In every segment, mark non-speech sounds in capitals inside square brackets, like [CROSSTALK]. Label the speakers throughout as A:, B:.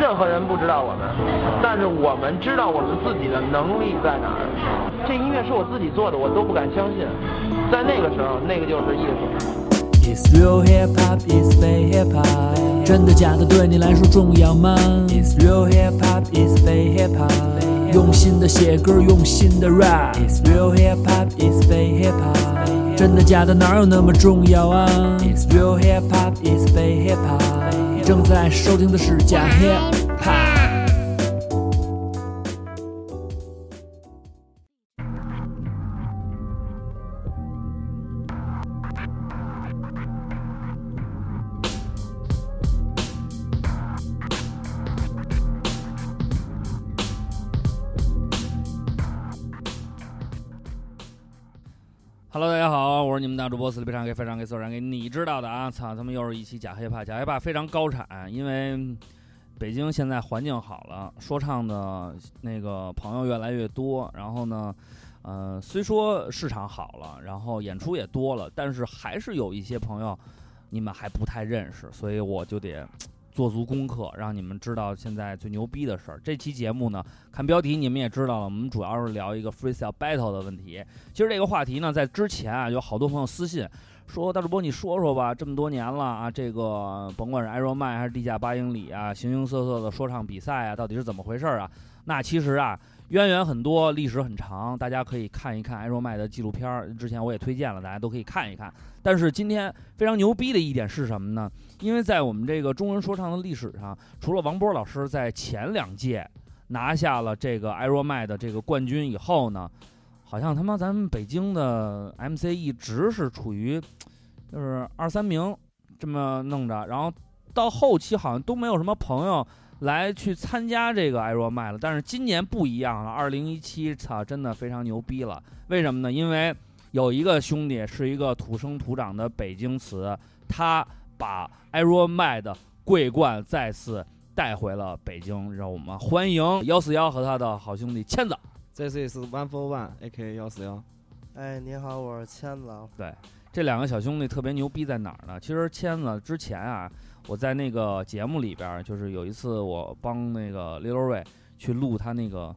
A: 任何人不知道我们，但是我们知道我们自己的能力在哪儿。这音乐是我自己做的，我都不敢相信。在那个时候，那个就是艺术。
B: It's real hip hop, it's fake hip hop。真的假的对你来说重要吗？It's real hip hop, it's fake hip hop。用心的写歌，用心的 rap。It's real hip hop, it's fake hip hop。真的假的哪有那么重要啊？It's real hip hop, it's fake hip hop。正在收听的是假 hip hop。
C: Hello，大家好，我是你们大主播死里非常给非常给所有人给你知道的啊！操，他们又是一期假黑怕，假黑怕非常高产，因为北京现在环境好了，说唱的那个朋友越来越多，然后呢，呃，虽说市场好了，然后演出也多了，但是还是有一些朋友你们还不太认识，所以我就得。做足功课，让你们知道现在最牛逼的事儿。这期节目呢，看标题你们也知道了，我们主要是聊一个 freestyle battle 的问题。其实这个话题呢，在之前啊，有好多朋友私信说：“大主播，你说说吧，这么多年了啊，这个甭管是 Iron Man 还是地下八英里啊，形形色色的说唱比赛啊，到底是怎么回事儿啊？”那其实啊，渊源很多，历史很长，大家可以看一看 Iron Man 的纪录片儿，之前我也推荐了，大家都可以看一看。但是今天非常牛逼的一点是什么呢？因为在我们这个中文说唱的历史上，除了王波老师在前两届拿下了这个 Iron Man 的这个冠军以后呢，好像他妈咱们北京的 MC 一直是处于就是二三名这么弄着，然后到后期好像都没有什么朋友来去参加这个 Iron Man 了。但是今年不一样了，二零一七，操，真的非常牛逼了。为什么呢？因为有一个兄弟是一个土生土长的北京词，他把 Iron Man 的桂冠再次带回了北京，让我们欢迎幺四幺和他的好兄弟千子。
D: This is One for One A.K. 幺四幺。
E: 哎，你好，我是千子。
C: 这两个小兄弟特别牛逼在哪儿呢？其实签子之前啊，我在那个节目里边儿，就是有一次我帮那个 Lil Ray 去录他那个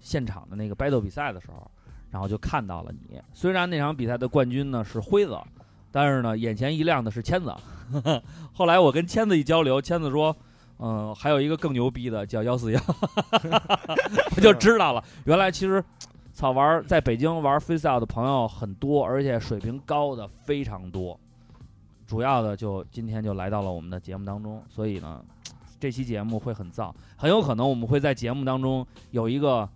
C: 现场的那个 battle 比赛的时候，然后就看到了你。虽然那场比赛的冠军呢是辉子，但是呢眼前一亮的是签子。 [LAUGHS] 后来我跟签子一交流，签子说。嗯，还有一个更牛逼的叫幺四 [LAUGHS] 幺，我就知道了。原来其实操玩儿在北京玩儿 freestyle 的朋友很多，而且水平高的非常多。主要的就今天就来到了我们的节目当中，所以呢，这期节目会很燥，很有可能我们会在节目当中有一个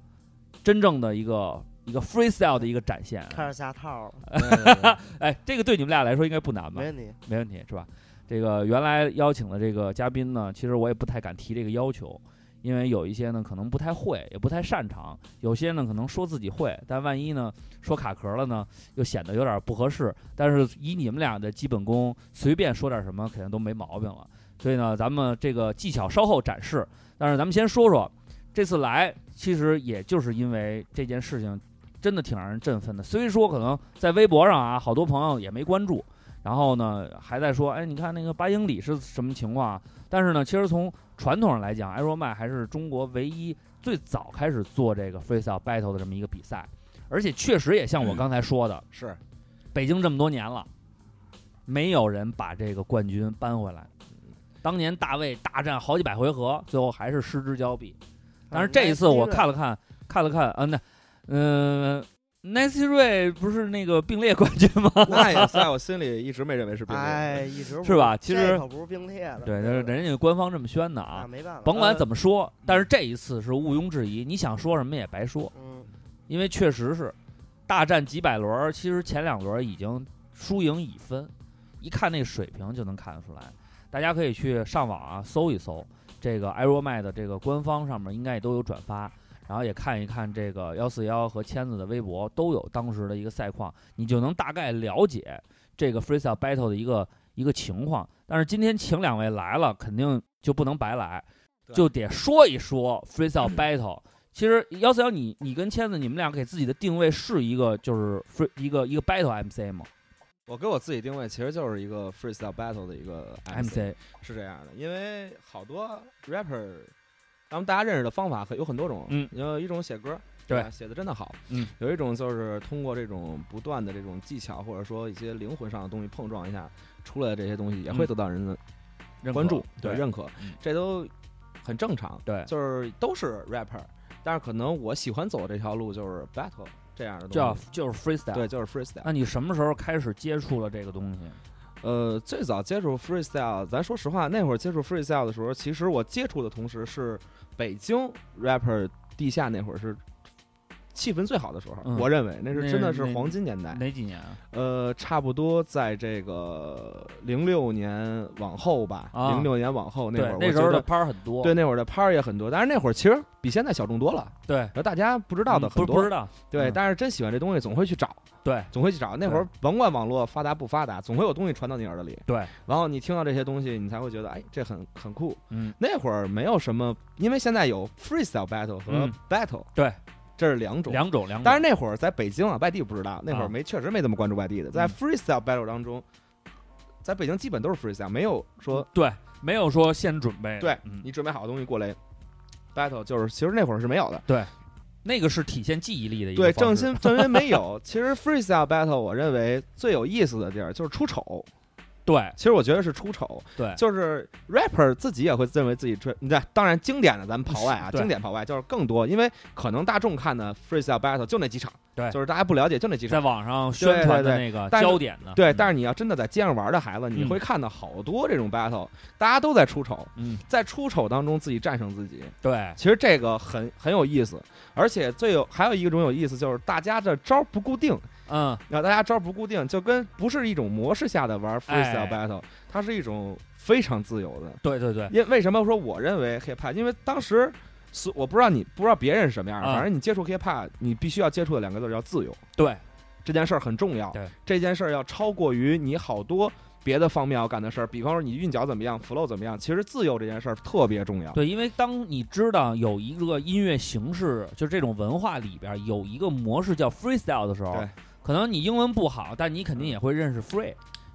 C: 真正的一个一个 freestyle 的一个展现。啊
E: 开始下套了，
C: [LAUGHS] 哎，这个对你们俩来说应该不难吧
E: 没？你，
C: 没问题是吧？这个原来邀请的这个嘉宾呢，其实我也不太敢提这个要求，因为有一些呢可能不太会，也不太擅长；有些呢可能说自己会，但万一呢说卡壳了呢，又显得有点不合适。但是以你们俩的基本功，随便说点什么肯定都没毛病了。所以呢，咱们这个技巧稍后展示，但是咱们先说说这次来，其实也就是因为这件事情真的挺让人振奋的。虽说可能在微博上啊，好多朋友也没关注，然后呢还在说，哎，你看那个八英里是什么情况啊？但是呢，其实从传统上来讲，艾若麦还是中国唯一最早开始做这个 freestyle battle 的这么一个比赛，而且确实也像我刚才说的，
D: [LAUGHS] 是，
C: 北京这么多年了，没有人把这个冠军扳回来。当年大卫大战好几百回合，最后还是失之交臂。但是这一次我看了看，看了看，啊，那，嗯、n a n c y Ray 不是那个并列冠军吗？ [LAUGHS]
D: 那也在我心里一直没认为是病毒。
E: 哎，一直不
C: 是吧其实
E: 这可不是并列的，
C: 对，那是人家官方这么宣的
A: 嗯
E: 啊，
C: 啊，
E: 没办法，
C: 甭
A: 呃
C: 管怎么说，但是这一次是毋庸置疑，你想说什么也白说，
E: 嗯，
C: 因为确实是大战几百轮儿，其实前两轮儿已经输赢已分，一看那个水平就能看得出来。大家可以去上网啊搜一搜，这个艾若麦的这个官方上面应该也都有转发，然后也看一看这个幺四幺和签子的微博都有当时的一个赛况，你就能大概了解这个 freestyle battle 的一个一个情况。但是今天请两位来了，肯定就不能白来，
D: 对
C: 就得说一说 freestyle battle。其实幺四幺，你你跟签子，你们俩给自己的定位是一个就是 free 一个一个 battle MC 吗
D: 我给我自己定位其实就是一个 freestyle battle 的一个
C: ？MC
D: 是这样的，因为好多 rapper 让大家认识的方法很有很多种，
C: 嗯
D: 有一种写歌，
C: 对
D: 吧写的真的好，
C: 嗯，
D: 有一种就是通过这种不断的这种技巧或者说一些灵魂上的东西碰撞一下出来的这些东西，也会
C: 嗯
D: 得到人的
C: 认可
D: 关注，
C: 对，
D: 认可
C: 嗯，
D: 这都很正常，
C: 对
D: 就是都是 rapper，但是可能我喜欢走这条路就是 battle 这样的
C: 叫
D: 东西，
C: 就是 freestyle。
D: 对，，就是 freestyle。
C: 那你什么时候开始接触了这个东西？
D: 呃，最早接触 freestyle，咱说实话，那会儿接触 freestyle 的时候，其实我接触的同时是北京 rapper 地下那会儿是气氛最好的时候，
C: 嗯
D: 我认为那是
C: 那
D: 真的是
C: 那
D: 黄金年代。
C: 哪几年啊？
D: 呃，差不多在这个零六年往后吧，
C: 啊
D: 零六、年往后那会
C: 对
D: 儿，，
C: 那
D: 我
C: 时
D: 觉
C: 候的
D: 得。
C: 拍儿很多。
D: 对那会儿的拍儿也很多，但是那会儿其实比现在小众多了，
C: 对，
D: 然后大家不知道的
C: 嗯不
D: 很多，
C: 不知道。
D: 对，
C: 嗯
D: 但是真喜欢这东西，总会去找，
C: 对，
D: 总会去找。那会儿甭管网络发达不发达，总会有东西传到你耳朵里。
C: 对，
D: 然后你听到这些东西，你才会觉得，哎，这很很酷。
C: 嗯，
D: 那会儿没有什么，因为现在有 freestyle battle 和
C: 嗯
D: battle，、
C: 对，
D: 这是两种。
C: 两种两种。
D: 当然那会儿在北京啊，外地不知道，那会
C: 啊
D: 儿没、确实没怎么关注外地的，在
C: 嗯
D: freestyle battle 当中，在北京基本都是 freestyle，没有说
C: 对，没有说先准备的。
D: 对、
C: 嗯
D: 你准备好东西过来 battle，就是其实那会儿是没有的。
C: 那个是体现记忆力的一个
D: 对，
C: 方
D: 正
C: 式
D: 新正因没有。其实 freestyle battle 我认为最有意思的地儿就是出丑。
C: 对
D: 其实我觉得是出丑，
C: 对
D: 就是 rapper 自己也会认为自己吹。你看，当然经典的咱们刨外啊，
C: 对
D: 经典刨外就是更多，因为可能大众看的 freestyle battle 就那几场，
C: 对
D: 就是大家不了解就那几
C: 在
D: 场。
C: 网上宣传的那个
D: 但是
C: 焦点呢？
D: 对，
C: 嗯
D: 但是你要真的在街上玩的孩子，你
C: 嗯
D: 会看到好多这种 battle，大家都在出丑，
C: 嗯，
D: 在出丑当中自己战胜自己，
C: 对
D: 其实这个很很有意思，而且最有还有一种有意思就是大家的招儿不固定，
C: 嗯
D: 然后大家招儿不固定，就跟不是一种模式下的玩
C: 哎
D: freestyle battle，、它是一种非常自由的。
C: 对对对
D: 因为什么说我认为 hiphop？因为当时是我不知道你不知道别人是什么样的，
C: 啊
D: 反正你接触 hiphop，你必须要接触的两个字儿叫自由。
C: 对
D: 这件事儿很重要
C: 对，
D: 这件事儿要超过于你好多别的方面要干的事儿，比方说你韵脚怎么样，flow 怎么样，其实自由这件事儿特别重要。
C: 对，因为当你知道有一个音乐形式，就这种文化里边有一个模式叫 freestyle 的时候
D: 对，嗯
C: 可能你英文不好，但你肯定也会认识 free。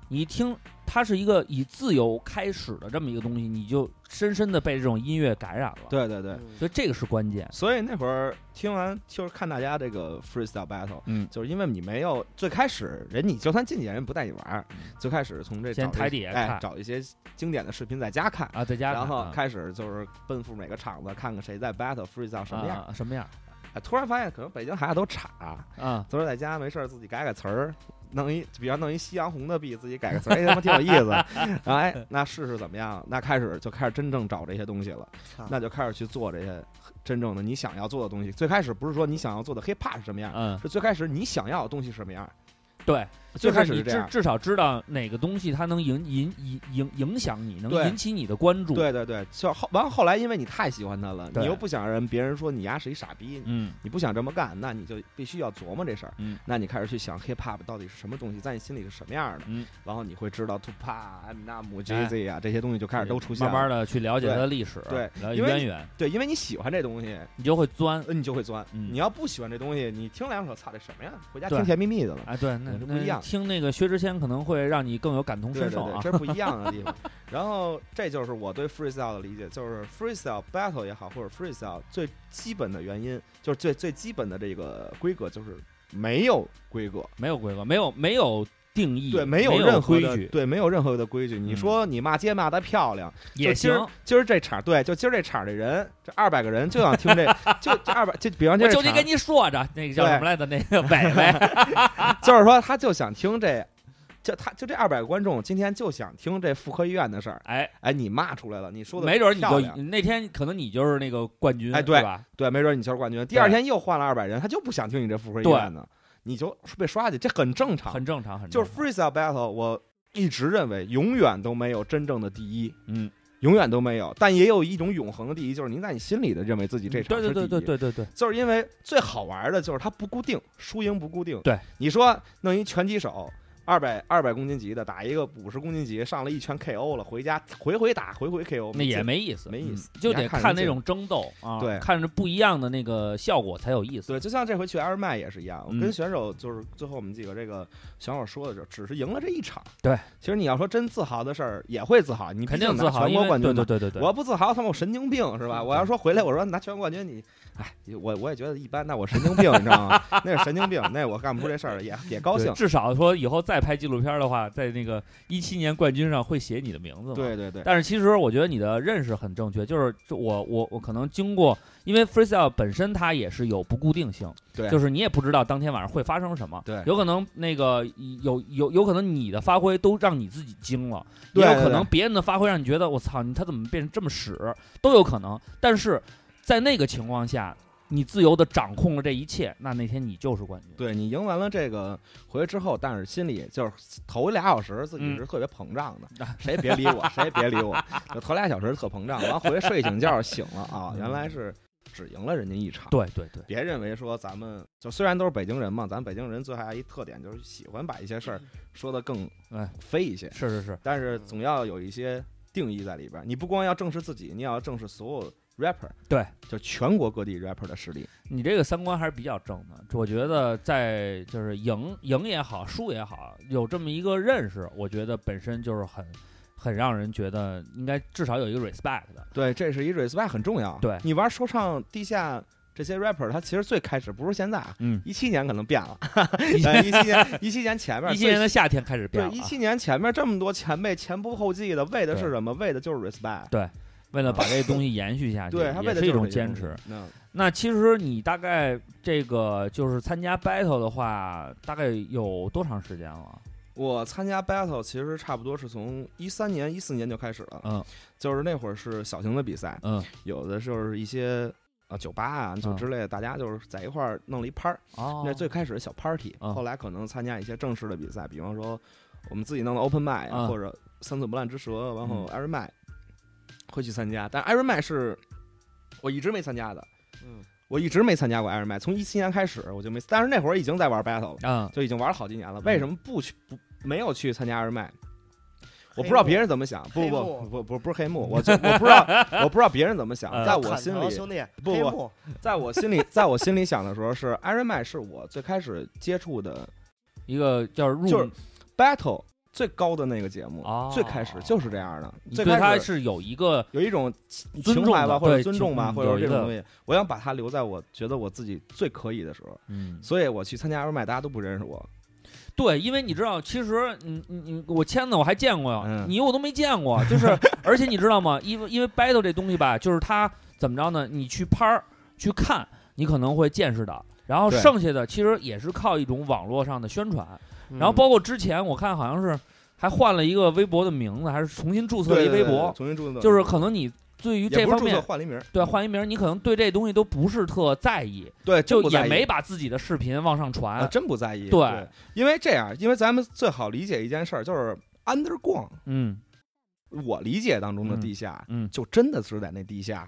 C: 你一听，它是一个以自由开始的这么一个东西，你就深深的被这种音乐感染了。，
D: 对对对，
E: 嗯
C: 所以这个是关键。
D: 所以那会儿听完就是看大家这个 freestyle battle，
C: 嗯，
D: 就是因为你没有最开始人，你就算进去人不带你玩儿，最开始从这
C: 嗯先
D: 找一
C: 台底下
D: 哎
C: 看
D: 找一些经典的视频在家看，
C: 啊，在家
D: 然后
C: 看啊
D: 开始就是奔赴每个场子看看谁在 battle freestyle 什么样。
C: 啊什么样
D: 哎突然发现可能北京孩子都傻，
C: 啊？
D: 昨儿在家没事儿自己改改词儿。弄一，比方弄一夕阳红的币，自己改个词儿，哎，他妈挺有意思。 [LAUGHS] 然后哎，那试试怎么样？那开始就开始真正找这些东西了。
E: 操
D: 那就开始去做这些真正的你想要做的东西。最开始不是说你想要做的 hiphop 是什么样，
C: 嗯，
D: 是最开始你想要的东西是什么样。
C: 对，
D: 最开
C: 就是你
D: 始是这
C: 至
D: 样。
C: 至少知道哪个东西它能影影影影影响你，能
D: 对
C: 引起你的关注。，
D: 对对对，就后完后来，因为你太喜欢他了，
C: 对
D: 你又不想让别人说你丫是一傻逼，
C: 嗯，
D: 你不想这么干，那你就必须要琢磨这事儿。
C: 嗯，
D: 那你开始去想 hip hop 到底是什么东西，在你心里是什么样的，
C: 嗯，哎
D: 然后你会知道 Tupac、阿米纳姆、Jay-Z 啊这些东西就开始都出现了。
C: 慢慢的去了解它的历史，
D: 对
C: 了解
D: 因为
C: 渊源，
D: 对，因为你喜欢这东西，
C: 你就会钻。
D: 呃你就会钻。
C: 嗯
D: 你要不喜欢这东西，你听两首，操这什么呀？回家
C: 对
D: 听甜蜜蜜的了。
C: 哎，对，那
D: 也是不
C: 那
D: 一样
C: 听那个薛之谦可能会让你更有感同
D: 对
C: 身
D: 对
C: 受
D: 对，
C: 啊。
D: 这是不一样的
C: [LAUGHS]
D: 地方。然后这就是我对 freestyle 的理解，就是 freestyle battle 也好，或者 freestyle 最基本的原因，就是最最基本的这个规格就是没有规格，
C: 没有规格，没有没有定义，
D: 对，
C: 没
D: 有任何
C: 规
D: 的
C: 矩
D: 对，没有任何的规矩。你
C: 嗯
D: 说你骂街骂的漂亮
C: 也
D: 就今
C: 行
D: 儿。今儿这场对，就今儿这场这人，这二百个人就想听这，就这二百，就比方今
C: 我
D: 儿
C: 就
D: 这
C: 得
D: 场
C: 跟你说着，那个叫
D: 对
C: 什么来着？那个伟伟，
D: 就是说他就想听这。就他就这二百个观众今天就想听这妇科医院的事儿，
C: 哎，
D: 哎，你骂出来了，你说的
C: 没准你
D: 漂
C: 就
D: 亮
C: 那天可能你就是那个冠军，
D: 哎
C: 对
D: 对
C: 吧？
D: 对，没准你就是冠军。第
C: 对
D: 二天又换了二百人，他就不想听你这复刻意愿呢，你就被刷下去，这很正常。
C: 很正常，很
D: 就
C: 正
D: 是
C: 常
D: freestyle battle，我一直认为永远都没有真正的第一，
C: 嗯，
D: 永远都没有。但也有一种永恒的第一，就是您在你心里的认为自己这场
C: 嗯对
D: 是第
C: 对
D: 一。
C: 对对对对对，
D: 就是因为最好玩的就是它不固定，输赢不固定。
C: 对，
D: 你说弄一拳击手。二百二百公斤级的打一个五十公斤级，上了一拳 KO 了，回家回回打，回回 KO，
C: 那也
D: 次
C: 没意思，
D: 没意思
C: 嗯就
D: 你还
C: 得
D: 看
C: 看
D: 人
C: 那
D: 家
C: 种争斗啊，
D: 对
C: 看着不一样的那个效果才有意思。
D: 对，就像这回去埃尔麦也是一样，我
C: 嗯
D: 跟选手就是最后我们几个这个选手说的是，只是赢了这一场。
C: 对，
D: 其实你要说真自豪的事儿也会自豪，你
C: 肯
D: 毕
C: 定
D: 竟拿
C: 自豪，
D: 全
C: 因
D: 国
C: 为
D: 冠军
C: 对
D: 嘛
C: 对对对对，
D: 我要不自豪，他妈我神经病是吧？我要说回来，我说拿全国冠军你，哎，我我也觉得一般，那我神经病，你知 [LAUGHS] 道吗？那是神经病，那我干不出这事儿，也也高
C: 对
D: 兴。
C: 至少说以后再拍纪录片的话，在那个一七年冠军上会写你的名字嘛。
D: 对对对，
C: 但是其实我觉得你的认识很正确，就是就我我我可能经过，因为 freestyle 本身它也是有不固定性，
D: 对
C: 就是你也不知道当天晚上会发生什么，
D: 对
C: 有可能那个有有有可能你的发挥都让你自己惊了，
D: 对
C: 也有
D: 对
C: 可
D: 对
C: 能别人的发挥让你觉得我操，你他怎么变成这么屎，都有可能。但是在那个情况下，你自由的掌控了这一切，那那天你就是冠军。
D: 对你赢完了这个回去之后，但是心里就是头俩小时自己是特别膨胀 [LAUGHS] 的，谁也别理我，谁也别理我， [LAUGHS] 就头俩小时特膨胀，完回去睡一醒觉醒了啊，原来是只赢了人家一场。
C: 对对对，
D: 别认为说咱们就虽然都是北京人嘛，咱北京人最大一特点就是喜欢把一些事儿说的更
C: 哎
D: 飞一些，
C: 是是是，
D: 但是总要有一些定义在里边儿。你不光要正视自己，你也要正视所有 rapper，
C: 对，
D: 就全国各地 rapper 的实力。
C: 你这个三观还是比较正的，我觉得在就是赢赢也好，输也好，有这么一个认识，我觉得本身就是很很让人觉得应该至少有一个 respect 的。
D: 对，这是一 respect 很重要。
C: 对
D: 你玩说唱地下这些 rapper，他其实最开始不是现在，
C: 嗯，
D: 一七年可能变
C: [LAUGHS]
D: 了，呃一七年一七年前面
C: 一七年的夏天开始变
D: 对
C: 了
D: 一
C: 啊，
D: 七年前面这么多前辈前仆后继的，为的
C: 对
D: 是什么？为的就是 respect。
C: 为了把这东西延续下去，
D: 对，他为
C: 也
D: 的
C: 是
D: 就是
C: 一种
D: 这个
C: 坚
D: 东西
C: 持。。
D: 嗯，
C: 那其实你大概这个就是参加 battle 的话，大概有多长时间了？
D: 我参加 battle 其实差不多是从一三年、一四年就开始了，
C: 嗯
D: 就是那会儿是小型的比赛，
C: 嗯
D: 有的就是一些啊酒吧啊就
C: 嗯
D: 之类的，大家就是在一块儿弄了一拍儿。
C: 哦，
D: 那最开始是小 party，、
C: 嗯
D: 后来可能参加一些正式的比赛，比方说我们自己弄的 open m i
C: 嗯
D: 或者三寸不烂之舌，然后 iron m i 会去参加，但 iron m i 是我一直没参加的，
E: 嗯，
D: 我一直没参加过 iron m i 从一七年开始我就没，但是那会儿已经在玩 battle 了。
C: 嗯
D: 就已经玩了好几年了，为什么不去不没有去参加二麦？我不知
E: 黑
D: 道
E: 幕
D: 别人怎么想，不
E: 黑
D: 不
E: 幕
D: 不不不是黑幕，我就我
E: [LAUGHS]
D: 不知道我不知道别人怎么想
C: 呃，
D: 在我
E: 砍
D: 心
E: 头
D: 里，
E: 兄弟，
D: 不
E: 黑
D: 不
E: 幕
D: 在我心里，在我心里想的时候是 Iron Man 是我最开始接触的
C: 一个叫入
D: 就是 battle 最高的那个节目
C: 哦，
D: 最开始就是这样的，
C: 你
D: 最
C: 对他
D: 开始
C: 是有一个
D: 有一种情
C: 尊重
D: 情怀吧，
C: 的
D: 或者
C: 对
D: 尊重吧，
C: 情
D: 或者
C: 有一
D: 这种
C: 个
D: 东西，我想把它留在我觉得我自己最可以的时候，
C: 嗯。
D: 所以我去参加 Iron Man，大家都不认识我，
C: 对，因为你知道，其实你你你我签子我还见过呀，
D: 嗯
C: 你我都没见过，就是而且你知道吗？因为因为 battle 这东西吧，就是它怎么着呢？你去拍儿去看，你可能会见识到，然后
D: 对
C: 剩下的其实也是靠一种网络上的宣传，嗯然后包括之前我看好像是还换了一个微博的名字，还是重新注册了一
D: 对
C: 微
D: 对对
C: 博，
D: 重新注册，
C: 就是可能你对于
D: 也
C: 这
D: 不是
C: 方
D: 注册
C: 面。
D: 换了一名儿，
C: 对，换一名，你可能对这东西都不是特在意，
D: 对，
C: 就
D: 真不
C: 也
D: 在意
C: 没把自己的视频往上传。
D: 啊，真不在意。
C: 对
D: 因为这样，因为咱们最好理解一件事儿，就是 underground，
C: 嗯
D: 我理解当中的
C: 嗯
D: 地下，
C: 嗯，
D: 就真的是在那地下，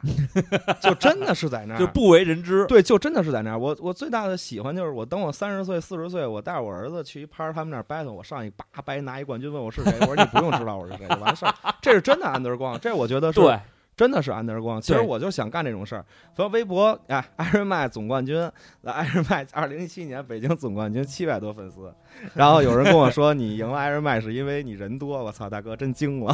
D: 就真的是在
C: [LAUGHS]
D: 那儿，
C: 就不为人知。
D: 啊对，就真的是在那儿。我我最大的喜欢就是，我等我三十岁、四十岁，我带着我儿子去一拍儿他们那儿 battle，我上去叭掰拿一冠军，问我是谁，我说你不用知道我是谁就完事儿。这是真的 underground，这我觉得是
C: 对，
D: 真的是 underground。其实
C: 对
D: 我就想干这种事儿。说微博，哎， [LAUGHS] 艾瑞麦总冠军，艾瑞麦二零一七年北京总冠军七百多粉丝，然后有人跟我说你赢了艾瑞麦是因为你人多，我操，大哥真
C: [LAUGHS]
D: 惊了，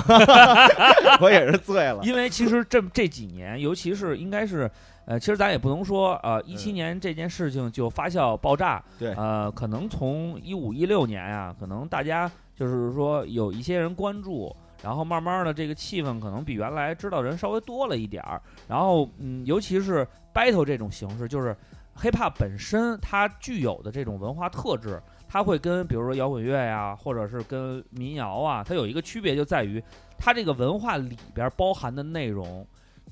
D: 我也是醉了。
C: 因为其实这这几年，尤其是应该是，呃，其实咱也不能说，呃，一七
D: 嗯
C: 年这件事情就发酵爆炸，
D: 对
C: 呃，可能从一五一六年啊，可能大家就是说有一些人关注。然后慢慢的，这个气氛可能比原来知道人稍微多了一点儿。然后，嗯，尤其是 battle 这种形式，就是 hiphop 本身它具有的这种文化特质，它会跟比如说摇滚乐呀、或者是跟民谣啊，它有一个区别就在于它这个文化里边包含的内容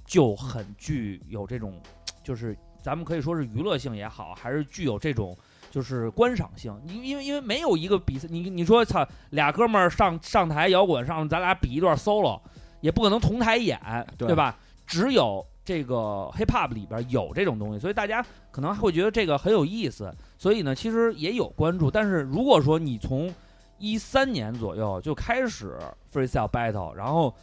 C: 就很具有这种，就是咱们可以说是娱乐性也好，还是具有这种就是观赏性。因因为因为没有一个比赛，你你说操俩哥们儿上上台摇滚上，咱俩比一段 solo，也不可能同台演，对
D: 对
C: 吧？只有这个 hip hop 里边有这种东西，所以大家可能会觉得这个很有意思。所以呢，其实也有关注，但是如果说你从一三年左右就开始 freestyle battle，然后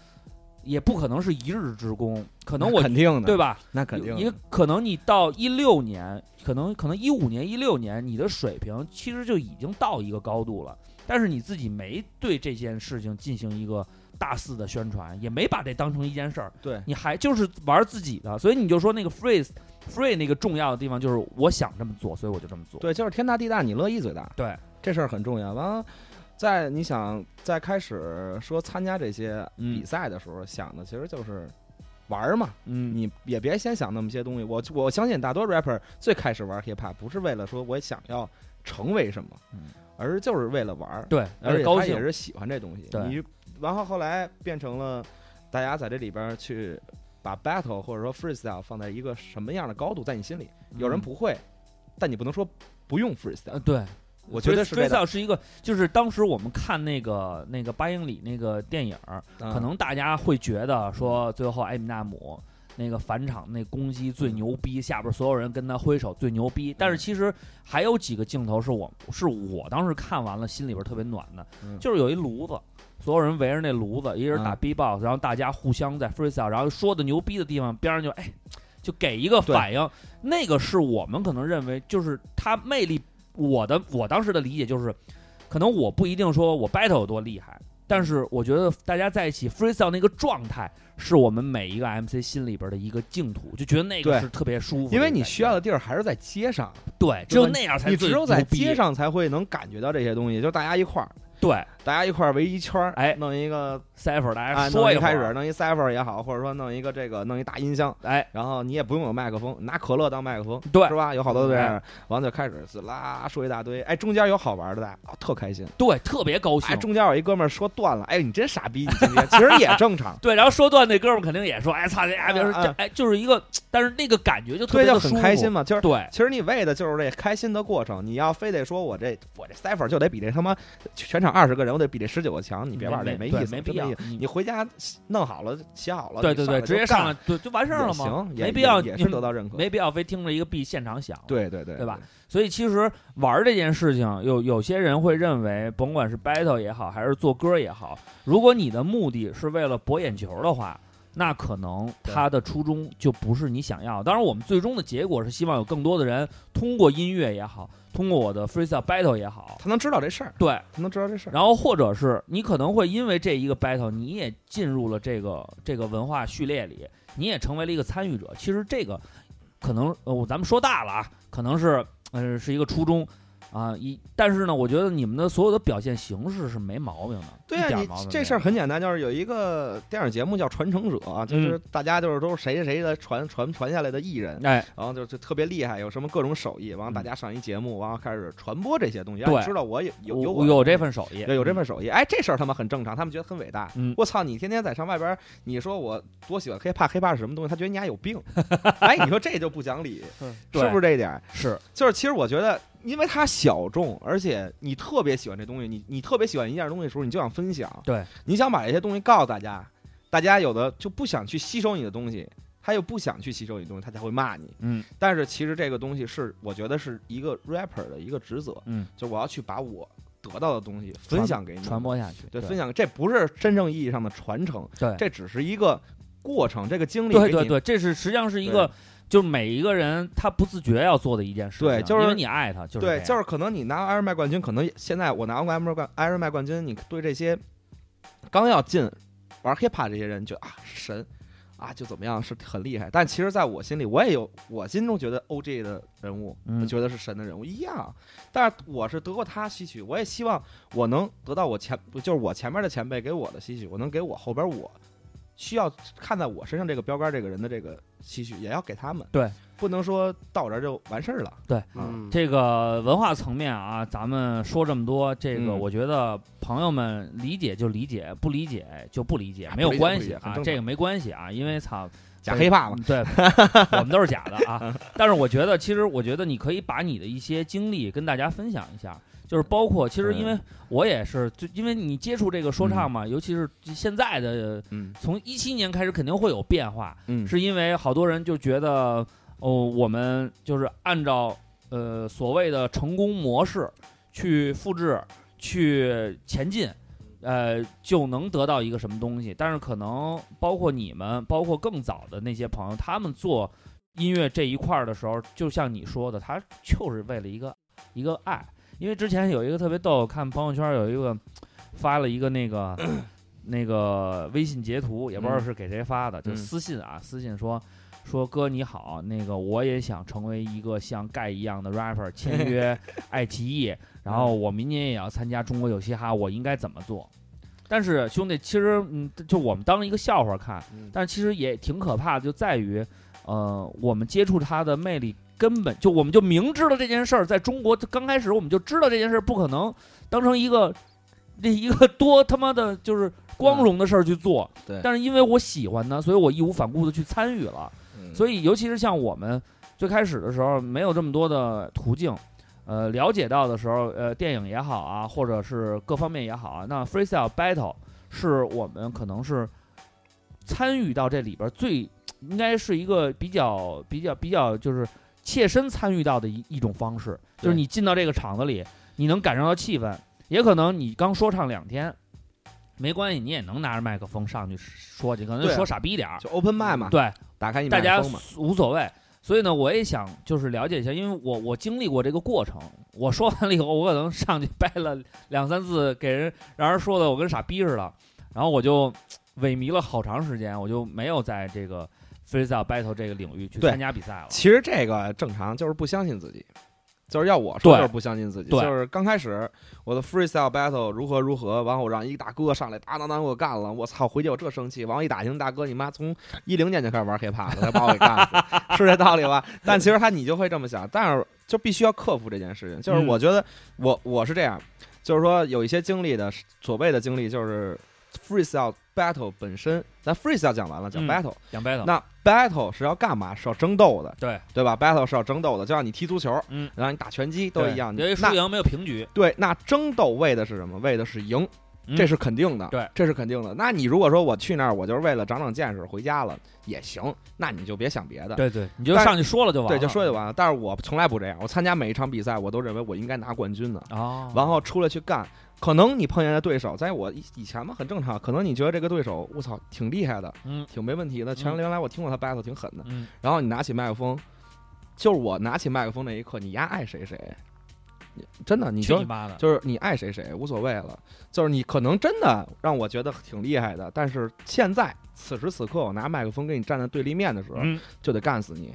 C: 也不可能是一日之功，可
D: 可
C: 能我
D: 肯定的，
C: 对？吧？
D: 那肯定的，
C: 也可能你到一六年，可能可能一五年、一六年，你的水平其实就已经到一个高度了，但是你自己没对这件事情进行一个大肆的宣传，也没把这当成一件事儿，
D: 对
C: 你还就是玩自己的，所以你就说那个 phrase free 那个重要的地方就是我想这么做，所以我就这么做。
D: 对，就是天大地大，你乐意最大。
C: 对，
D: 这事儿很重要。完了，在你想在开始说参加这些
C: 嗯
D: 比赛的时候，想的其实就是玩儿嘛，
C: 嗯，
D: 你也别先想那么些东西。我我相信大多 rapper 最开始玩 hiphop 不是为了说我想要成为什么，
C: 嗯
D: 而就是为了玩儿，
C: 对，
D: 而且
C: 高
D: 他
C: 兴
D: 也是喜欢这东西。
C: 对
D: 你然后后来变成了大家在这里边儿去把 battle 或者说 freestyle 放在一个什么样的高度，在你心里，有人
C: 嗯
D: 不会，但你不能说不用 freestyle
C: 呃，。对，
D: 我觉得是为
C: freestyle
D: 了
C: 是一个，就是当时我们看那个那个八英里那个电影儿，可
D: 嗯
C: 能大家会觉得说，最后艾米纳姆那个返场那攻击
D: 嗯
C: 最牛逼，下边所有人跟他挥手最牛逼。但是其实还有几个镜头是我是我当时看完了心里边特别暖的，
D: 嗯
C: 就是有一炉子。所有人围着那炉子，一人打
D: 嗯
C: B-box，、然后大家互相在 freestyle，然后说的牛逼的地方，边上就哎，就给一个
D: 对
C: 反应。那个是我们可能认为，就是他魅力。我的我当时的理解就是，可能我不一定说我 battle 有多厉害，但是我觉得大家在一起 freestyle 那个状态，是我们每一个 MC 心里边的一个净土，就觉得那个
D: 对
C: 是特别舒服的一个感觉。
D: 因为你需要的地儿还是在街上，
C: 对，只有那样才
D: 你
C: 最
D: 只有在
C: 牛逼
D: 街上才会能感觉到这些东西，就大家一块儿，
C: 对
D: 大家一块儿围一圈儿，
C: 哎
D: 弄一个
C: cipher 大
D: 啊，
C: 家说
D: 弄
C: 一
D: 一
C: 会
D: 开
C: 儿
D: 始，弄一 cipher 也好，或者说弄一个这个弄一大音箱，
C: 哎，
D: 然后你也不用有麦克风，拿可乐当麦克风，
C: 对哎
D: 是吧？有好多这样，完了就开始滋啦说一大堆，哎，中间有好玩的，大家哦特开心。
C: 对，特别高
D: 哎，
C: 兴。
D: 中间有一哥们儿说断了，哎，你真傻逼，你今天其实也正常，
C: 对，然后说段那哥们儿肯定也说，哎操，这哎别说，
D: 嗯
C: 这哎就是一个，但是那个感觉就 [LAUGHS] 特
D: 所
C: 别
D: 以
C: 的
D: 就
C: 舒
D: 很
C: 服，
D: 开心嘛，就是。
C: 对，
D: 其实你为的就是这开心的过程。你要非得说我这我这 cipher 就得比这他妈全场二十个人，我得比这十九个强，你别玩儿这
C: 没
D: 意思，
C: 没
D: 没
C: 必要。嗯
D: 你回家弄好了，写好了，
C: 对
D: 你
C: 对对，
D: 就
C: 直接上
D: 干
C: 来就就完事儿
D: 也
C: 了嘛，
D: 行，也
C: 没必要，
D: 也
C: 你
D: 也是得到认可。
C: 没必要非听着一个 B 现场响。
D: 嗯对对对，
C: 对吧？所以其实玩儿这件事情，有有些人会认为，甭管是 battle 也好，还是做歌也好，如果你的目的是为了博眼球的话，那可能他的初衷就不是你想要的。当然，我们最终的结果是希望有更多的人通过音乐也好，通过我的 freestyle battle 也好，
D: 他能知道这事儿，
C: 对，
D: 他能知道这事儿。
C: 然后或者是你可能会因为这一个 battle，你也进入了这个这个文化序列里，你也成为了一个参与者。其实这个可能呃，我咱们说大了啊，可能是呃是一个初衷啊，一但是呢，我觉得你们的所有的表现形式是没毛病的，
D: 对
C: 一
D: 呀、
C: 点毛病没
D: 你
C: 有
D: 这事儿很简单，就是有一个电影节目叫《传承者》，啊
C: 嗯
D: 就是大家就是都是谁谁谁的传传传下来的艺人，
C: 哎，
D: 然后就就特别厉害，有什么各种手艺，完了大家上一节目，完了开始传播这些东西，
C: 嗯
D: 让
C: 对
D: 你知道我有有有
C: 有
D: 我
C: 有
D: 的
C: 这份手艺，
D: 对，有这份手艺，哎，这事儿他们很正常，他们觉得很伟大。
C: 嗯
D: 我操，你天天在上外边儿，你说我多喜欢 hiphop，hiphop 是什么东西？他觉得你俩有病。 [LAUGHS] 哎，你说这就不讲理，
E: 嗯
D: 是不是这一点儿？
C: 是
D: 就是其实我觉得，因为它小众，而且你特别喜欢这东西，你你特别喜欢一件东西的时候，你就想分享，
C: 对，
D: 你想把这些东西告诉大家，大家有的就不想去吸收你的东西。他又不想去吸收你的东西，他才会骂你。
C: 嗯，
D: 但是其实这个东西是，我觉得是一个 rapper 的一个职责。
C: 嗯，
D: 就我要去把我得到的东西
C: 传
D: 分享给你，
C: 传播下去，
D: 对，
C: 对
D: 分享这不是真正意义上的传承，
C: 对
D: 这只是一个过程，这个经历
C: 对
D: 给
C: 对
D: 你
C: 对，这是实际上是一个。就每一个人他不自觉要做的一件事情，
D: 对就是
C: 因为你爱他，就是
D: 对，
C: 这样
D: 就是可能你拿 Iron Man 冠军，可能现在我拿过 Iron 冠 Iron Man 冠军，你对这些刚要进玩 hiphop 这些人，觉得啊是神啊就怎么样是很厉害，但其实在我心里，我也有我心中觉得 OG 的人物，
C: 嗯
D: 我觉得是神的人物一样，但是我是得过他吸取，我也希望我能得到我前就是我前面的前辈给我的吸取，我能给我后边我需要看在我身上这个标杆这个人的这个吸取，也要给他们
C: 对。
D: 不能说到我这儿就完事儿了，
E: 嗯，
C: 这个文化层面啊，咱们说这么多，这个
D: 嗯
C: 我觉得朋友们理解就理解，不理解就不理解，
D: 啊
C: 没有
D: 不理解
C: 关
D: 不理
C: 系
D: 解很
C: 啊，
D: 正常嗯
C: 这个没关系啊，因为操，
D: 假黑怕嘛。
C: 对，我
D: [LAUGHS]
C: 们都是假的啊。但是我觉得，其实我觉得你可以把你的一些经历跟大家分享一下，就是包括其实因为我也是，就因为你接触这个说唱嘛，尤其是现在的，
D: 嗯
C: 从一七年开始肯定会有变化，
D: 嗯
C: 是因为好多人就觉得，哦，我们就是按照呃所谓的成功模式去复制，去前进，呃，就能得到一个什么东西。但是可能包括你们，包括更早的那些朋友，他们做音乐这一块儿的时候，就像你说的，他就是为了一个一个爱。因为之前有一个特别逗，看朋友圈有一个发了一个那
D: [CLEARS THROAT]
C: 个那个微信截图，也不知道是给谁发的，就
D: 嗯
C: 私信啊，私信说。说哥你好，那个我也想成为一个像盖一样的 rapper，签约爱奇
D: [LAUGHS]
C: 艺，然后我明年也要参加中国有嘻哈，我应该怎么做？但是兄弟，其实嗯，就我们当一个笑话看，
D: 嗯
C: 但其实也挺可怕的，就在于，呃，我们接触他的魅力根本就，我们就明知道这件事儿，在中国刚开始我们就知道这件事儿不可能当成一个这一个多他妈的就是光荣的事儿去做，
D: 对
C: 但是因为我喜欢他，所以我义无反顾的去参与了。
D: 嗯
C: 所以尤其是像我们最开始的时候，没有这么多的途径，呃，了解到的时候，呃，电影也好啊，或者是各方面也好啊，那 freestyle battle 是我们可能是参与到这里边儿最应该是一个比较比较比较就是切身参与到的一一种方式，就是
D: 对
C: 你进到这个场子里，你能感受到气氛，也可能你刚说唱两天。没关系，你也能拿着麦克风上去说去，可能就
D: 对啊
C: 说傻逼点儿。
D: 就 open mic 嘛，
C: 对，
D: 打开你
C: 大
D: 麦
C: 家
D: 克风嘛，
C: 无所谓。所以呢，我也想就是了解一下，因为我我经历过这个过程。我说完了以后，我可能上去掰了两三次，给人让人说的我跟傻逼似的，然后我就萎靡了好长时间，我就没有在这个 freestyle battle 这个领域去
D: 对
C: 参加比赛了。
D: 其实这个正常，就是不相信自己，就是要我说
C: 对
D: 就是不相信自己，
C: 对
D: 就是刚开始我的 freestyle battle 如何如何，完后我让一大哥上来当当当给我干了，我操，回去我这生气，完后一打听大哥你妈从一零年就开始玩 hiphop 了，才把我给干死，是这道理吧？但其实他你就会这么想，但是就必须要克服这件事情，就是
C: 嗯
D: 我觉得我我是这样，就是说有一些经历的所谓的经历就是 freestyle battle 本身，咱 freestyle 讲完了，讲
C: 嗯
D: battle。
C: 讲 battle，
D: 那 battle 是要干嘛？是要争斗的，
C: 对
D: 对吧？battle 是要争斗的，就像你踢足球，
C: 嗯，
D: 然后你打拳击都一样。
C: 对因为输
D: 那
C: 赢没有平局，
D: 对，那争斗为的是什么？为的是赢，
C: 嗯
D: 这是肯定的。
C: 对，
D: 这是肯定的。那你如果说我去那儿，我就是为了长长见识，回家了也行，那你就别想别的。
C: 对对，你就
D: 但
C: 上去说了就完
D: 对，
C: 了，
D: 就说就完了。但是我从来不这样，我参加每一场比赛，我都认为我应该拿冠军的。
C: 哦，
D: 然后出来去干。可能你碰见的对手，在我以以前嘛很正常。可能你觉得这个对手，我操，挺厉害的，
C: 嗯
D: 挺没问题的。前
C: 嗯
D: 原来我听过他 battle 挺狠的，
C: 嗯，
D: 然后你拿起麦克风，就是我拿起麦克风那一刻，你丫爱谁谁，你真的，你
C: 去
D: 就
C: 你妈的，
D: 就是你爱谁谁无所谓了，就是你可能真的让我觉得挺厉害的，但是现在此时此刻，我拿麦克风跟你站在对立面的时候，
C: 嗯
D: 就得干死你，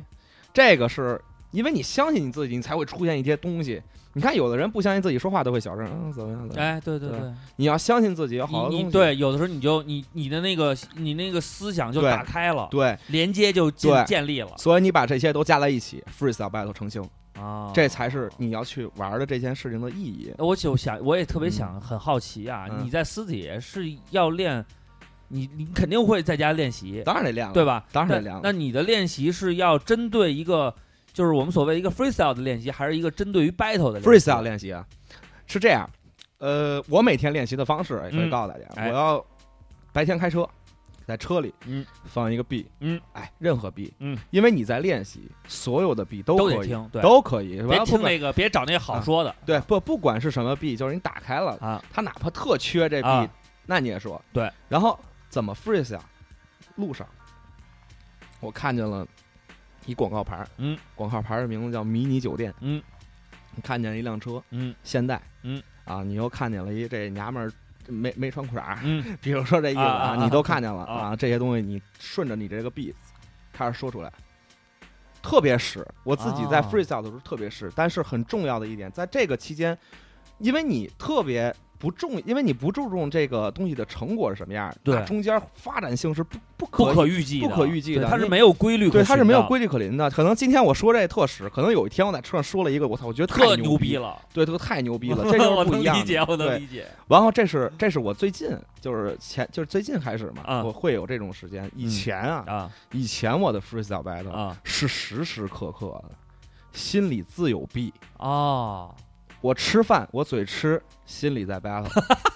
D: 这个是。因为你相信你自己，你才会出现一些东西。你看，有的人不相信自己说话都会小声，嗯，怎么样？怎么样？
C: 哎，对对
D: 对
C: 对，
D: 你要相信自己有好的
C: 你
D: 东
C: 你
D: 西。
C: 对，有的时候你就你你的那个你那个思想就
D: 对
C: 打开了，
D: 对，
C: 连接就建
D: 对
C: 建立了
D: 所以你把这些都加在一起，freestyle battle 成型，
C: 啊，
D: 这才是你要去玩的这件事情的意义。
C: 那我就想，我也特别
D: 嗯
C: 想，很好奇啊，
D: 嗯
C: 你在私底下是要练，你你肯定会在家练习，
D: 当然得练了，
C: 对？吧？
D: 当然
C: 那
D: 得练了
C: 那你的练习是要针对一个，就是我们所谓一个 freestyle 的练习，还是一个针对于 battle 的练习
D: freestyle 练习啊，是这样，呃，我每天练习的方式也可
C: 嗯
D: 以告诉大家，
C: 哎
D: 我要白天开车，在车里，
C: 嗯，
D: 放一个 B，
C: 嗯，
D: 哎，任何 B，
C: 嗯，
D: 因为你在练习，所有的 B 都
C: 都
D: 可
C: 得
D: 以，
C: 听，对，
D: 都可以，完
C: 别
D: 了不
C: 听
D: 管嗯
C: 那个，别找那好说的
D: 对不不管是什么 B，就是你打开了，
C: 啊，
D: 它哪怕特缺这 B，、
C: 啊
D: 那你也说
C: 对，
D: 然后怎么 freestyle？路上，我看见了一广告牌儿，
C: 嗯，
D: 广告牌儿的名字叫迷你酒店，
C: 嗯，
D: 你看见一辆车，
C: 嗯
D: 现代，
C: 嗯，
D: 啊，你又看见了一这娘们儿没没穿裤衩儿，
C: 嗯
D: 比如说这意思
C: 啊啊啊
D: 你都看见了
C: 啊
D: 这些东西你顺着你这个 beat 开始说出来，特别使。我自己在
C: 啊
D: freestyle 的时候特别使，但是很重要的一点，在这个期间，因为你特别。不重，因为你不注重这个东西的成果是什么样儿，
C: 对
D: 它中间发展性是不不可
C: 不可预计的，
D: 不可预计的
C: 对它是啊
D: 你
C: 没有规律可循
D: 对，
C: 的，
D: 它是没有规律可循的。可能今天我说这特使，可能有一天我在车上说了一个，我操，我觉得太
C: 特
D: 牛
C: 逼
D: 了，
C: 了，
D: 对，这个太牛逼
C: [LAUGHS]
D: 了，这就
C: 我
D: 是不
C: 能
D: 一样
C: 理
D: 的。
C: 解，我能
D: 对
C: 理解，
D: 然后这是这是我最近就是前就是最近开始嘛，
C: 啊嗯
D: 我会有这种时间。以前啊，
C: 啊
D: 以前我的 freestyle battle、
C: 啊
D: 是时时刻刻的，心里自有弊。
C: 哦，
D: 我吃饭，我嘴吃，心里在 battle。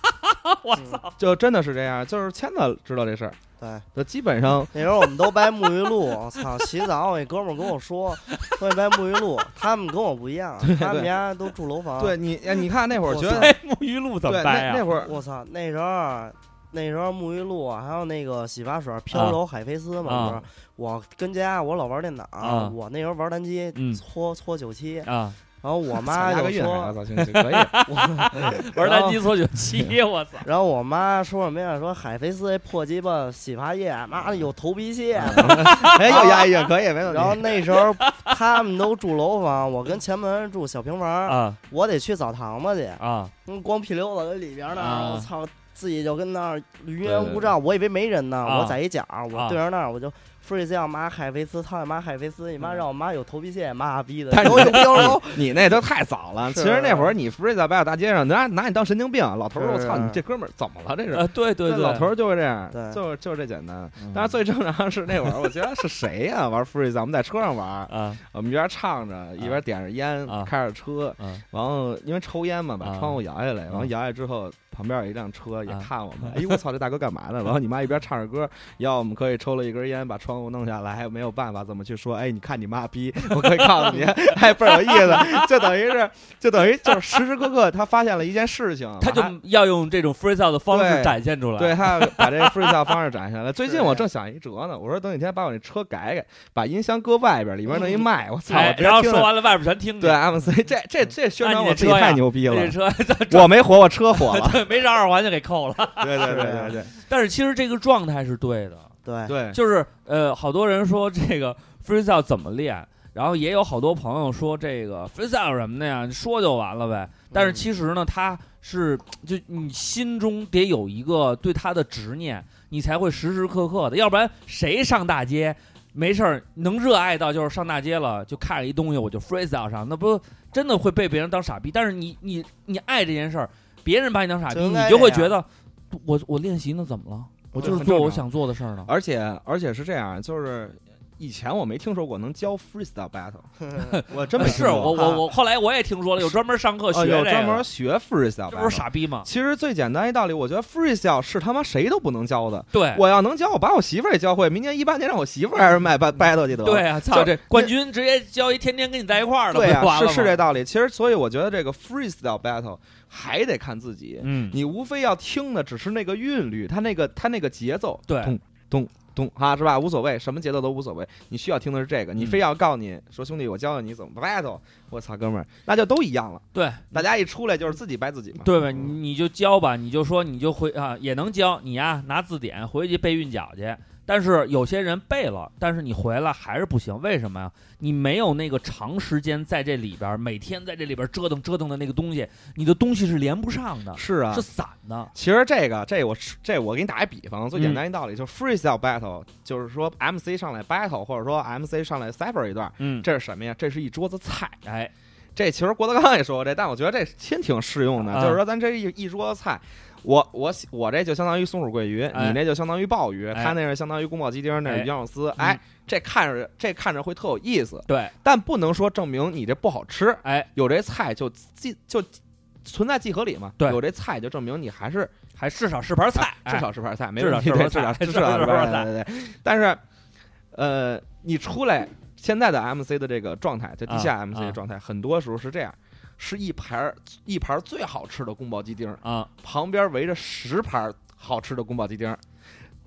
C: [LAUGHS] 我操！
D: 就真的是这样，就是签子知道这事儿，
E: 嗯
D: 就
E: 对，
D: 基本上
E: 那时候我们都掰沐浴露，我操！洗澡我一哥们儿跟我说，说你掰沐浴露，他们跟我不一样，他们家都住楼房。
D: 对，你，哎你看那会儿觉
E: 啊
D: 得
E: 我操
C: 哎，沐浴露 [LAUGHS] 怎
D: 对
C: 么办
D: 那那
C: 呀？
D: 会儿
E: 我操，那时候。那时候沐浴露啊还有那个洗发水飘柔海飞丝
C: 啊
E: 嘛，不是？我跟家我老玩电脑，
C: 啊
E: 我那时候玩单机
C: 嗯，
E: 搓搓九七，然
C: 啊，
E: 后我妈
D: 妈押
E: 就
D: 个韵还
E: 说
D: 是，造型可
C: [LAUGHS]
D: 以，
E: [LAUGHS]
D: [LAUGHS]
C: 玩单机搓酒七， [LAUGHS] 我操！
E: 然后我妈说什么呀？说海飞丝这破鸡巴洗发液，妈的有头皮屑。
D: 哎，又押一韵可以，没问题
E: 然。后那时候他们都住楼房，我跟前门住小平房，
C: 啊
E: 我得去澡堂子去，
C: 啊，
E: 嗯光屁溜子跟里边
C: 啊
E: 呢，我操，自己就跟那儿云
D: 对
E: 烟
D: 对
E: 雾罩，我以为没人呢，
C: 啊
E: 我在一角，
C: 啊
E: 我对着那儿我就。睡觉，妈海飞丝，操你妈海飞丝，你妈让我妈有头皮屑，妈逼的，
D: 但是 [LAUGHS]
E: 有有标楼，
D: 你那都太早了。其
E: 是
D: 实那会儿你 free 在白大街上，拿拿你当神经病，啊老头儿，我
E: 是
D: 操
E: 啊
D: 你这哥们儿怎么了？这是
C: 呃，对对对，
D: 那老头儿就是这样，
E: 对
D: 就就这简单
C: 嗯。
D: 但是最正常是那会儿，我觉得是谁呀？玩 free 在我们在车上玩，
C: 啊
D: 我们一边唱着，一边点着烟
C: 啊，
D: 开着车，
C: 啊
D: 然后因为抽烟嘛，把
C: 啊
D: 窗户摇下来，然后
C: 啊
D: 摇下来之后，旁边有一辆车也
C: 啊
D: 看我
C: [LAUGHS]
D: 们，哎呦我操，这大哥干嘛呢？然后你妈一边唱着歌，要我们可以抽了一根烟，把窗户弄下来，没有办法怎么去说？哎，你看你妈逼，我可以
C: [LAUGHS]
D: 告诉你，哎，倍儿有意思，就等于是，就等于就是时时刻刻他发现了一件事情，
C: [LAUGHS] 他就
D: 把
C: 要用这种 freestyle 的方式
D: 对
C: 展现出来。
D: 对，他把这 freestyle 方式展现
C: [LAUGHS]
D: 了。最近我正想一辙呢，我说等哪天把我那车改改，把音箱搁外边，里面弄一麦，我操，我
C: 哎，
D: 直
C: 然后
D: 接听
C: 说
D: 了。
C: 完了，外边全听
D: 对哎
C: 见。
D: ，MC 这这这宣
C: 嗯那
D: 传
C: 你
D: 我
C: 这
D: 自己
C: 车呀
D: 太牛逼了
C: 这，车
D: 我没火，我车
C: [LAUGHS]
D: 火了。
C: 没让二环就给扣了。
D: 对对对对
E: 对
D: 对
C: [LAUGHS] 但是其实这个状态是对的，
E: 对，
D: 对，
C: 就是呃，好多人说这个 freestyle 怎么练，然后也有好多朋友说这个 freestyle 有什么的呀，你说就完了呗。但是其实呢，他是就你心中得有一个对他的执念，你才会时时刻刻的，要不然谁上大街？没事儿，能热爱到就是上大街了，就看着一东西我就 freestyle 上，那不真的会被别人当傻逼。但是你你你爱这件事儿，别人把你当傻逼，
E: 就应
C: 你
E: 该
C: 就会
E: 这
C: 觉
E: 样
C: 得我我练习呢怎么了？我
D: 对
C: 就是
D: 很
C: 做
D: 正
C: 我
D: 常
C: 想做的事儿呢。
D: 而且而且是这样，就是以前我没听说过能教
C: [LAUGHS]
D: freestyle battle，我真 [LAUGHS] 没
C: 是
D: 听过
C: 我我我后来我也听说了，有专门上课学
D: 哦有
C: 这
D: 专
C: 个
D: 门学 freestyle，
C: 这不是
D: battle
C: 傻逼吗？
D: 其实最简单一道理，我觉得 freestyle 是他妈谁都不能教的。
C: 对，
D: 我要能教，我把我媳妇儿也教会。明年一八年让我媳妇儿还是卖 battle 去得了。
C: 对啊，操
D: 就
C: 这冠军直接交一天天跟你在一块儿的，
D: 对
C: 不就
D: 啊，
C: 完了
D: 是
C: 吗
D: 是这，道理。其实，所以我觉得这个 freestyle battle 还得看自己。
C: 嗯，
D: 你无非要听的只是那个韵律，它那个它那个节奏，
C: 对
D: 咚咚咚啊，是吧？无所谓，什么节奏都无所谓。你需要听的是这个，你
C: 嗯
D: 非要告诉你说兄弟，我教教你怎么 battle，我操哥们儿，那就都一样了。
C: 对
D: 大家一出来就是自己掰自己嘛。
C: 对吧？你你就教吧，你就说你就回啊，也能教你呀，拿字典回去背韵脚去。但是有些人背了，但是你回来还是不行，为什么呀？你没有那个长时间在这里边儿，每天在这里边儿折腾折腾的那个东西，你的东西是连不上的，
D: 是啊
C: 是，散的。
D: 其实这个这我这我给你打一比方，最
C: 嗯
D: 简单一道理、就是 freestyle battle，就是说 MC 上来 battle，或者说 MC 上来 cipher 一段，
C: 嗯，
D: 这是什么呀？这是一桌子菜。
C: 哎，
D: 这其实郭德纲也说过这，但我觉得这真挺适用的，
C: 啊
D: 就是说咱这一一桌子菜。我我喜我这就相当于松鼠桂鱼，
C: 哎
D: 你那就相当于鲍鱼，
C: 哎
D: 他那是相当于宫保鸡丁，那是
C: 哎
D: 鱼香肉丝。
C: 嗯
D: 哎，这看着这看着会特有意思，
C: 对，
D: 但不能说证明你这不好吃。
C: 哎，
D: 有这菜就既就存在即合理嘛。
C: 对
D: 有这菜就证明你还是
C: 还至少是盘菜，哎
D: 至少啊是盘菜，没
C: 至少
D: 问题。
C: 是
D: 对
C: 盘
D: 至少
C: 菜
D: 至
C: 至少是
D: 少是
C: 盘
D: 盘
C: 菜
D: 菜。对对对。但是，呃，你出来现在的 MC 的这个状态，就地
C: 啊
D: 下 MC
C: 啊
D: 的状态，很多时候是这样。是一盘儿一盘儿最好吃的宫保鸡丁，
C: 啊，
D: 旁边围着十盘儿好吃的宫保鸡丁，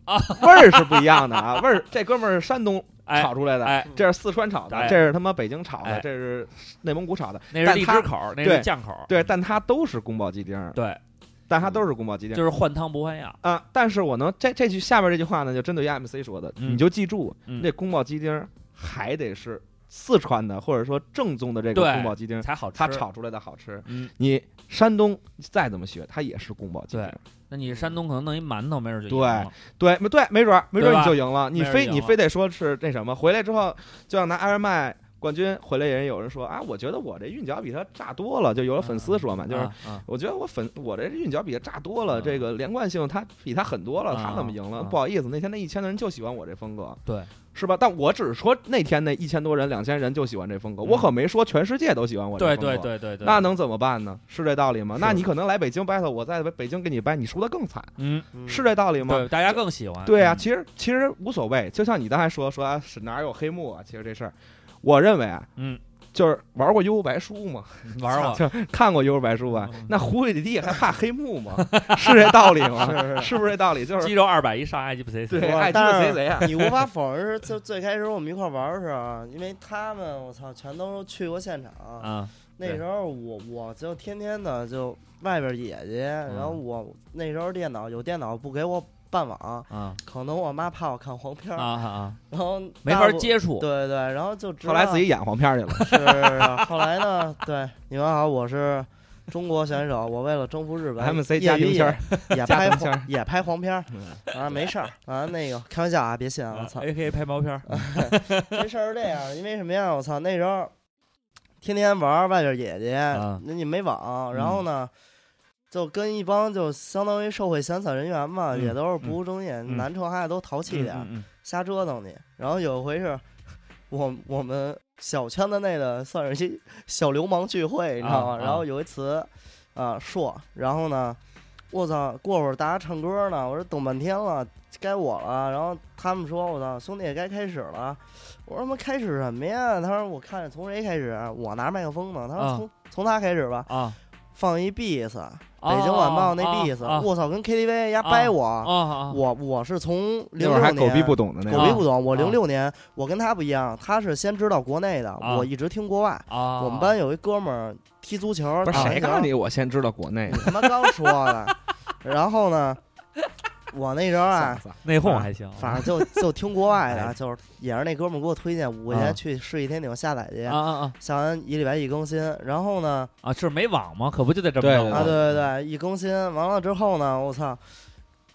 C: 啊，
D: 味儿是不一样的啊，味儿这哥们儿是山东
C: 哎
D: 炒出来的，
C: 哎，
D: 这是四川炒的，
C: 哎
D: 这是他妈北京炒的，
C: 哎
D: 这是内蒙古炒的，
C: 那是
D: 但
C: 荔枝
D: 它
C: 口儿，那是
D: 对
C: 酱口儿，
D: 对，但它都是宫保鸡丁儿，
C: 对，
D: 但它都是宫保鸡丁儿。
C: 就是换汤不换药。
D: 啊，但是我能这这句下边这句话呢，就针对于 MC 说的，
C: 嗯
D: 你就记住，
C: 嗯
D: 那宫保鸡丁儿还得是四川的，或者说正宗的这个
C: 对
D: 宫保鸡丁儿，
C: 才好吃。
D: 嗯它，炒出来的好吃。
C: 嗯，
D: 你山东再怎么学，它也是宫保鸡丁儿。
C: 那你山东可能弄一馒头，没准就
D: 对
C: 赢了
D: 对，没对，没准儿，没准
C: 对
D: 儿
C: 吧
D: 你就赢了。你
C: 没准儿
D: 非
C: 赢
D: 你
C: 了
D: 非得说是那什么，回来之后就要拿艾尔麦冠军回来，人有人说啊，我觉得我这韵脚比他炸多了，就有了粉丝说嘛，就是
C: 啊啊
D: 我觉得我粉我这韵脚比他炸多了，
C: 嗯
D: 这个连贯性他比他很多了，
C: 啊
D: 他怎么赢了？
C: 啊
D: 不好意思，那天那一千个人就喜欢我这风格，
C: 对，
D: 是吧？但我只是说那天那一千多人、两千人就喜欢这风格，我可没说全世界都喜欢我这
C: 嗯对
D: 风格。
C: 对对对对，
D: 那能怎么办呢？是这道理吗？
C: 是
D: 那你可能来北京 battle，我在北京给你掰，你输的更惨，
C: 嗯，
E: 嗯
D: 是这道理吗？
C: 对，大家更喜欢。
D: 对啊，
C: 嗯
D: 其实其实无所谓，就像你刚才说说啊是哪有黑幕啊，其实这事儿，我认为啊，
C: 嗯，
D: 就是玩过《幽游白书》嘛，
C: 玩我，
D: 就是看过《幽游白书》吧
C: 嗯，
D: 那狐狸弟还怕黑幕吗？ [LAUGHS] 是这道理
E: [LAUGHS]
D: 吗？是不是这道理？就是
C: 肌肉二百一上埃及不谁
D: 对
C: 谁。
D: 爱鸡的
E: 但
D: 贼
E: 是
D: 贼啊，
E: 你无法否认是最最开始我们一块玩的时候，因为他们我操全都去过现场，
C: 啊，
E: 那时候我我就天天的就外边野去，然后我那时候电脑有电脑不给我办网，
C: 啊
E: 可能我妈怕我看黄片
C: 啊
E: 儿，
C: 啊啊！
E: 然后
C: 没
E: 大
C: 法
E: 部。
C: 接触，
E: 对对，然后就知
D: 后来
E: 道
D: 自己演黄片儿去了。
E: 是啊，后来呢？对，你们好，我是中国选手，我为了征服日本，
D: MC
E: 业余
D: 加冰签
E: 也 [LAUGHS]
D: 儿嗯
E: 也
D: 加
E: 拍
D: 冰签儿
E: 黄也拍黄片儿啊，没事儿啊，那个开玩笑啊，别信啊，我操，
C: ，A K 拍毛片儿，
D: 啊
C: 嗯
E: 这事儿是这样，因为什么呀？我操，那时候天天玩儿外边野去，
C: 啊
E: 那你没网，然后呢，就跟一帮就相当于社会闲散人员嘛，
C: 嗯
E: 也都是不务正业，
C: 嗯
E: 男臭汉都淘气点
D: 啊
E: 儿，
C: 嗯嗯
E: 瞎折腾你。然后有一回是，我我们小圈子内的算是一小流氓聚会，你知道吗？
C: 啊
E: 然后有一词，啊说，然后呢，我操，过会儿大家唱歌呢，我说等半天了，该我了。然后他们说，我操，兄弟也该开始了。我说他妈开始什么呀？他说我看着从谁开始，啊我拿麦克风呢。他
C: 啊
E: 说从、从他开始吧，
C: 嗯啊，
E: 放一 beats，
C: 哦
E: 北京晚报那
C: 哦
E: beats，
C: 哦
E: 我操，跟 KTV 丫
C: 啊
E: 掰我，
C: 啊啊，
E: 我我是从
D: 那
E: 零
D: 会儿还
E: 六
D: 狗
E: 年
D: 逼不懂的那
E: 狗
D: 会
E: 逼
D: 儿，
E: 不懂。我
C: 啊
E: 零六年，我跟他不一样，他是先知道国内的，
C: 啊
E: 我一直听国外。
C: 啊，
E: 我们班有一哥们儿踢足球，
D: 不是
E: 打
D: 谁
E: 篮球
D: 告诉你我先知道国内
E: 你
D: 的？
E: 他妈刚
D: [LAUGHS]
E: 说的。然后呢，我那时候啊，
C: 内讧还行，
E: 反正就就听国外
D: 哎
E: 的，就是也是那哥们儿给我推荐五块
C: 啊
E: 钱去世纪天顶下载去
C: 啊，啊啊
E: 下完一礼拜一更新。然后呢，
C: 啊，是没网吗？可不就得这么
D: 对
C: 着吗？
E: 啊，对对对，一更新完了之后呢，我操，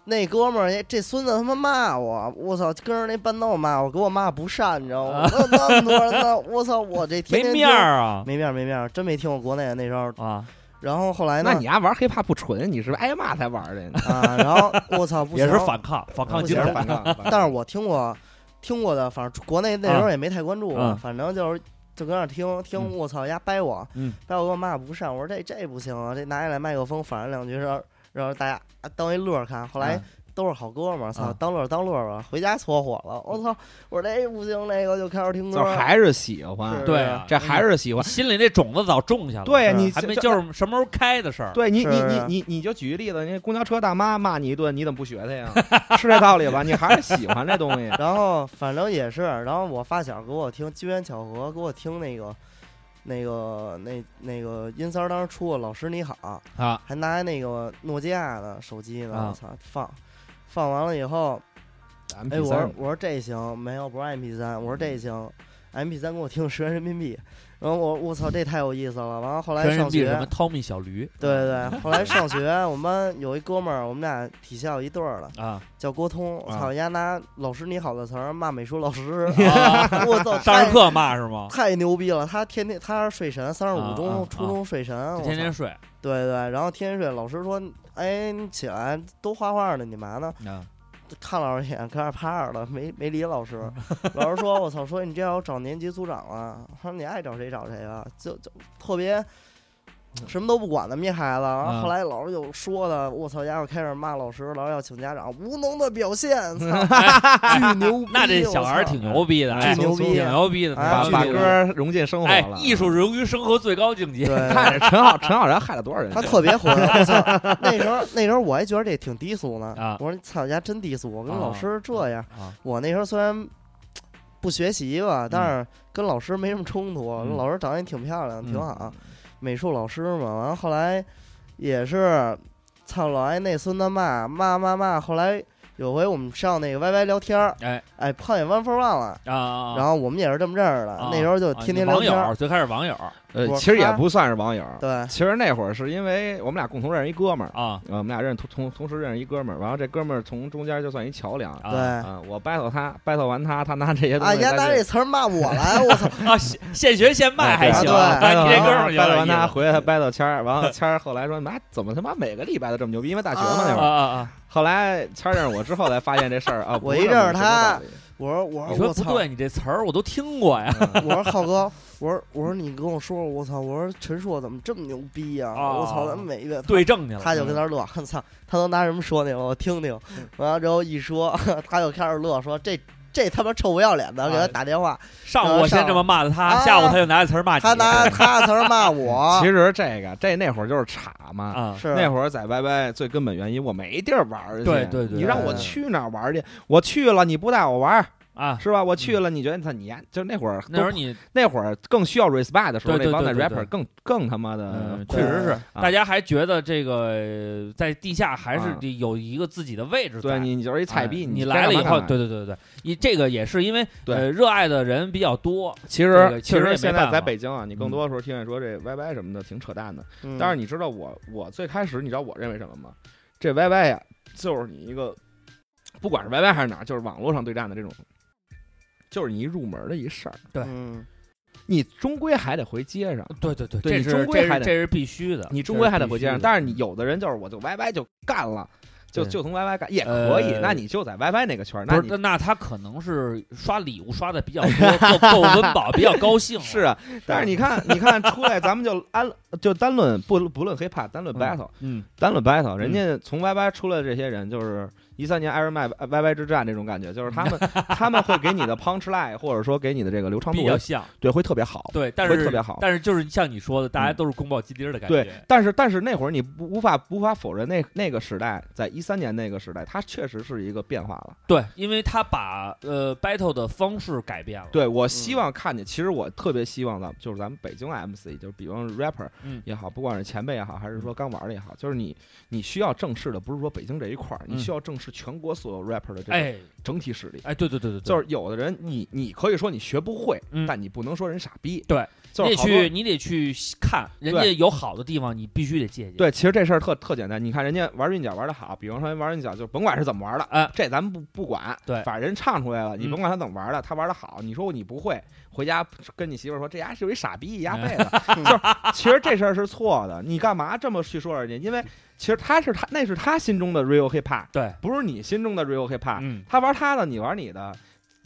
E: 那哥们儿也这孙子他妈骂我，我操，跟着那伴奏骂我，给我骂不善，你知道
C: [LAUGHS]
E: 吗？我操那么多人呢，我操，我这天
C: 没
E: 天
C: 面
E: 听，
C: 儿啊
E: 没面儿，没面儿，真没听过国内的那时候。
C: 啊！
E: 然后后来呢？
D: 那你丫玩黑怕不纯，你是挨骂才玩的，
E: 啊，然后我
C: [LAUGHS]
E: 操，不
C: 也
E: 行
C: 是，反抗，反抗
E: [LAUGHS] 不
C: 精
E: 行
C: 神
D: 反正
E: 但是我听过，听过的，反正国内那时候
C: 啊
E: 也没太关注，
C: 嗯
E: 反正就是。就搁那儿听
C: 嗯
E: 听，我操，丫掰我，
C: 嗯
E: 掰我给我骂不善，我说这这不行啊，这拿下来麦克风反了两句，让让大家啊当一乐儿看。后来都是好哥们儿，操，
C: 啊
E: 当乐儿当乐儿吧。回家搓火了，我操！我说这不行，那个就开始听
D: [LAUGHS]
E: 歌
D: 就
E: 儿，
D: 是还是喜欢
E: 是，
C: 对啊，
D: 这还是喜欢。
C: 心里那种子早种下了，
D: 对你
C: 还没
D: 这
C: 就是什么时候开的事儿。
D: 对你，
E: 是
D: 你你你你就举个例子，那公交车大妈骂你一顿，你怎么不学她呀？ [LAUGHS] 是这道理吧？你还是喜欢这东西
C: [LAUGHS]
E: 然后反正也是，然后我发小给我听，机缘巧合给我听那个。那个那那个音三儿当时出过《老师你好》
C: 啊，
E: 还拿那个诺基亚的手机呢，
C: 啊
E: 我操、放，放完了以后，哎，
D: ？MP
E: 我
D: 三
E: 说，我说这行没有，不是 MP 三，我说
C: 嗯
E: 这行，MP 三给我听十元人民币，然后我我操这太有意思了，完了后来
C: 全人
E: 上
C: 民币
E: 学，
C: 什么 Tommy 小驴
E: 对
C: [LAUGHS]
E: 对对，后来上学，我们班有一哥们儿，我们俩体校一对儿的，
C: 啊，
E: 叫郭通，我
D: 啊
E: 操，人家拿老师你好的词儿骂美术老
C: [LAUGHS]
E: 师，
C: 啊
E: 我操，
C: [LAUGHS] 上着
E: 太
C: 课骂是吗？
E: 太牛逼了，他天天他是睡神，三十
C: 啊
E: 五
C: 啊
E: 中
C: 啊
E: 初中睡神，
C: 就
E: 我操
C: 天天睡
E: 对对，然后天天睡，老师说，哎，你起来都画画呢，你嘛呢？
C: 啊
E: 看老师一眼，搁那趴着了，没没理老
C: [LAUGHS]
E: 师。老师说：“我操，说你这要找年级组长了。”他说：“你爱找谁找谁吧。”就就特别什么都不管的灭孩子。然
C: 嗯
E: 后后来老师就说的，我操，家伙开始骂老师，老师要请家长，无能的表现，操，巨牛逼！
C: 那这小孩儿
E: 我操
C: 挺牛逼的，哎，
E: 巨牛逼
C: 挺牛逼的，
E: 哎
D: 把
E: 巨
D: 把
E: 牛
D: 歌
E: 逼
D: 儿融进生活
C: 哎
D: 了，，
C: 艺术融于生活最高境界。
E: 对。
D: 看呃着陈
E: [LAUGHS]
D: 浩陈浩然害了多少人
E: 他？特别火，
C: [LAUGHS]
E: 我操！那时候那时候我还觉得这挺低俗呢。
C: 啊
E: 我说操，人家真低俗！我跟老师这样，
C: 啊
E: 我那时候虽然不学习吧，但是跟老师没什么冲突，
C: 嗯
E: 老师长得也挺漂亮，挺
C: 嗯
E: 好，美术老师嘛。完了后来也是，操，老挨那孙子骂骂骂骂。后来有回我们上那个 YY 聊天儿，
C: 哎
E: 哎，碰见 One for One 了。
C: 啊啊！
E: 然
C: 后
E: 后我们也是这么认识的，那时候就天天聊
C: 网
E: 天儿，
C: 友，啊最开始网友
D: 呃，
E: 我
D: 其实也
E: 他
D: 不算是网友。
E: 对，
D: 其实那会儿是因为我们俩共同认识一哥们儿，
C: 啊
D: 呃我们俩认识同同同时认识一哥们儿，然后这哥们儿从中间就算一桥梁。
C: 啊
E: 对
D: 啊，我 battle 他，battle 完他，他拿这哎些东
E: 啊，
D: 西
E: 人家
D: 再 [LAUGHS]
E: 拿
D: 去
E: 这词儿骂我来，我操！
C: 啊，现现学现卖还行，
E: 啊对
C: 哎你这哥们儿有
D: 掰
C: 点
D: 了
C: 意
D: 完
C: 思
D: 他回来他掰到签儿，完了签儿后来说妈怎么他妈每个礼拜都这么牛逼？因为大学嘛那会
C: 啊
D: 儿。
C: 啊啊！
D: 后来签儿认识我之后才发现这事儿啊，
E: 我
D: 不是
E: 一
D: 这么
E: 认识他
D: 什么道理
E: 我说
C: [LAUGHS]
E: 我
C: 你
E: 说
C: 说不
E: 我操，嗯
C: 对，你这词儿我都听过呀。
E: 我说浩哥，我说我说你跟我说说，我操，我说陈硕怎么这么牛逼呀、
C: 哦
E: 我操，咱们每一个
C: 对症去了，
E: 他就跟
C: 嗯
E: 那儿乐，我操，他都拿什么说你了？我听听。完了之后一说，他就开始乐，说这这他妈臭不要脸的，给
C: 啊
E: 他打电话，
D: 呃
C: 上午我先这么骂的他，
E: 啊
C: 下午他就拿这词儿骂你。
E: 他拿他词儿骂我
D: [LAUGHS] 其，实这个这那会儿就是岔嘛，
C: 啊，
E: 是
D: 那会儿在 YY 最根本原因我没地儿玩儿去，
C: 对对对
D: 你让我去哪儿玩儿去？我去了你不带我玩儿
C: 啊，
D: 是吧？我去了你觉得他你呀，就那会儿
C: 那时候
D: 都
C: 你
D: 那会儿更需要 respect 的时候，
C: 对对
D: 那帮的
C: 对对对
D: rapper 更更他妈的
C: 嗯
D: 酷
C: 确实是
D: 啊
C: 大家还觉得这个呃在地下还是
D: 啊
C: 得有一个自己的位置在。
D: 对你你就是一菜逼，
C: 哎你
D: 该
C: 来了
D: 干
C: 以
D: 嘛
C: 后，
D: 干嘛
C: 对对对对对，你这个也是因为
D: 对
C: 呃热爱的人比较多，
D: 其
C: 这
D: 实
C: 个
D: 其
C: 确实也没
D: 实现
C: 办
D: 在
C: 法嗯
D: 在北京啊，你更多的时候听见说这 YY 什么的挺扯淡的，
E: 嗯
D: 但是你知道我我最开始你知道我认为什么吗？这 YY 呀，就是你一个，不管是 YY 还是哪儿，就是网络上对战的这种，就是你一入门的一事儿，
E: 嗯，
D: 你终归还得回街上，
C: 对对对，
D: 对
C: 这
D: 你
C: 是
D: 终归
C: 这
D: 还
C: 是
D: 得
C: 这是必须的，
D: 你终归还得回街上。但
C: 是
D: 是你有的人就是我就 YY 就干了，就
C: 对
D: 就从 YY 干也可以
C: 呃，
D: 那你就在 YY 那个圈儿，
C: 必
D: 那
C: 须的不
D: 你
C: 是那那他可能是刷礼物刷的
D: [LAUGHS]
C: 比较多，够够温饱，比较高兴了，
D: 是啊，但是你看，你看出来，咱们就安就单论不不论 hiphop，单论
C: 嗯
D: battle，
C: 嗯
D: 单论 battle，人家从 YY 出来的这些人，就是一三年 Iron Man YY 之战这种感觉，就是他们他们会给你的 punch line，或者说给你的这个流畅
C: 比
D: 度，
C: 较像，
D: 对，会特别好。
C: 对，但
D: 会
C: 是
D: 特别好嗯
C: 但是就是像你说的，大家都是宫保鸡丁儿的感觉，
D: 对，但是但是那会儿你不无法无法否认那那个时代，在一三年那个时代，它确实是一个变化了。
C: 对，因为他把呃 battle 的方式改变了，
D: 对我
C: 嗯
D: 希望看见，其实我特别希望咱们就是咱们北京 MC，就是比方说 rapper
C: 嗯
D: 也好，不管是前辈也好，还是说刚玩儿的也好，就是你你需要正视的不是说北京这一块儿，
C: 嗯
D: 你需要正视全国所有 rapper 的这个
C: 哎
D: 整体实力。
C: 哎，对对对对，对
D: 就是有的人你你可以说你学不会，
C: 嗯
D: 但你不能说人傻逼。
C: 对，
D: 就是
C: 你得
D: 好多
C: 去，你得去看人家有好的地方，你必须得借鉴。，
D: 对，其实这事儿特特简单。你看人家玩韵脚玩的好，比方说人玩韵脚，就甭管是怎么玩的，
C: 哎
D: 这咱们不不管，
C: 对
D: 反正人唱出来了，你
C: 嗯
D: 甭管他怎么玩的，他玩的好，你说你不会，回家跟你媳妇儿说这丫是有一傻逼，丫
C: 哎
D: 背
C: [LAUGHS]
D: 的，就是其实这事儿是错的，你干嘛这么去说人家？因为其实他是他那是他心中的 real hip hop，
C: 对，
D: 不是你心中的 real hip hop，、
C: 嗯，
D: 他玩他的，你玩你的。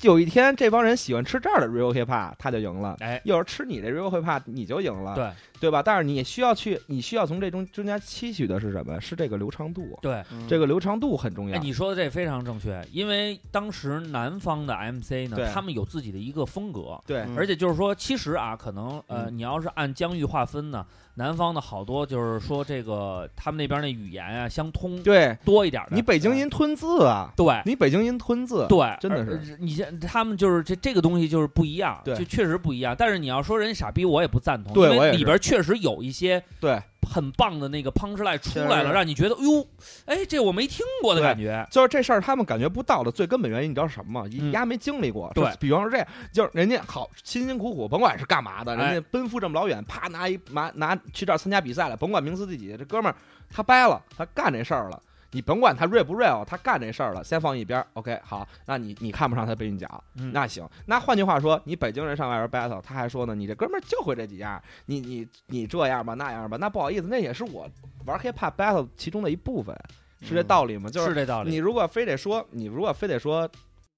D: 有一天，这帮人喜欢吃这儿的 real hip hop，他就赢了。
C: 哎，
D: 要是吃你这 real hip hop，你就赢了，
C: 对
D: 对吧？但是你需要去，你需要从这中中间期许的是什么？是这个流畅度，
C: 对。
D: 这个流畅度很重
C: 哎，
D: 要。
C: 你说的这非常正确，因为当时南方的 MC 呢
D: 对，
C: 他们有自己的一个风格，
D: 对
E: 嗯
C: 而且就是说，其实啊，可能呃，
D: 嗯
C: 你要是按疆域划分呢，南方的好多就是说这个他们那边那语言啊相通
D: 对，
C: 多一点的，
D: 你北京音吞字啊，
C: 对
D: 你北京音吞字，
C: 对，
D: 真的
C: 而你像他们就是这这个东西就是不一样，
D: 对
C: 就确实不一样。但是你要说人家傻逼，我也不赞同，
D: 对
C: 因
D: 我
C: 为
D: 也是
C: 里边确实有一些
D: 对，
C: 很棒的那个 punch line 出
E: 确实
C: 来了，让你觉得哟，哎，这我没听过的
D: 对
C: 感觉。
D: 就是这事儿他们感觉不到的最根本原因，你知道是什么吗？
C: 嗯
D: 一丫没经历过。
C: 对
D: 就是比方说这样，就是人家好辛辛苦苦，甭管是干嘛的，
C: 哎
D: 人家奔赴这么老远，啪拿一拿拿去这儿参加比赛了，甭管名次第几，这哥们儿他掰了，他干这事儿了。你甭管他 real 不 real，他干这事儿了，先放一边儿。OK，好，那你你看不上他背韵脚，
C: 嗯
D: 那行。那换句话说，你北京人上外边 battle，他还说呢，你这哥们儿就会这几样儿，你你你这样吧，那样吧，那不好意思，那也是我玩 hip hop battle 其中的一部分，是这
E: 嗯
D: 道理吗？就是
C: 是这道理。
D: 你如果非得说，你如果非得说，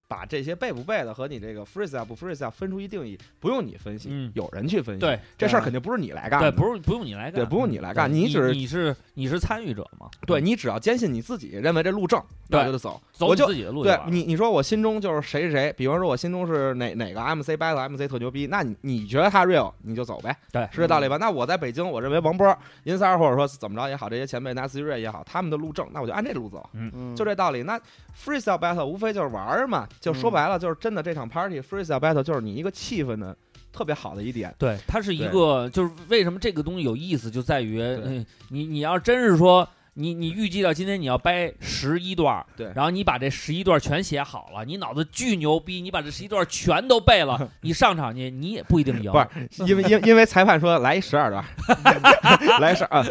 D: 把这些背不背的和你这个 freestyle 不 freestyle 分出一定义，不用你分析，
C: 嗯
D: 有人去分析。，
C: 对
D: 这事儿肯定不是你来干
C: 对，
D: 的，
C: 不是不用你来干，
D: 对不用你来干
C: 对
D: 你
C: 你
D: 只是
C: 你是你是参与者嘛？
D: 对你只要坚信你自己认为这路正，
C: 对
D: 那就得走。
C: 走
D: 我
C: 你
D: 就
C: 自己的路就
D: 对
C: 完了。
D: 你，你说我心中就是谁谁谁，比方说我心中是哪哪个 MC battle MC 特牛逼，那你你觉得他 real 你就走呗，
C: 对嗯
D: 是这道理吧？那我在北京，我认为王波、银三儿或者说怎么着也好，这些前辈拿 C 瑞也好，他们的路正，那我就按这路走。
E: 嗯
D: 就这道理。那 freestyle battle 无非就是玩儿嘛，就说
E: 嗯
D: 白了就是真的这场 party freestyle battle 就是你一个气氛的特别好的
C: [LAUGHS]
D: 一点。
C: 对，它是一
D: 对
C: 个，就是为什么这个东西有意思，就在于嗯你你要真是说你你预计到今天你要掰十一段儿，
D: 对
C: 然后你把这十一段儿全写好了，你脑子巨牛逼，你把这十一段儿全都背
D: [LAUGHS]
C: 了，你上场去你也不一定赢。
D: 不是因为因为因为裁判说来一十二段儿， [LAUGHS] 来十啊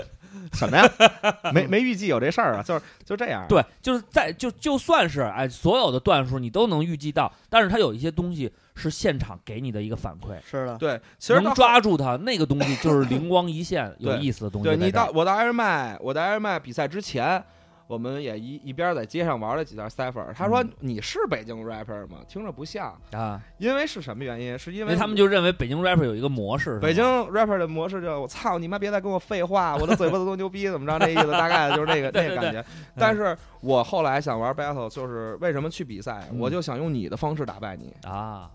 D: 什么呀？没没预计有这事儿啊，就是就这样。
C: 对，就是在就就算是哎，所有的段数你都能预计到，但是它有一些东西是现场给你的一个反馈，
E: 是的，
D: 对，其实
C: 能
D: 到
C: 抓住它，那个东西就是灵光一现，有
D: 对
C: 意思的东西在
D: 对
C: 这儿。
D: 你到我到 Air 麦，我到 Air 麦比赛之前，我们也一一边儿在街上玩了几下 cipher。他说
C: 嗯
D: 你是北京 rapper 吗？听着不像，
C: 啊，
D: 因为是什么原因？是因
C: 因
D: 为
C: 为他们就认为北京 rapper 有一个模式，是吗
D: 北京 rapper 的模式就我操你妈，别再跟我废话，我的嘴巴子多牛逼，怎么着？那意思大概就是
C: [LAUGHS]
D: 那个那
C: 对对
D: 个
C: 嗯
D: 感觉。但是我后来想玩 battle，就是为什么去比赛，
C: 嗯
D: 我就想用你的方式打败你，
C: 啊，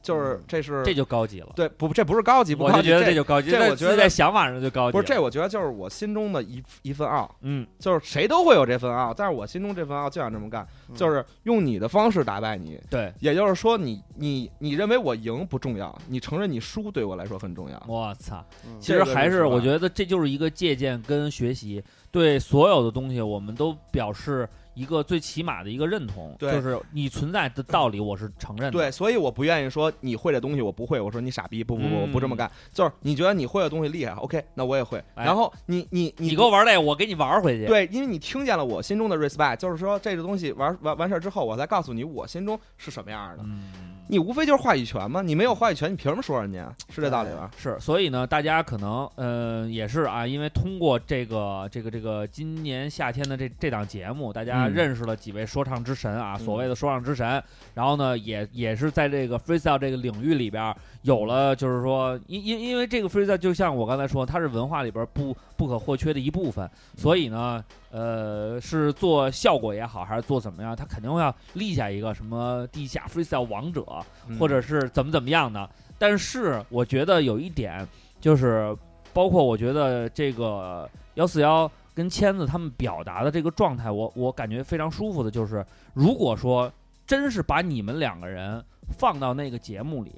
D: 就是这是
C: 这就高级了。
D: 对不？这不是高级，不
C: 我
D: 高
C: 就
D: 级
C: 觉得
D: 这
C: 就高级，
D: 这
C: 在
D: 我觉
C: 自己
D: 得
C: 在想法上就高级。
D: 不是这，，我觉得就是我心中的一一份傲，
C: 嗯，
D: 就是谁都会有这份傲，但是我心中这份傲就想这么干，
E: 嗯
D: 就是用你的方式打败你。
C: 对，
D: 也就是说你，你你认为我赢不重要，你承认你输对我来说很重要。
C: 我操，
E: 嗯
C: 其实还是我
D: 得，
C: 觉得这就是一个借鉴跟学习，对所有的东西我们都表示一个最起码的一个认同，
D: 对
C: 就是你存在的道理我是承认的。
D: 对，，所以我不愿意说你会这东西我不会，我说你傻逼，不不不，
C: 嗯
D: 我不这么干。就是你觉得你会的东西厉害，OK，那我也会。
C: 哎
D: 然后你你
C: 你
D: 你
C: 给我玩累，我给你玩回去。，
D: 对，因为你听见了我心中的 respect，就是说这个东西完完完事儿之后，我再告诉你我心中是什么样的。
C: 嗯，
D: 你无非就是话语权嘛，你没有话语权，你凭什么说人家啊？是这道理吧？
C: 是，所以呢，大家可能呃也是啊，因为通过这个这个这个今年夏天的这这档节目，大家
D: 嗯
C: 认识了几位说唱之神啊，所
D: 嗯
C: 谓的说唱之神，然后呢，也也是在这个 freestyle 这个领域里边儿有了，就是说，因因因为这个 freestyle 就像我刚才说，它是文化里边儿不不可或缺的一部分，所以呢，呃，是做效果也好，还是做怎么样，它肯定会要立下一个什么地下 freestyle 王者，
D: 嗯
C: 或者是怎么怎么样的。但是我觉得有一点就是，包括我觉得这个幺四幺跟签子他们表达的这个状态，我我感觉非常舒服的，就是如果说真是把你们两个人放到那个节目里，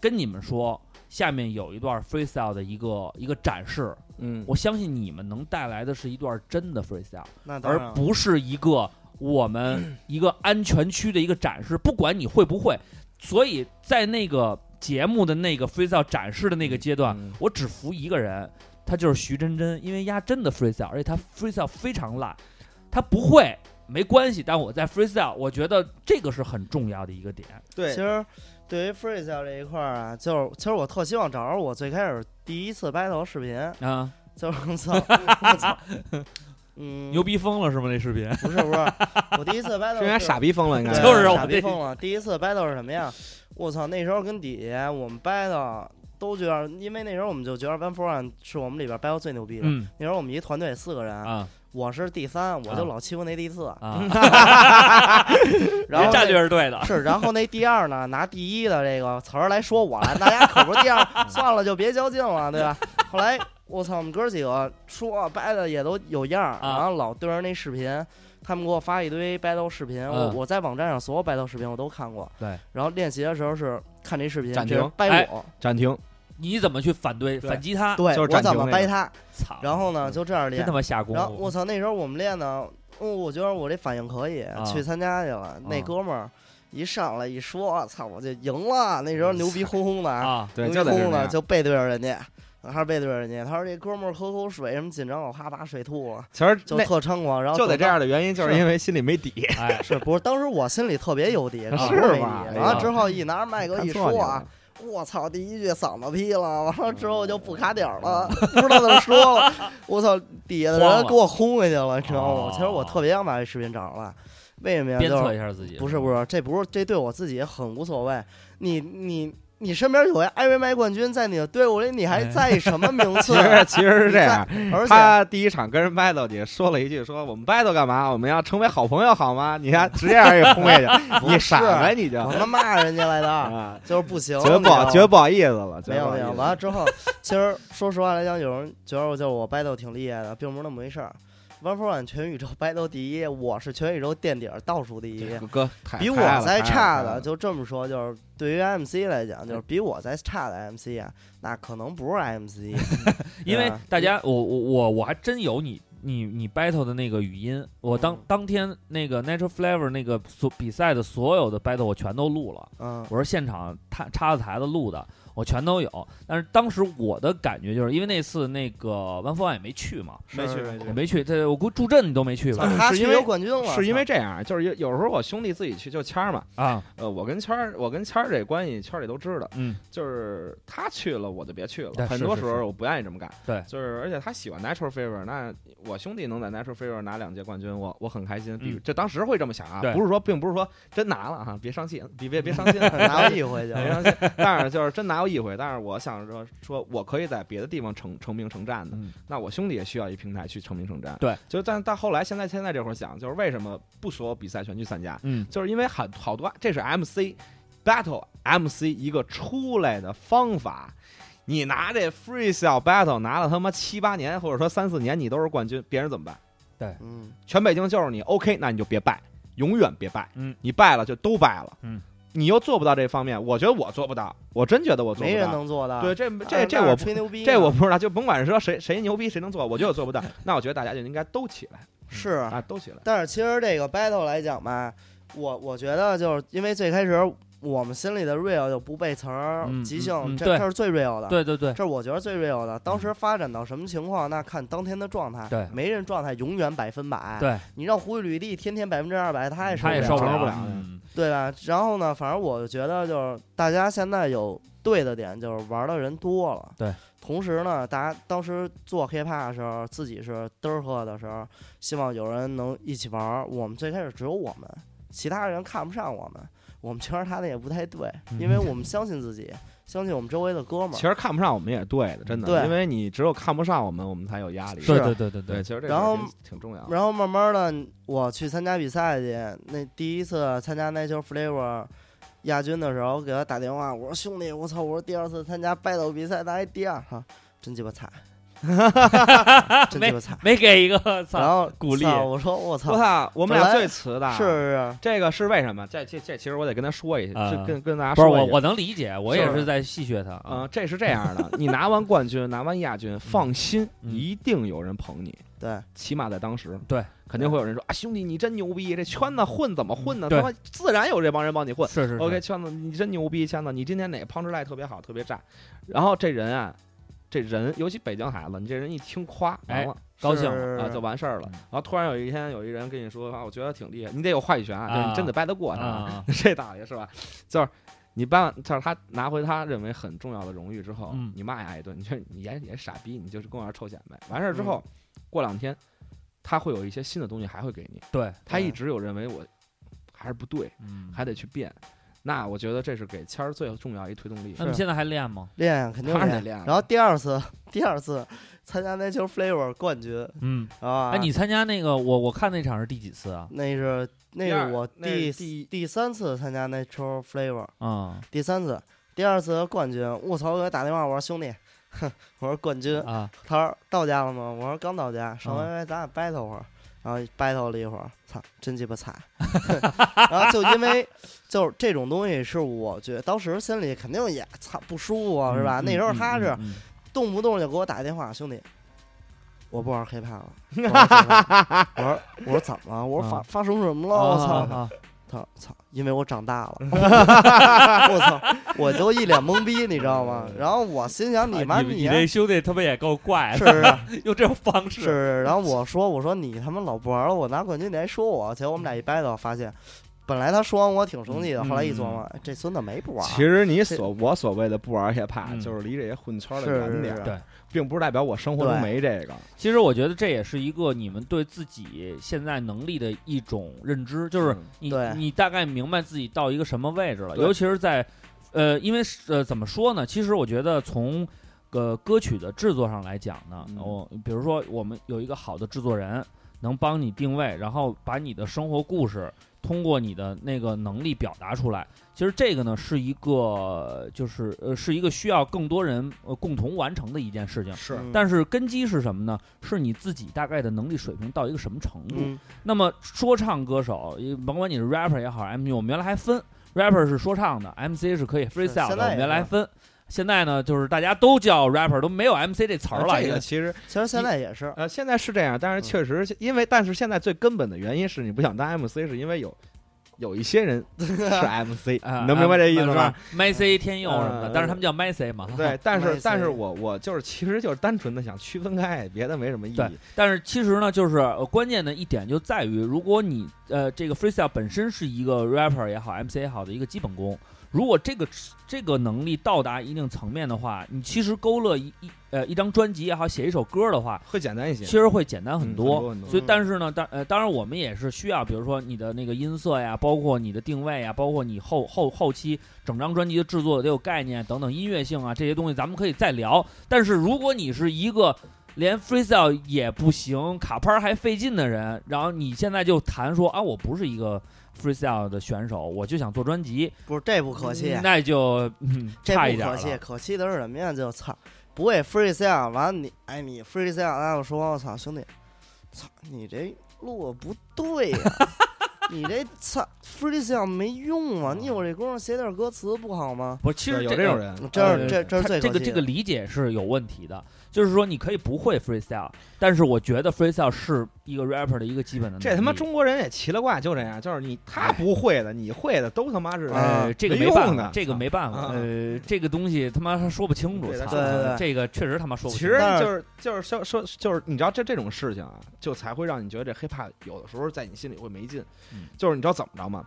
C: 跟你们说。下面有一段 freestyle 的一个一个展示，
D: 嗯，
C: 我相信你们能带来的是一段真的 freestyle，
E: 那当
C: 而
E: 然了啊
C: 不是一个我
E: [CLEARS THROAT]
C: 们一个安全区的一个展示，不管你会不会。所以在那个节目的那个 freestyle 展示的那个阶段，
D: 嗯
C: 我只服一个人，他就是徐真真，因为丫真的 freestyle，而且他 freestyle 非常烂，他不会没关系，但我在 freestyle，我觉得这个是很重要的一个点。
D: 对，
E: 其实对于 freestyle 这一块儿啊，就是其实我特希望找着我最开始第一次 battle 视频，
C: 啊，
E: 就是我操，我 [LAUGHS] 操，嗯，
C: 牛逼疯了是吗？那视频
E: 不是不是，我第一次 battle
D: 是因为傻逼疯了，应该
E: 对
C: 就是啊我
E: 傻逼
C: 这
E: 疯了。第一次 battle 是什么呀？我操，那时候跟底下我们 battle 都觉得，因为那时候我们就觉得 One for One 是我们里边 battle 最牛逼的。
C: 嗯
E: 那时候我们一团队四个人，
C: 啊
E: 我是第三，我
C: 啊
E: 就老欺负那第四。
C: 啊，
E: 然后那
C: 战略是对的， [LAUGHS]
E: 是，然后那第二呢，拿第一的这个词儿来说我来，大家可不是
C: [LAUGHS]
E: 第二，算了，就别较劲了，对吧？后来我操，我们哥几个说哦掰的也都有样
C: 啊
E: 儿，然后老对着那视频，他们给我发一堆 battle 视频，我
C: 嗯
E: 我在网站上所有 battle 视频我都看过，
C: 对，
E: 然后练习的时候是看这视频，
D: 暂
E: 这是
D: 停
E: 掰
C: 哎
E: 我，
D: 暂停，
C: 你怎么去反对嗯
D: 对
C: 反击他？
E: 对
D: 就是
E: 我
D: 暂
E: 怎
D: 停
E: 么
D: 那
E: 掰
D: 个
E: 他，
C: 操，
E: 然后呢就这样
C: 真
E: 练
C: 他，妈下功
E: 然后我
C: 夫
E: 操，那时候我们练呢，嗯，我觉得我这反应可以，
C: 啊
E: 去参加去了。那哥们儿一上来一说，操，我就赢了。那时候牛逼哄哄的， [LAUGHS]
C: 啊！
D: 对，
E: 牛
D: 就
E: 逼
D: 得
E: 哄
D: 是
E: 哄
D: 那
E: 的
D: 样
E: 就背对着人家，还是背对着人家。他说这哥们儿喝口水，什么紧张，我啪把水吐了，
D: 其实
E: 就
D: 那
E: 特啊猖狂。然后
D: 就得
E: 等
D: 这
E: 到
D: 样。的原因，就是因为心里没底，
C: 哎，
E: 是不是？当时我心里特别有底，
D: 是
E: 根本没
D: 吧
E: 底
D: 哎
E: 然后
C: 呀
E: 之后一拿着麦克
D: 看
E: 一
D: 错你
E: 说啊
D: 了，
E: 我操，第一句嗓子劈了，完了之后就不卡点儿
D: 哦
E: 了，不知道怎么说了。我操，底下的
C: 慌
E: 人
C: 了
E: 给我轰回去了，你知道
C: 哦
E: 吗？其实我特别想把这视频找出来，为什么呀？
C: 鞭
E: 就
C: 策
E: 是
C: 一下自己，
E: 不是不是，这不是这对我自己也很无所谓。你你你身边有一艾瑞麦冠军在你的队伍里，你还在意什么名次
D: 哎 [LAUGHS]
E: 啊
D: 其？实其实是这样，
E: 而且
D: 他第一场跟人 battle 也说了一句：“说我们 battle 干嘛？我们要成为好朋友，好吗？”你看，直接让人给轰下
E: [LAUGHS]
D: 去，你傻呗，你就
E: 我他妈骂人家
D: [LAUGHS]
E: 来的，
D: 啊，
E: 就是不行，
D: 觉得不
E: 你知道
D: 好，
E: 吗
D: 觉得不好意思了，觉
E: 没
D: 得不
E: 有
D: 好
E: 没
D: 意思
E: 有，完了之后，其实说实话来讲，有人觉得我就是我 battle 挺厉害的，并不是那么回事儿。One for One 全宇宙 [LAUGHS] battle 第一，我是全宇宙垫底儿倒数第一，
D: 哥太
E: 比我
D: 太了太了
E: 再差
D: 太了
E: 的，就这么说，就是对于 MC 来讲，就是比我再差的 MC 啊，那可能不是
D: [LAUGHS]
E: MC，
C: 因为
E: 对啊
C: 大家，我我我我还真有你你你 battle 的那个语音，我当
E: 嗯
C: 当天那个 Natural Flavor 那个所比赛的所有的 battle 我全都录了，
E: 嗯
C: 我是现场插插着台子录的。我全都有。但是当时我的感觉就是因为那次那个 One for One 也没去嘛，
D: 没去
E: 是
D: 没
C: 也
D: 去。
C: 没去，这我估计助阵你都没去
E: 操
C: 吧？
E: 啊他
D: 是
E: 去
D: 因为
E: 有冠军了，
D: 是因为这
E: 操
D: 样，啊就是有有时候我兄弟自己去，就谦儿嘛。
C: 啊，
D: 呃，我跟谦儿，我跟谦儿这关系，圈儿里都知道。
C: 嗯，
D: 就是他去了，我就别去了。
C: 对
D: 很
C: 是
D: 多
C: 是
D: 时
C: 是
D: 候我不愿意这么干。
C: 对
D: 就是而且他喜欢 Natural Favor，那我兄弟能在 Natural Favor 拿两届冠军，我我很开心。比
C: 嗯
D: 这当时会这么想啊
C: 对，
D: 不是说并不是说真拿了哈，别伤心，别别别伤
C: [LAUGHS]
D: 心，
E: 拿过一
D: [LAUGHS]
E: 回去
C: 哎
D: 别伤
E: 了，
D: 心。但是就是真拿过一回，但是我想说说我可以在别的地方成成名成战的
C: 嗯，
D: 那我兄弟也需要一平台去成名成战。
C: 对，
D: 就但但后来现在现在这会儿想，就是为什么不所有比赛全去参加？
C: 嗯，
D: 就是因为很好多，这是 MC battle MC 一个出来的方法。你拿这 freestyle battle 拿了他妈七八年，或者说三四年，你都是冠军，别人怎么办？
E: 嗯，
D: 全北京就是你，OK，那你就别败，永远别败。
C: 嗯，
D: 你败了就都败了。
C: 嗯，
D: 你又做不到这方面，我觉得我做不到，我真觉得我做
E: 没
D: 不
E: 人
D: 到。
E: 能啊做到。
D: 对，这
E: 二
D: 这
E: 十
D: 这
E: 八
D: 我不
E: 吹牛逼呢，啊
D: 这我不知道，就甭管是说谁谁牛逼谁能做，我觉得我做不到。那我觉得大家就应该都起来
E: 是
D: 啊，都起来。
E: 但是其实这个 battle 来讲吧，我我觉得就是因为最开始我们心里的 real 就不背词儿
C: 嗯、
E: 即
C: 嗯
E: 兴，
C: 嗯对
E: 这这是最 real 的。
C: 对对对
E: 这是我觉得最 real 的。当时发展到什么情况，那看当天的状态。
C: 对
E: 没人状态永远百分百。，
C: 对，
E: 你让胡宇吕丽天天百分之二百，他也
C: 他也
E: 哎受
C: 受不
D: 了
E: 了。
D: 了
C: 嗯
E: 对吧？然后呢，反正我就觉得就是大家现在有对的点，就是玩的人多了。
C: 对。
E: 同时呢，大家当时做 hiphop 的时候，自己是嘚儿喝的时候，希望有人能一起玩儿。我们最开始只有我们，其他人看不上我们。我们觉得他那也不太对，因为我们相信自己，相信我们周围的哥们儿
D: 其。实看不上我们也是对的，真的，
E: 对
D: 因为你只有看不上我们，我们才有压力。
C: 对
E: 是
C: 对对对
D: 对，
C: 对，
D: 其实这
E: 然
D: 个
E: 后
D: 挺挺重要
C: 啊
D: 的。
E: 然后慢慢的，我去参加比赛去，那第一次参加 Natural Flavor 亚军的时候，给他打电话，我说兄弟，我操，我说第二次参加 battle 比赛拿一第二哈，真鸡
C: [LAUGHS]
E: 巴惨，真鸡巴惨。
C: 没给一个
E: 然
C: 操，
E: 后
C: 鼓励
E: 操我说我
D: 我
E: 操，
D: 操，我们
E: 本
D: 俩
E: 来
D: 最瓷的，啊
E: 是是
D: 这个是为什么？这这这，其实我得跟他说一
C: 啊
D: 下，就跟跟大家
C: 不是
D: 说一
C: 我
D: 下
C: 我能理解，我
D: 是
C: 也是在戏谑他啊，
D: 嗯，这是这样的，你拿完冠军，拿完亚军，放心，
C: 嗯
D: 一定有人捧你，
E: 对，
D: 起码在当时，
C: 对，
D: 肯定会有人说啊，兄弟你真牛逼，这圈子混怎么混呢？
C: 嗯对
D: 他妈自然有这帮人帮你
E: 嗯
D: 混。
C: 是是是
D: OK，圈子你真牛逼，圈子你今天哪个 punch line 特别好，特别炸，然后这人啊，这人尤其北京孩子，你这人一听夸，
C: 哎
D: 完了。
C: 高兴了
E: 是
D: 啊，就完事儿了
C: 嗯。
D: 然后突然有一天，有一人跟你说啊，我觉得挺厉害，你得有话语权啊，就是
C: 啊
D: 你真得掰得过他啊。
C: 啊，
D: 这大爷是吧？就是你掰完，就是他拿回他认为很重要的荣誉之后，
C: 嗯
D: 你骂他一顿，你这你也也傻逼，你就是跟我这儿臭显摆。完事儿之后，
C: 嗯
D: 过两天他会有一些新的东西还会给你。
C: 对，
D: 他一
E: 对
D: 直有认为我还是不对，
C: 嗯，
D: 还得去变。那我觉得这是给谦儿最重要一推动力。
C: 那你现在还练吗？
E: 练呀肯定
D: 当然得
E: 练。
D: 练了
E: 然后第二次 [LAUGHS] 第二次参加 Natural Flavor 冠军
C: 嗯，
E: 啊，
C: 哎，你参加那个我我看那场是第几次啊？
E: 那是那
D: 第二
E: 是我
D: 那是
E: 第
D: 第
E: 第三次参加 Natural Flavor。
C: 啊
E: 第三次，第二次冠军，我操！我给他打电话，我说兄弟，哼，我说冠军，
C: 啊，
E: 他说到家了吗？我说刚到家，上
C: 嗯
E: 回咱俩 battle 会儿，然后 battle 了一会儿，操，真鸡
C: [LAUGHS]
E: 巴惨。然后就因为就是这种东西，是我觉得当时心里肯定也操不舒服啊，是吧？
C: 嗯
E: 那时候
C: 嗯
E: 他
C: 嗯
E: 是
C: 嗯
E: 动不动就给我打电话，兄弟。我不玩
C: [LAUGHS]
E: hiphop 了，我不玩 hiphop 了我说我说怎么了？我说发
C: 啊
E: 发生什么了？
C: 啊
E: 我
C: 啊
E: 操！
C: 啊
E: 他说操，因为我长大了， [LAUGHS] 我操，我就一脸懵逼，你知道吗？然后我心想，你
C: 嗯
E: 妈
C: 啊你
E: 你
C: 这兄弟他妈也够怪
E: 是
C: 的，
E: 是
C: [LAUGHS] 用这种方
E: 是
C: 式，
E: 是，然后我说我说你他妈老不玩了，我拿冠军你还说我，结果我们俩一掰头发现，本来他说完我挺生气的，
C: 嗯
E: 后来一琢磨，哎这孙子没不玩，
D: 其实你
E: 这
D: 所我所谓的不玩 hiphop，、
C: 嗯
D: 就是离这些混圈儿的
E: 是
D: 远点
E: 是
D: 儿，
C: 对
D: 并不是代表我生活中
E: 对
D: 没这个。
C: 其实我觉得这也是一个你们对自己现在能力的一种认知，就是
D: 嗯
C: 你
E: 对
C: 你大概明白自己到一个什么位置了，
D: 对
C: 尤其是在，呃，因为是呃怎么说呢？其实我觉得从呃歌曲的制作上来讲呢，
D: 嗯
C: 我、比如说我们有一个好的制作人，能帮你定位，然后把你的生活故事通过你的那个能力表达出来。其实这个呢是一个就是呃是一个需要更多人呃共同完成的一件事情。
D: 是
E: 嗯
C: 但是根基是什么呢？是你自己大概的能力水平到一个什么程度。
E: 嗯
C: 那么说唱歌手，也甭管你是 rapper 也好，MC，我们原来还分 rapper 是说唱的，MC 是可以 freestyle
E: 现
C: 的，
E: 在
C: 我
E: 也
C: 们原来还分。现在呢，就是大家都叫 rapper，都没有 MC 这词儿了。
D: 啊这
C: 因
D: 个
C: 为
D: 其实
E: 其实现在也是，
D: 呃，现
C: 嗯
D: 在是这样，但是确实因为，但是现在最根本的原因是你不想当 MC，是因为有有一
C: [LAUGHS]
D: 些人是 MC，
C: 啊，
D: 你能明白这意思吗？
C: ？MC 天佑什么的，
D: 嗯
C: 但是他们叫 MC 嘛。
D: 对，但是
C: [LAUGHS]
E: MC
D: 但是我我就是其实就是单纯的想区分开，别的没什么意
C: 对
D: 义。
C: 但是其实呢，就是呃关键的一点就在于，如果你呃这个 freestyle 本身是一个 rapper 也好，MC 也好的一个基本功，如果这个这个能力到达一定层面的话，你其实勾勒一一呃一张专辑也好，写一首歌的话，
D: 会简单一些
C: 其，实会简单
D: 嗯
C: 很
D: 很
C: 多。
D: 多很多
C: 所以，但是呢，当呃，当然我们也是需要，比如说你的那个音色呀，包括你的定位呀，包括你后后后期整张专辑的制作得有概念等等音乐性啊这些东西，咱们可以再聊。但是如果你是一个连 freestyle 也不行，卡拍儿还费劲的人，然后你现在就谈说啊，我不是一个 freestyle 的选手，我就想做专辑，
E: 不是这不可啊惜，
C: 那就、嗯、
E: 这
C: 差一
E: 不
C: 点
E: 可
C: 了。
E: 惜，可惜的是什么呀？就操，不会 freestyle，完了你哎你 freestyle，那我说我操兄弟，操你这路不对呀、 [LAUGHS] 你这操 freestyle 没用啊！你有这功夫写点歌词不好吗？嗯
C: 不是，其
D: 对
C: 实
D: 有
C: 这
D: 这种人，
E: 这
C: 呃
E: 是这这是
C: 他
E: 最
C: 这
E: 可
C: 个
E: 惜
C: 这个
E: 的
C: 理解是有问题的，就是说你可以不会 freestyle，但是我觉得 freestyle 是一个 rapper 的一个基本的能力。
D: 这他妈中国人也奇了怪，就这样，就是你他不会的，你会的都他妈是
C: 呃
E: 啊
C: 哎这个
D: 没
C: 没办
D: 用
C: 法
D: 的，
C: 这个没办法，
D: 啊
C: 呃，这个东西他妈说不清楚，
D: 对
C: 操
D: 他
E: 说不清楚对对对
C: 这个确实他妈说不
D: 其
C: 清
D: 实
C: 楚。
E: 但是
D: 就是就是说说就是你知道这这种事情啊，就才会让你觉得这 hiphop 有的时候在你心里会没劲
C: 嗯。
D: 就是你知道怎么着吗？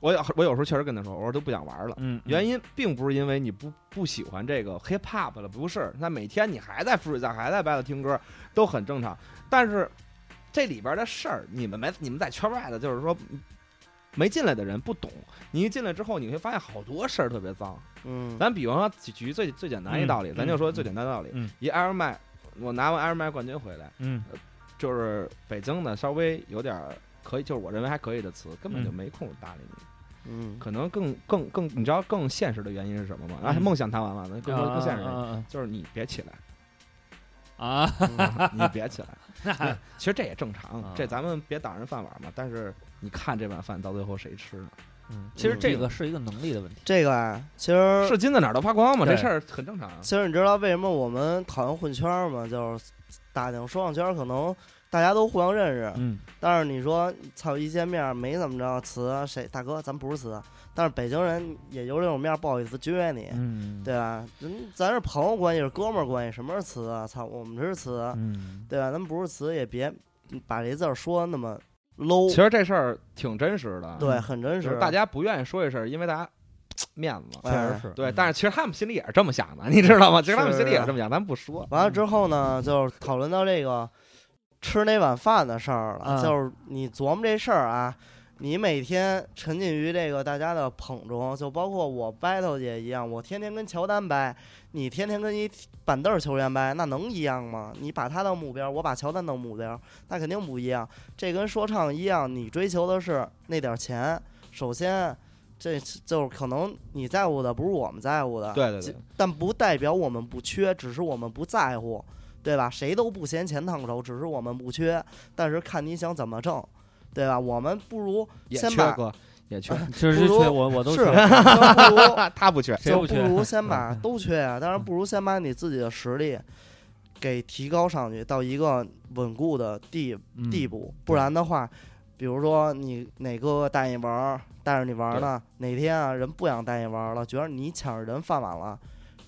D: 我有我有时候确实跟他说，我说都不想玩了。
C: 嗯，
D: 原
C: 因
D: 因并不是因为你不不喜欢这个 hip hop 了，不是。那每天你还在 freestyle，还在 battle 听歌，都很正常。但是这里边的事儿，你们没你们在圈外的，就是说没进来的人不懂。你一进来之后，你会发现好多事儿特别脏。
E: 嗯，
D: 咱比方说举举最最简单一道理，
C: 嗯
D: 咱就说最简单的道理，
C: 嗯
D: 一 Air Max，我拿完 Air Max 冠军回来，
C: 嗯
D: 就是北京的稍微有点儿可以，就是我认为还可以的词，根本就
C: 嗯
D: 没空搭理你。
E: 嗯，
D: 可能更更更，你知道更现实的原因是什么吗？
C: 嗯
D: 啊，梦想谈完了，那更说更现实的原因，
C: 啊
D: 就是你别起来，
C: [LAUGHS] 啊啊，
D: 你别
C: [LAUGHS]
D: 起来。那其实这也正
C: 啊
D: 常，这咱们别挡人饭碗嘛。但是你看这碗饭到最后谁吃呢？
C: 嗯其实这个是一个能力的问题。
E: 这个啊，其实
D: 是金子哪儿都发光嘛，
C: 对
D: 这事儿很正常啊。
E: 其实你知道为什么我们讨厌混圈儿吗？就是打听说唱圈儿可能大家都互相认识，
C: 嗯，
E: 但是你说操一见面没怎么着词啊，谁大哥咱不是词啊，但是北京人也有这种面儿不好意思撅你，
C: 嗯，
E: 对吧？人咱是朋友关系，是哥们儿关系，什么是词啊？操，我们这是词啊，
C: 嗯，
E: 对吧？咱们不是词也别把这字儿说那么 low，
D: 其实这事儿挺真实的，
E: 对，很真
D: 就
E: 实
D: 是。大家不愿意说这事儿，因为大家面子嘛。
E: 哎
C: 确实是。
D: 对，
C: 嗯
D: 但是其实他们心里也是这么想的，你知道吗？其实他们
E: 是
D: 心里也
E: 啊
D: 是这么想，咱们不说。
E: 完了之后呢，就是讨论到这个吃那碗饭的事儿了，
C: 嗯
E: 就是你琢磨这事儿啊。你每天沉浸于这个大家的捧中，就包括我 battle 也一样，我天天跟乔丹掰，你天天跟一板凳儿球员掰，那能一样吗？你把他当目标，我把乔丹当目标，那肯定不一样。这跟说唱一样，你追求的是那点儿钱，首先。这就是可能你在乎的不是我们在乎的，
D: 对对对，
E: 但不代表我们不缺，只是我们不在乎，对吧？谁都不嫌钱烫手，只是我们不缺，但是看你想怎么挣，对吧？我们不如
D: 也
E: 先
D: 缺
E: 把
D: 哥，也
E: [LAUGHS]
D: 缺，
C: 其实
E: 不如
C: 缺我我都缺
E: 是就不如
D: 他不缺。
C: 谁
E: 就
C: 不
E: 不
C: 缺 [LAUGHS]
E: 如先把都缺呀、当然不如先把你自己的实力给提高上去到一个稳固的地
C: 嗯
E: 地步，不然的话，比如说你哪个带你玩儿，带着你玩儿呢，哪天啊人不想带你玩儿了，觉得你抢着人饭碗了。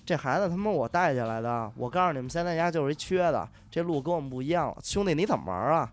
E: 这孩子他妈我带下来的，我告诉你们，现在家就是一缺的，这路跟我们不一样了。兄弟，你怎么玩儿啊？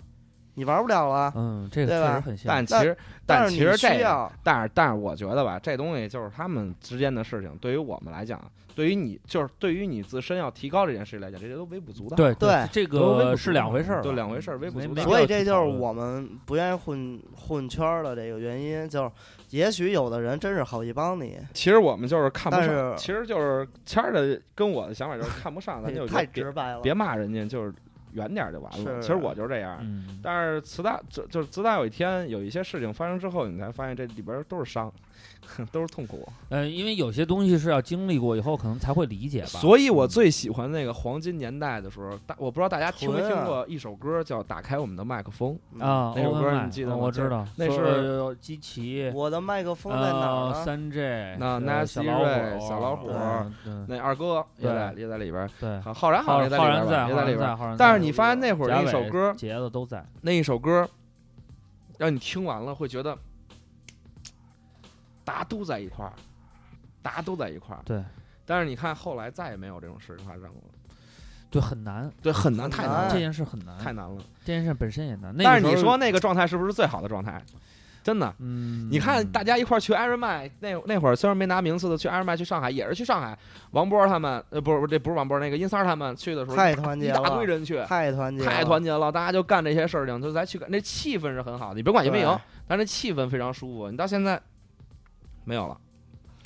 E: 你玩不了了。
C: 嗯，这个
E: 对
C: 确实
E: 吧
C: 很像。
D: 但其实，但
E: 是
D: 其
E: 你
D: 实这
E: 需
D: 个
E: 要，
D: 但是，但是我觉得吧，这东西就是他们之间的事情。对于我们来讲，对于你就是对于你自身要提高这件事情来讲，这些都微不足道。
C: 对
D: [LAUGHS]
E: 对
C: 这
D: 都微
C: 个
D: 不
C: 是
D: 足
C: 两
D: 道
C: 回事儿，
D: 对两回事儿微不
C: 没
D: 足
C: 没
D: 道
C: 必要
E: 所以
C: 去
E: 这就
C: 讨
E: 是
C: 论
E: 我们不愿意混混圈儿的这个原因，就是也许有的人真是好意帮你，
D: 其实我们就是看不
E: 但
D: 上，
E: 是
D: 其实就是谦儿的跟我的想法就是看不上，
E: [LAUGHS]
D: 咱就
E: 太
D: 别
E: 直白了。
D: 别骂人家，就是远点儿就完了。
E: 是
D: 其实我就是这样。
C: 嗯，
D: 但是自打就就是自打有一天有一些事情发生之后，你才发现这里边都是伤， [LAUGHS] 都是痛苦。
C: 呃，因为有些东西是要经历过以后，可能才会理解吧。
D: 所以我
C: 嗯
D: 最喜欢那个黄金年代的时候，大我不知道大家听没
E: 纯
D: 听
E: 啊
D: 过一首歌叫《打开我们的麦克风》。
E: 嗯，
C: 啊，
D: 那首
C: Open
D: 歌
C: Mic，
D: 你记得
C: 嗯
D: 吗
C: 我
D: 就
C: 知道，
D: 那
C: 说
D: 是
C: 呃基奇，
E: 我的麦克风在哪儿
C: 呃，
D: 哦
E: 呢？
C: 三 J，
D: 那
C: 呃
D: Nancy
C: 小老
D: Ray，
C: 虎，
D: 哎小老虎
C: 嗯嗯
D: 那二哥也
C: 对
D: 在也在里边儿，
C: 对，
D: 好浩然好
C: 浩
D: 像也在里
C: 浩
D: 边
C: 然
D: 儿
C: 在，
D: 吧，
C: 浩
D: 也在里
C: 然
D: 边儿。
C: 在，浩然在。
D: 但是你发现那会儿
C: 贾
D: 那一首
C: 伟
D: 歌，
C: 杰子都在，
D: 那一首歌，让你听完了会觉得，大家都在一块儿，大家都在一块儿。
C: 对
D: 但是你看后来再也没有这种事情发生了，
C: 对，很难，
D: 对，很难，太难
E: 哎
C: 这
D: 了，
C: 件事很难，
D: 太难了。
C: 这件事本身也难。那个
D: 但是
C: 时
D: 你
C: 候
D: 说，那个状态是不是最好的状态？真的，
C: 嗯，
D: 你看大家一块儿去 Iron Man 那那会儿，虽然没拿名次的去 Iron Man 去上海，也是去上海。王波他们呃，不是不是这不是王波，那个殷三儿他们去的时候，
E: 太团
D: 一
E: 结
D: 大堆
E: 了，
D: 人去，
E: 太团结，
D: 太团结了，大家就干这些事儿情，就咱去干，那气氛是很好的。你甭管赢没赢
E: 对，
D: 但是那气氛非常舒服。你到现在没有了，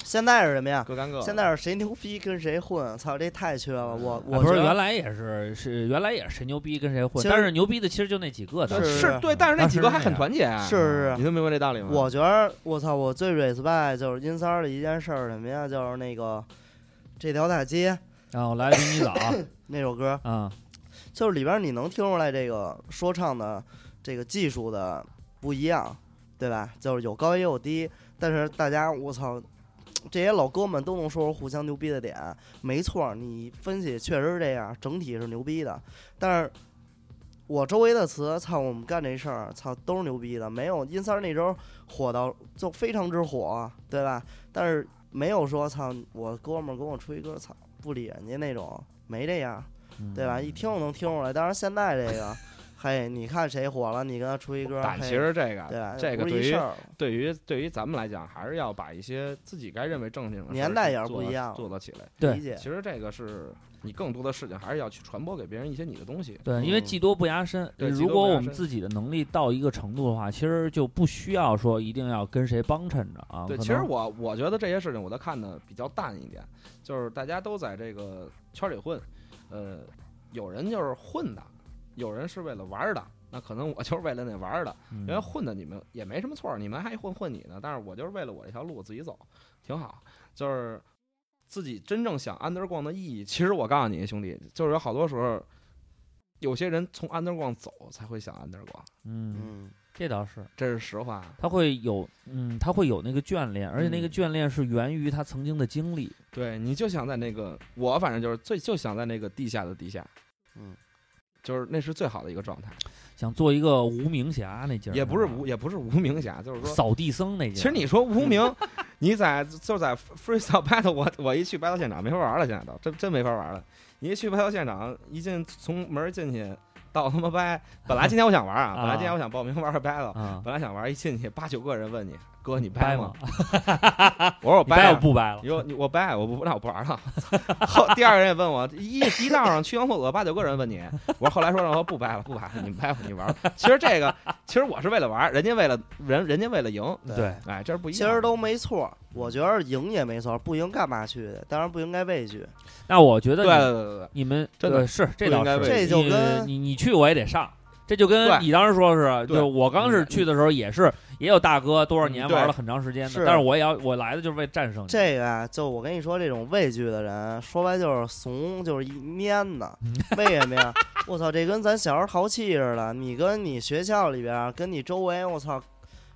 E: 现在是什么呀？
D: 各干
C: 呃
D: 各的。
E: 现在是谁牛逼跟谁混，操，这太缺了。我
C: 哎
E: 我
C: 不
E: 觉
C: 是
E: 得
C: 原来也是是原来也是谁牛逼跟谁混，
E: 其实
C: 但是牛逼的其实就那几个的，
E: 是
D: 是对，但是那
C: 当时
D: 几个
C: 是
D: 还
C: 那
D: 很
C: 样
D: 团结啊。
E: 是是
D: 你
E: 是，
D: 能明白这道理吗？
E: 我觉得我操，我最 respect 就是阴三儿的一件事儿什么呀？就是那个这条大街
C: 啊，我来的比你早
D: [LAUGHS]
E: 那首歌，
C: 啊，
E: 就是里边儿你能听出来这个说唱的这个技术的不一样，对吧？就是有高也有低，但是大家我操，这些老哥们都能说出互相牛逼的点，没错儿，你分析确实是这样，整体是牛逼的。但是我周围的词，操，我们干这事儿，操，都是牛逼的，没有阴三儿那周火到就非常之火，对吧？但是没有说操，我哥们儿跟我出一歌，操，不理人家那种，没这样。
C: 嗯
E: 对吧？一听我能听出来。当然现在这个，嘿，你看谁火了，你跟他出一歌，
D: 但
E: 嘿
D: 其实这个
E: 对吧？
D: 这个
E: 不
D: 对
E: 是一
D: 于
E: 事儿，
D: 对于对于咱们来讲，还是要把一些自己该认为正经的事儿
E: 年代也是
D: 做
E: 不
D: 得
E: 一样
D: 做得起来。
C: 对
E: 理解
D: 其实这个是你更多的事情，还是要去传播给别人一些你的东西。
C: 对，因为技多不压身。
D: 哦对技
C: 如
D: 多
C: 果
D: 不压
C: 我们
D: 身
C: 自己的能力到一个程度的话，其实就不需要说一定要跟谁帮衬着啊。
D: 对，
C: 可
D: 其实
C: 能
D: 我我觉得这些事情我都看的比较淡一点，就是大家都在这个圈里混，呃，有人就是混的，有人是为了玩儿的，那可能我就是为了那玩儿的，
C: 嗯
D: 因为混的你们也没什么错儿，你们还混混你呢，但是我就是为了我这条路我自己走，挺好，就是自己真正想 underground 的意义。其实我告诉你，兄弟，就是有好多时候，有些人从 underground 走才会想 underground，
C: 嗯，
E: 嗯，
C: 这倒是，
D: 这是实话。
C: 他会有嗯，他会有那个眷恋，而且那个
D: 嗯
C: 眷恋是源于他曾经的经历。
D: 对，你就想在那个，我反正就是最就想在那个地下的地下，
E: 嗯，
D: 就是那是最好的一个状态，
C: 想做一个无名侠那劲儿，
D: 也不是无，也不是无名侠，就是说，
C: 扫地僧那劲儿。
D: 其实你说无名，你在就在 freestyle battle，我我一去 battle 现场没法玩了，现在都真真没法玩了。你一去 battle 现场，一进从门进去到他妈掰，本来今天我想玩
C: [LAUGHS]
D: 啊，本来今天我想报名玩 battle，
C: 啊，
D: 本来想玩，一进去八九个人问你哥你
C: 掰
D: 掰
C: 吗
D: 吗？？我说我
C: 你掰
D: 掰
C: 我
D: 啊。
C: 不掰了
D: 你？说你我不爱，我不那我不玩了。后第二个人也问我，一一道上去完厕所八九个人问你，我说后来说让我不掰了，不掰了，你们掰吧，你玩吧。其实这个其实我是为了玩儿，人家为了人人家为了赢，
C: 对，
D: 哎，这是不一
E: 其
D: 样的。
E: 实都没错儿。我觉得赢也没错儿，不赢干嘛去的？当然不应该畏惧。
C: 那我觉得你
D: 对对对对，
C: 你们
D: 真的
C: 对是这倒
D: 应该
C: 是，
D: 为
E: 这就
C: 你
E: 跟
C: 你你去我也得上，这就跟
D: 对
C: 你当时说是，
D: 对
C: 就我刚是去的时候也是也有大哥多少年
D: 嗯对
C: 玩了很长时间的，
E: 是
C: 但是我也要我来的就是为战胜你，
E: 这个啊，就我跟你说，这种畏惧的人，说白就是怂，就是一
C: [LAUGHS]
E: 蔫呐。为什么呀？我操，这跟咱小时候淘气似的。你跟你学校里边儿，跟你周围，我操，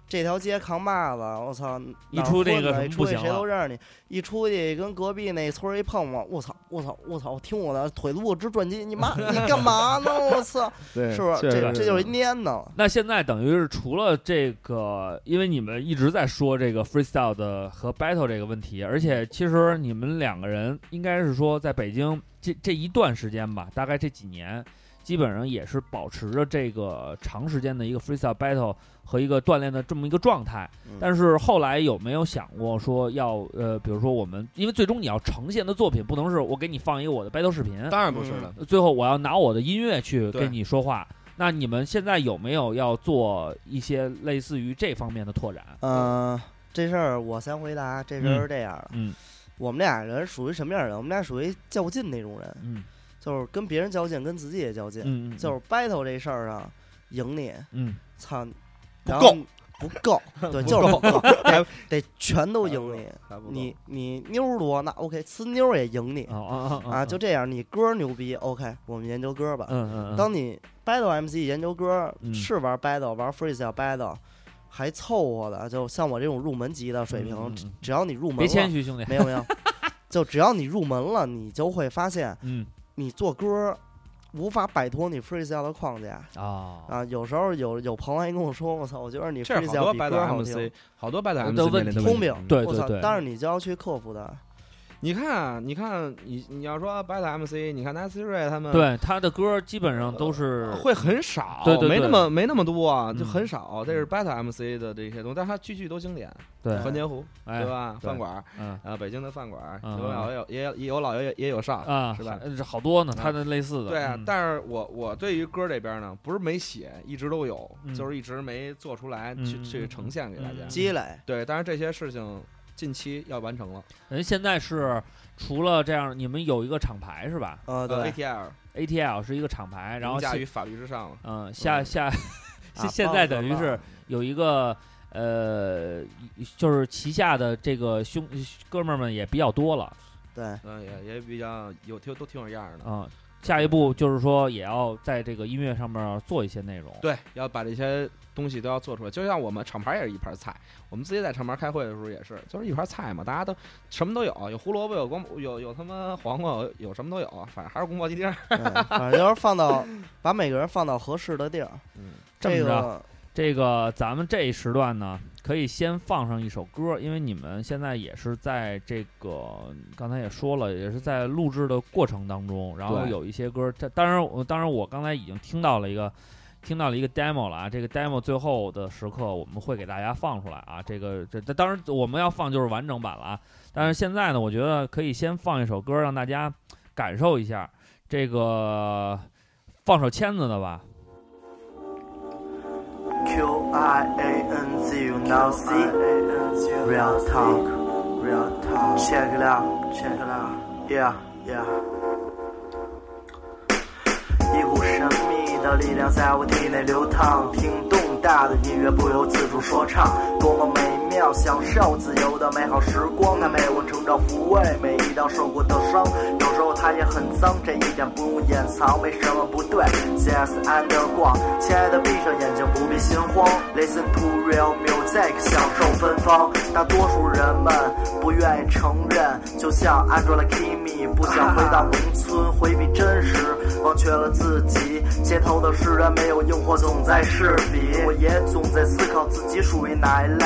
E: 这条街扛把子，我操，
C: 一出
E: 这
C: 这个什么
E: 一出
C: 不
E: 去
C: 行
E: 谁都
C: 了，
E: 认识你。一出去跟隔壁那村儿一碰碰，我操，我操，我操，我听我的腿路直转筋，你妈，你干嘛呢？我操，
D: 对
E: 是不是？这这嗯就是一蔫呢。
C: 那现在等于是除了这个，因为你们一直在说这个 freestyle 的和 battle 这个问题，而且其实你们两个人应该是说在北京这这一段时间吧，大概这几年，基本上也是保持着这个长时间的一个 freestyle battle 和一个锻炼的这么一个状态。
E: 嗯
C: 但是后来有没有想过说要呃，比如说我们，因为最终你要呈现的作品不能是我给你放一个我的 battle 视频，
D: 当然不是了。
C: 最后我要拿我的音乐去
D: 对
C: 跟你说话。那你们现在有没有要做一些类似于这方面的拓展？
E: 嗯，这事儿我先回答，这事儿是这样的。
C: 嗯
E: 我们俩人属于什么样的人？我们俩属于较劲那种人，
C: 嗯
E: 就是跟别人较劲，跟自己也较劲，
C: 嗯，
E: 就是 battle 这事儿上赢你，
C: 嗯，
E: 操，
D: 不
E: 然
D: 够
E: 后不 [LAUGHS] 够，对，就是不够，
D: 嗯哎
E: 得得全都赢你。
D: 还不够
E: 你你妞儿多那 OK，呲妞儿也赢你
C: 嗯哦哦哦
E: 啊，就这样。你歌儿牛逼 OK，我们研究歌儿吧。
C: 嗯嗯嗯，
E: 当你 battle MC 研究歌儿
C: 嗯
E: 是玩 battle 玩 freestyle battle 还凑合的，就像我这种入门级的
C: 嗯
E: 水
C: 嗯
E: 平，
C: 嗯
E: 只只要你入门
C: 别谦
E: 了，
C: 虚，兄弟。
E: 没有没有，就只要你入门了，你就会发现
C: [LAUGHS] 嗯
E: 你做歌儿
B: 无法摆脱你 freestyle 的框架
C: 啊
B: 啊。有时候有有朋友还跟我说，我操，我觉得你
D: 这是好
B: freestyle
D: 多
B: 比
D: battle
B: 歌好
D: MC，
B: 听，
D: 好多 battle
C: 我
D: MC
C: 的问
D: 面临
B: 题
D: 的
B: 通病
D: 嗯
C: 对
B: 我
C: 对
B: 操
C: 对，！
B: 但是你就要去克服它。
D: 你看啊，你看，你你要说 battle MC，你看 Nasty Ray 他们
C: 对他的歌基本上都是
D: 会很少，
C: 嗯对对对
D: 没那么没那么多啊，
C: 嗯
D: 就很少。这是 battle MC 的这些东西，但是它句句都经典。
C: 对，
D: 团结湖
C: 哎
D: 对吧？
C: 对
D: 饭馆儿
C: 嗯
D: 啊，北京的饭馆儿，
C: 嗯
D: 有老有也有也有老也有也有少。
C: 啊
D: 是吧
C: 呃这好多呢，他的类似的
D: 对啊
C: 嗯，
D: 但是我我对于歌这边呢，不是没写，一直都有
C: 嗯，
D: 就是一直没做出来
C: 嗯
D: 去
C: 嗯
D: 去呈现给大
C: 嗯
D: 家。
B: 积累，
D: 对，当然这些事情近期要完成了。
C: 人现在是除了这样，你们有一个厂牌是吧
B: 呃，对，
D: ATL
C: ？ATL 是一个厂牌，啊然后
D: 凌驾
C: 现
D: 于法律之上了。
C: 嗯下
D: 嗯
C: 下 [LAUGHS]
B: 啊
C: 现在
B: 棒
C: 等于
B: 棒
C: 是有一个呃，就是旗下的这个兄哥们儿们也比较多了
B: 对，
D: 嗯，也也比较有挺都挺有样儿的。
C: 啊、嗯下一步就是说也要在这个音乐上面做一些内容。
D: 对，要把这些东西都要做出来，就像我们厂牌也是一盘菜，我们自己在厂牌开会的时候也是，就是一盘菜嘛，大家都什么都有，有胡萝卜，有光，有有他妈黄瓜，有有什么都有，反正还是宫保鸡丁儿。
B: 对反正就是放到把每个人放到合适的地儿。
D: 嗯，
C: 这么
B: 这
C: 着
B: 个
C: 这个咱们这一时段呢，可以先放上一首歌，因为你们现在也是在这个刚才也说了，也是在录制的过程当中，然后
D: 对
C: 有一些歌，这当然我当然我刚才已经听到了一个。听到了一个 demo 了啊，这个 demo 最后的时刻我们会给大家放出来啊，这个这这当然我们要放就是完整版了啊，但是现在呢，我觉得可以先放一首歌让大家感受一下，这个放首签子的吧，
B: Q I A N Z you now see real talk real talk check it out check it out yeah yeah
E: 一股神秘的力量在我体内流淌，听动大的音乐不由自主说唱，多么美妙，享受自由的美好时光，它为我成长抚慰每一道受过的伤，有时候它也很脏，这一点不用掩藏，没什么不对。Yes underground，亲爱的，闭上眼睛，不必心慌，Listen to real music，享受芬芳。大多数人们不愿意承认，就像 Angela Kimi 不想回到农村，回避真实，忘却了自己。街头的诗人没有诱惑，总在试比。我也总在思考自己属于哪一类，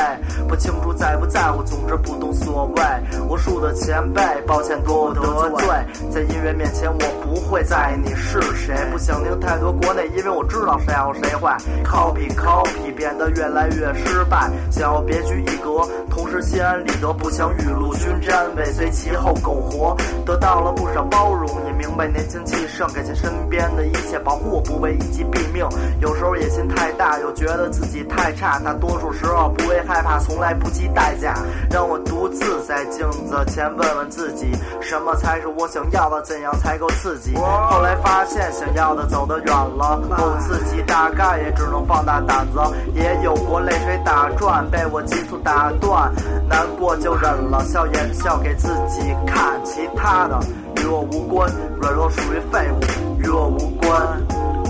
E: 不清楚在不在乎，总之不懂所谓。我树的前辈，抱歉多我得罪，在音乐面前我不会在意你是谁，不想听太多国内，因为我知道谁好谁坏。Copy copy 变得越来越失败，想要别具一格，同时心安理得，不想雨露均沾，尾随其后苟活，得到了不少包容，也明白年轻气盛，感谢身边的一切保护，不为一击毙命。有时候野心太大，又觉得自己太差，大多数时候不会害怕，从来不计代价。让我独自在镜子前问问自己，什么才是我想要的，怎样才够刺激？后来发现想要的走得远了，够刺激，大概也只能放大胆子。也有过泪水打转，被我急促打断，难过就忍了，笑也是笑给自己看，其他的与我无关，软弱属于废物，与我无关。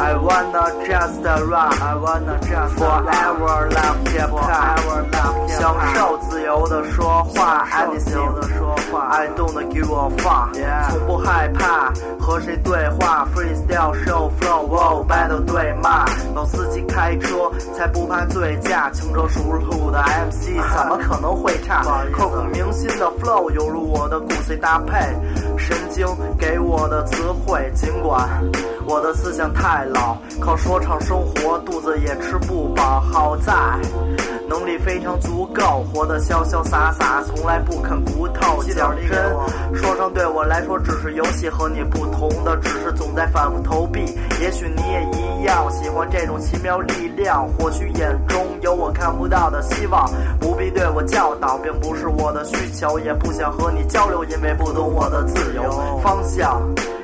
E: I wanna just run, I wanna just forever love hip hop，享受自由的说话，anything 的说话，I don't give a fuck，从不害怕和谁对话，freestyle show flow，battle 哦对骂，老司机开车才不怕醉驾，轻车熟路的 [LAUGHS] MC 怎么可能会差？刻骨铭心的 flow 犹如我的骨髓搭配，神经给我的词汇，尽管我的思想太老，靠说唱生活，肚子也吃不饱。好在能力非常足够，活得潇潇洒洒，从来不啃骨头。讲真，说唱对我来说只是游戏，和你不同的只是总在反复投币。也许你也一样喜欢这种奇妙力量，或许眼中有我看不到的希望。不必对我教导，并不是我的需求，也不想和你交流，因为不懂我的自由方向。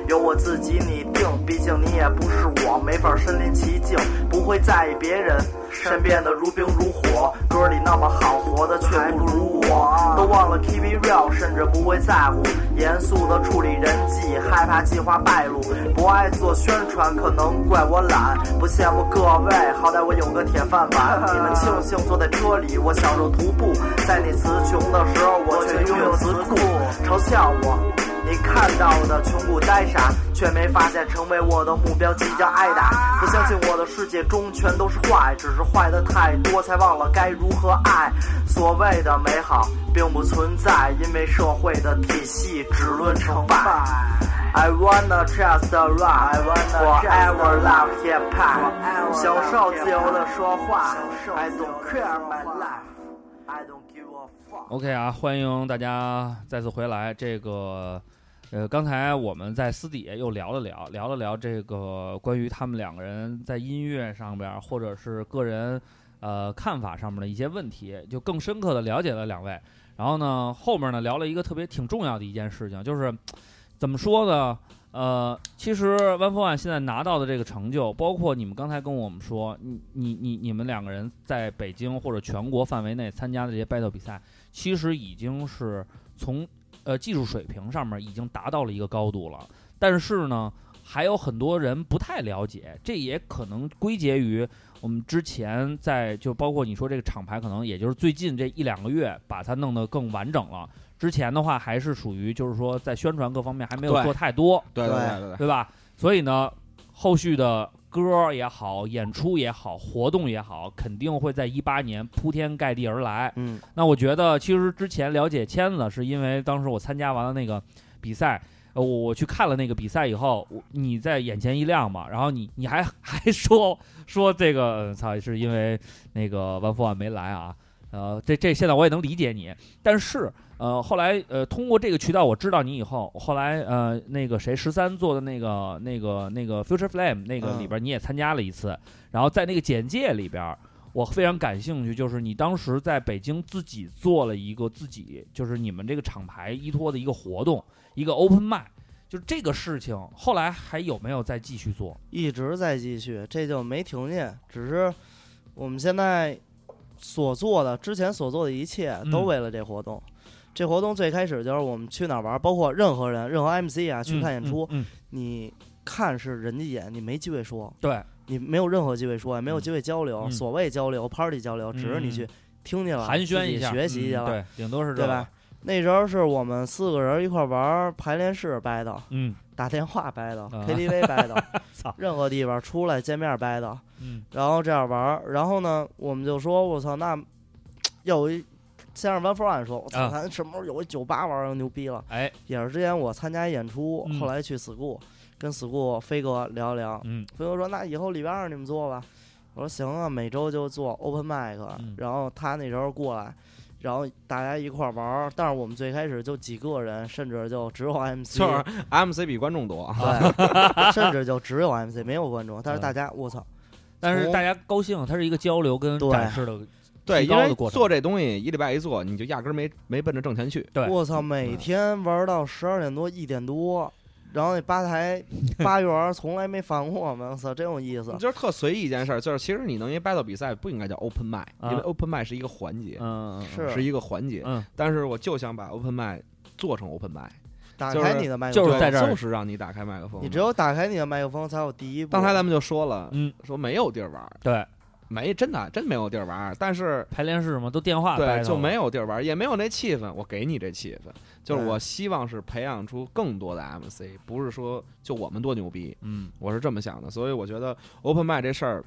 E: 由我自己拟定，毕竟你也不是我，没法身临其境，不会在意别人身边的如冰如火。歌里那么好，活的却不如我，都忘了 keep it real，甚至不会在乎严肃的处理人际，害怕计划败露，不爱做宣传，可能怪我懒，不羡慕各位，好歹我有个铁饭碗。你们庆幸坐在车里，我享受徒步，在你词穷的时候，我却拥有词库，嘲笑我。你
F: 你看到的穷苦呆傻，却没发现成为我的目标即将挨打。不相信我的世界中全都是坏，只是坏的太多，才忘了该如何爱。所谓的美好并不存在，因为社会的体系只论成败。I wanna just rock forever love hip hop，享受自由的说话。I don't care my life, I don't give a fuck。
C: OK 啊，欢迎大家再次回来。这个，呃，刚才我们在私底下又聊了聊，聊了聊这个关于他们两个人在音乐上边儿，或者是个人呃看法上面的一些问题，就更深刻的了解了两位。然后呢，后面呢聊了一个特别挺重要的一件事情，就是怎么说呢？呃，其实 One for One 现在拿到的这个成就，包括你们刚才跟我们说，你你你你们两个人在北京或者全国范围内参加的这些 battle 比赛，其实已经是从呃技术水平上面已经达到了一个高度了。但是呢，还有很多人不太了解，这也可能归结于我们之前在就包括你说这个厂牌，可能也就是最近这一两个月把它弄得更完整了。之前的话还是属于就是说在宣传各方面还没有
D: 对
C: 做太多，
D: 对对对对对，
C: [LAUGHS] 对吧？所以呢，后续的歌儿也好，演出也好，活动也好，肯定会在一八年铺天盖地而来。
F: Mm.
E: 嗯，
C: 那我觉得其实之前了解签子，是因为当时我参加完了那个比赛，呃，我我去看了那个比赛以后，我你在眼前一亮嘛，然后你你还 [LAUGHS] 还说说这个，呃操、是因为那个 One for One 没来啊，呃，这这现在我也能理解你，但是呃，后来呃，通过这个渠道我知道你以后，后来呃，那个谁十三做的那个那个那个 Future Flame 那个
E: 嗯
C: 里边你也参加了一次，然后在那个简介里边，我非常感兴趣，就是你当时在北京自己做了一个自己，就是你们这个厂牌依托的一个活动，一个 open m i 就这个事情，后来还有没有再继续做？
E: 一直在继续，这就没停下，只是我们现在所做的，之前所做的一切都
C: 嗯
E: 为了这活动。这活动最开始就是我们去哪儿玩，包括任何人、任何 MC 啊，去看演出，
C: 嗯，嗯嗯
E: 你看是人家演，你没机会说，
C: 对，
E: 你没有任何机会说，也没有
C: 嗯
E: 机会交流。
C: 嗯
E: 所谓交流，party 交流，只是你去听见了，
C: 寒暄
E: 自己
C: 一下，
E: 学习去
C: 嗯
E: 了，
C: 对，顶多是这
E: 对
C: 个
E: 吧？？那时候是我们四个人一块儿玩儿排练室 battle，
C: 嗯
E: 打电话 battle、
C: 啊
E: KTV battle，
C: [LAUGHS] 操
E: 任何地方出来见面 battle，
C: 嗯
E: 然后这样玩儿。然后呢，我们就说，我操，那要一先让 One for One 说，我操，
C: 啊
E: 咱什么时候有一酒吧玩儿就牛逼了？
C: 哎，
E: 也是之前我参加演出，
C: 嗯
E: 后来去 school 跟 school 飞哥聊一聊，
C: 嗯
E: 飞哥说那以后礼拜二你们做吧，我说行啊，每周就做 open mic，、
C: 嗯
E: 然后他那时候过来，然后大家一块儿玩儿，但是我们最开始就几个人，甚至就只有 MC，
D: 就是 MC 比观众多， [LAUGHS]
E: 对，甚至就只有 MC 没有观众，
D: 嗯
E: 但是大家我操，
C: 但是
D: 从
C: 大家高兴，它是一个交流跟
E: 对
C: 展示的，
D: 对，
C: 提
D: 因
C: 高的
D: 为
C: 过程
D: 做这东西一礼拜一做，你就压根儿没没奔着挣钱去。
C: 对
E: 我
D: 嗯
E: 操，每天玩到十二点多一点多。然后那吧
D: [LAUGHS]
E: 台吧员儿从来没烦过我们，我操，真有意思
D: 你。就是特随意一件事儿，就是其实你能一 battle 比赛不应该叫 open mic，
C: 啊
D: 因为 open mic 是一个环节，
C: 嗯，嗯嗯
E: 是
D: 是一个环节。
C: 嗯，
D: 但是我就想把 open mic 做成 open mic，
E: 打
D: 就
E: 开
D: 是
E: 你的麦克
C: 就是
E: 风，
D: 对
C: 在这儿
D: 就是让你打开麦克风。
E: 你只有打开你的麦克风，才有第一步。
D: 刚才咱们就说了，
C: 嗯，
D: 说没有地儿玩儿，
C: 对，
D: 没真的真没有地儿玩儿，但是
C: 排练室嘛，都电话
D: 对就没
C: 有，
D: 有地儿玩儿，也没有那气氛。我给你这气氛，就是
E: 对
D: 我希望是培养出更多的 MC，不是说就我们多牛逼，
C: 嗯
D: 我是这么想的。所以我觉得 open mic 这事儿。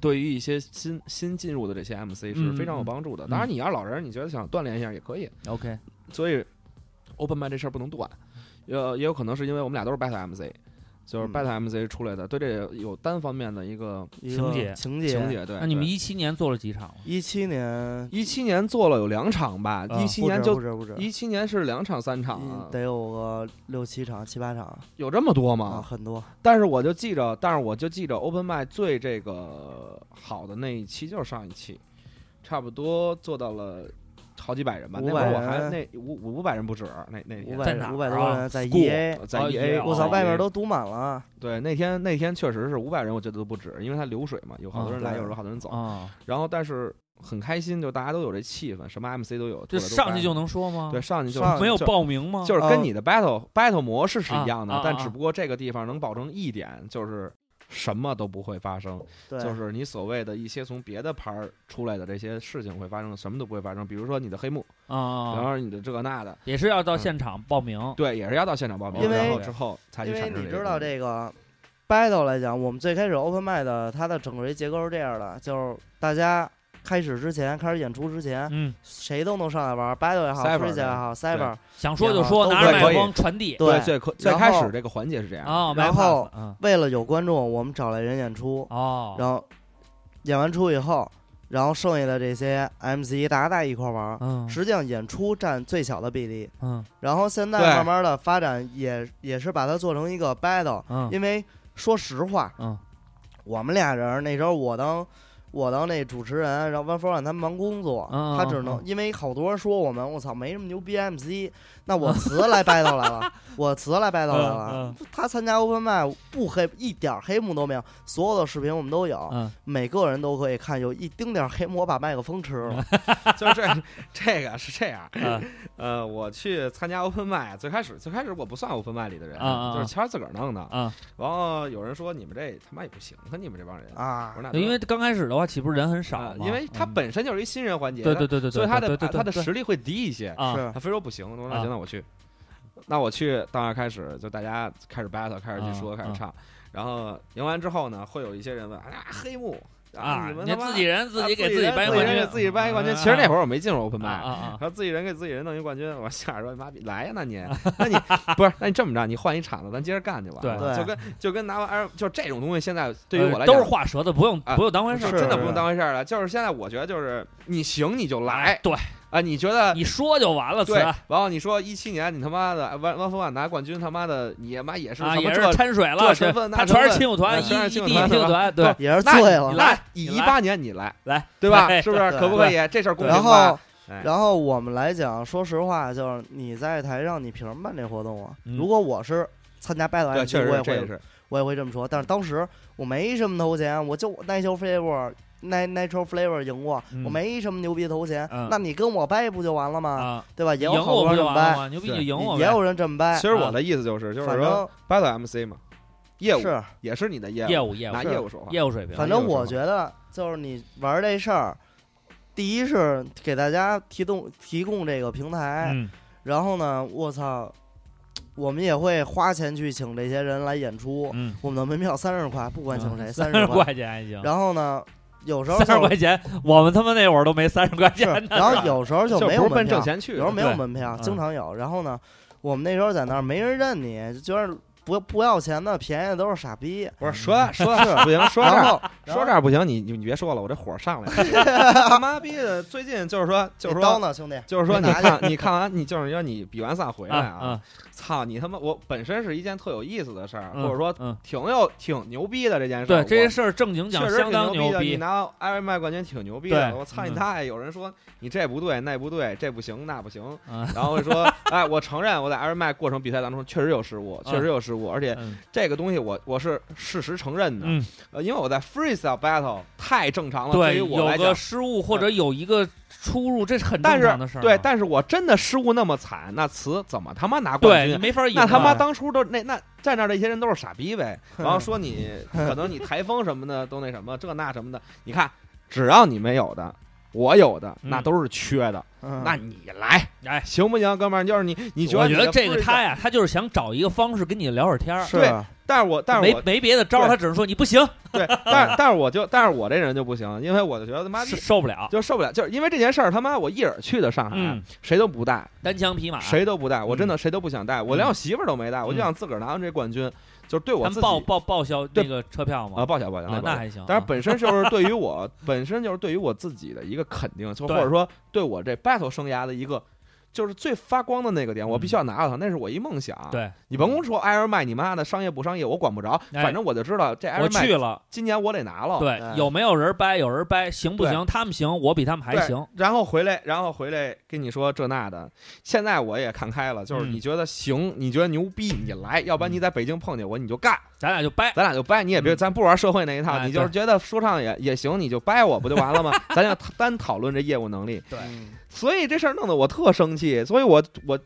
D: 对于一些新新进入的这些 MC 是
C: 嗯
D: 非常有
C: 嗯
D: 帮助的。
C: 嗯
D: 当然，你要是老人，你觉得想锻炼一下也可以。
C: ，OK，
D: 所以 open mic 这事儿不能断，呃，也有可能是因为我们俩都是 battle MC，就是
E: 嗯
D: battle MC 出来的，对这有单方面的一个
E: 一
C: 情
E: 个
C: 节啊
E: 情节，
D: 情节。对，
C: 那你们
D: 一
C: 一七年做了几场？
E: 一七年，
D: 一七年做了有两场吧，
C: 啊
D: 一七
E: 不
D: 年
E: 止
D: 就
E: 不止不止，
D: 一七年是两场三场啊
E: 一，得有个六七场、七八场
D: 有这么多
E: 啊，
D: 吗？
E: 很多。
D: 但是我就记着，但是我就记着 open mic 最这个好的那一期就是上一期，差不多做到了。好几百人吧，那
E: 500
D: 会儿我还
E: 人
D: 那五五五百人不止，啊那那
E: 五
D: 天
E: 百
C: 在哪儿
E: 五百多
C: 啊
E: 人在
C: School
E: EA，
D: 在
C: 哦
D: EA，
C: EA
E: 我操，
C: 哦
E: 外面
D: EA
E: 都堵满了。
D: 对，那天那天确实是五百人，我觉得都不止，因为它流水嘛，有好多人
E: 嗯
D: 来，
E: 对
D: 有时候好多人走。
C: 啊，
D: 然后但是很开心，就大家都有这气氛，什么 MC 都有，
C: 这
D: 出来都
C: 上去
D: battle
C: 就能说吗？
D: 对，，上去就
E: 上
C: 嗯没有
D: 就
C: 报名吗？
D: 就是
E: 啊
D: 跟你的 battle、battle 模式是一样的，
C: 啊啊
D: 但
C: 啊
D: 只不过这个地方能保证一点，就是什么都不会发生，
E: 对，
D: 就是你所谓的一些从别的牌儿出来的这些事情会发生，什么都不会发生。比如说你的黑幕，
C: 啊，
D: 然后你的这个那的，
C: 也是要到
D: 嗯
C: 现场报名。
D: 对，也是要到现场报名，
E: 因为
D: 然后之后才去
E: 因为
D: 产生
E: 你知道
D: 这
E: 这个 battle 来讲，我们最开始 open mic 的它的整个一结构是这样的，就是大家开始之前，开始演出之前，
C: 嗯，
E: 谁都能上来玩 battle 也好
D: Cyber
E: ，free 也好，cyber
C: 想说就说，
E: 都
C: 拿着
D: 可以
C: 麦克风传递。
D: 个
E: 对
D: 最可最
E: 然
D: 开
E: 后
D: 始这个环节是这样的，
C: 啊，
E: 然后
C: bypass，嗯
E: 为了有观众，我们找来人演出，
C: 哦，
E: 然后演完出以后，然后剩下的这些 MC 大家在一块玩，
C: 嗯
E: 实际上演出占最小的比例。
C: 嗯
E: 然后现在
D: 对
E: 慢慢的发展也也是把它做成一个 battle，
C: 嗯
E: 因为说实话，
C: 嗯
E: 我们俩人儿那时候我当我当那主持人，然后万峰让他忙工作，
C: 嗯
E: 他只
C: 嗯
E: 能
C: 嗯
E: 因为好多人说我们我操没什么牛逼 MC，那我辞来 battle 来
C: [LAUGHS]
E: 了，我辞来 battle 来了
C: 嗯。
E: 他参加 open mic 不黑一点儿黑幕都没有，所有的视频我们都有，
C: 嗯，
E: 每个人都可以看，有一丁点儿黑幕我把麦克风吃
C: [LAUGHS]
E: 了，
D: [LAUGHS] 就是这这个是这样
C: 啊，
D: 呃，我去参加 open mic，最开始最开始我不算 open mic 里的人
C: 啊啊啊，
D: 就是谦儿自个儿弄的，
C: 啊，
D: 然后有人说你们这他妈也不行啊，你们这帮人，
E: 啊
D: 我说那
C: 对呃因为刚开始的话，岂不是人很少
D: 啊
C: 吗？
D: 因为他
C: 嗯
D: 本身就是一新人环节，
C: 对对对对对，
D: 所以他
C: 对
D: 的
C: 对对
D: 他的
C: 对
D: 实力会低一些，
C: 啊
E: 是
D: 他非说不行，我说那
C: 啊
D: 行，那我去，那我去，到那儿开始就大家开始 battle，开始去说，
C: 啊
D: 开
C: 啊
D: 始唱，然后赢完之后呢，会有一些人问，哎呀，黑幕
C: 啊，
D: 你们
C: 你
D: 他妈
C: 自己人自
D: 啊
C: 己给自己
D: 人
C: 掰
D: 自己
C: 冠
D: 人
C: 军
D: 给，自己掰一冠军。
C: 啊
D: 其实那会儿我没进入 open
C: 啊
D: mic，
C: 啊
D: 然后自己人给自己人弄一冠军，我下边儿妈逼来呀，
C: [LAUGHS]
D: 那你，那你不是，那你这么着，你换一场子，咱接着干就完了，
E: 对
D: 就跟就跟拿完 Air，就这种东西，现在对
C: 对
D: 于我
C: 呃
D: 来
C: 都
D: 讲
C: 是画蛇的，不用
D: 啊
C: 不用当回事儿，
E: 是
D: 真的不用当回事儿了。就是现在我觉得就是你行你就来，
C: 对
D: 啊，你觉得
C: 你说就啊完了，词
D: 对，然后你说一七年你他妈的弯弯峰万拿冠军，他妈的你妈也是
C: 啊
D: 什么
C: 也是
D: 这
C: 掺水
D: 这
C: 了，
D: 成
C: 对
D: 分那
C: 他
D: 成
C: 全是
D: 分
C: 亲友
D: 啊
C: 团，一
D: 全是
C: 一
D: 亲友
C: 地
D: 团
C: 亲友
D: 是吧
C: 团，对，
E: 也是
D: 那
E: 醉了
C: 你。
D: 那
C: 来
D: 以
C: 你
D: 一
C: 来
D: 八年你来，
C: 来
D: 对吧？
C: 对
D: 是不是
E: 对
D: 可不可以？这事儿公
E: 然
D: 平
E: 后
D: 吧？，哎
E: 然后我们来讲，说实话，就是你在台上，你凭什么办这活动啊？
C: 嗯
E: 如果我是参加 battle
D: 对，确实
E: MC，哎我
D: 是这
E: 也会
D: 也是
E: 我也会这么说。但是当时我没什么头衔，我就 Natural Flavor、Na- Natural Flavor 赢过，
C: 嗯
E: 我没什么牛逼头衔。
C: 嗯
E: 那你跟我掰不就完了吗？
C: 啊，
E: 对吧？也
C: 赢
E: 有好
C: 我不
E: 多人这
C: 就
E: 么
C: 完了
E: 掰，
C: 吗？牛逼就赢我
E: 也
C: 呗，
E: 有人这么掰
D: 其。实我的意思就是，就是
E: 哎啊反
D: 说 battle
E: 正
D: MC 嘛，业务
E: 是，
D: 也是你的业
C: 业
D: 务，
C: 务业务
D: 拿业务说话。
C: 业务水平，
E: 反正我觉得就是你玩这事儿，第一是给大家提供提供这个平台，
C: 嗯
E: 然后呢，我操，我们也会花钱去请这些人来演出。
C: 嗯，啊
E: 我们的门票三十块，不管请谁，三
C: 三
E: 十
C: 十。块钱还行，
E: 然后呢，有时候
C: 三十
E: 就
C: 块钱，我们他妈那会儿都没三十块
E: 是
C: 钱，呢。
E: 然后有时候
D: 就
E: 就没
D: 不
E: 有
D: 是
E: 门
D: 奔挣
E: 票，
D: 钱去
E: 有
D: 的，
E: 时候没有
C: 对
E: 门票，
C: 嗯
E: 经常有。然后呢，我们那时候在那儿没人认你，觉得不不要钱的便宜的都是傻逼。
D: 不是
E: [LAUGHS]
D: 说说
E: 嗯是
D: 不行，说这
E: 然
D: 儿
E: 后
D: 说这儿不行，你你你别说了，我这火上来
E: [LAUGHS]
D: 了，他妈逼的！最近就是说就是
E: 你刀
D: 说
E: 呢，兄弟，
D: 就是说，
E: 没
D: 你
E: 拿
D: 看，你看完，你就是说你比完赛回来
C: 啊
D: 啊
C: 啊，，
D: 操你他妈！我本身是一件特有意思的事儿，
C: 嗯
D: 或者说
C: 嗯，
D: 挺有挺牛逼的这件事儿。
C: 对这些
D: 我
C: 事儿正经讲
D: 确实
C: 相当
D: 挺牛的，你
C: 逼，
D: 拿艾瑞麦冠军挺牛逼的。
C: 对
D: 我操
C: 嗯
D: 你大爷！有人说你这不对，那不对，这不行，那不行
C: 嗯，
D: 然后会说，哎，我承认我在艾瑞麦过程比赛当中确实有失误，确实有失误，而且
C: 嗯
D: 这个东西我我是事实承认的，
C: 嗯，
D: 呃，因为我在 freestyle battle 太正常了，对
C: 对，
D: 于我
C: 有
D: 来
C: 个
D: 讲。
C: 失误或者有一个出入，这是很
D: 但
C: 正
D: 是
C: 常的事儿嘛，
D: 对，但是我真的失误那么惨，那词怎么他妈拿冠
C: 对你
D: 军？
C: 没法赢啊，
D: 那他妈当初都那那站那儿那些人都是傻逼呗，然后说
C: [LAUGHS]
D: 你可能你台风什么的都那什么这那什么的，你看只要你没有的，我有的
C: 嗯
D: 那都是缺的，那
E: 那
D: 你来
C: 哎
D: 行不行，哥们儿？就是你你觉
C: 我
D: 得你
C: 觉得
D: 的
C: 这个
D: freestyle-
C: 他呀，他就是想找一个方式跟你聊会儿天儿，
E: 是
D: 对但是我但是
C: 啊没
D: 我
C: 没别的招儿，
D: 对
C: 他只是说你不行，
D: 对，但是但是我就但是我这人就不行，因为我就觉得他妈
C: 是
D: 逼
C: 受不了，
D: 就受不了，就是因为这件事儿他妈我一人去的上海
C: 嗯，，
D: 谁都不带，
C: 单枪匹马，
D: 谁都不带，我
C: 嗯
D: 真的谁都不想带，我连我媳妇儿都没带，我就
C: 嗯
D: 想自个儿拿完这冠军，就是对我
C: 他
D: 自
C: 们
D: 己
C: 报报报销那
D: 对
C: 个车票
D: 啊
C: 吗？
D: 报销报销，
C: 啊，
D: 报
C: 那
D: 销
C: 还行啊，
D: 但是本身就是对于我，本身就是对于我自己的一个肯定，就或
C: 对
D: 者说对我这 battle 生涯的一个，就是最发光的那个点，我必须要拿到它，那是我一梦想。，
C: 嗯对
D: 你甭跟我说艾尔麦你妈的商业不商业，我管不着，
C: 哎
D: 反正我就知道这艾
C: 我
D: 尔麦
C: 去了。
D: 今年我得拿了。
C: 对，
E: 哎
C: 有没有人掰？有人掰，行不
D: 哦嗯对
C: 行？他们行，我比他们还
D: 对
C: 行。
D: 然后回来，然后回来跟你说这那的。现在我也看开了，就
C: 嗯
D: 是你觉得行，你觉得牛逼，你来；要不然你在北京碰见我，你就干。
C: 咱俩就掰。
D: 咱俩就掰，你也别，
C: 嗯
D: 咱不玩社会那一套，
C: 哎
D: 你就是觉得说唱也也行，你就掰我不就
C: [LAUGHS]
D: 完了吗？咱就单讨论这业务能力，
E: 嗯
D: 所以这事儿弄得我特生气，所以我我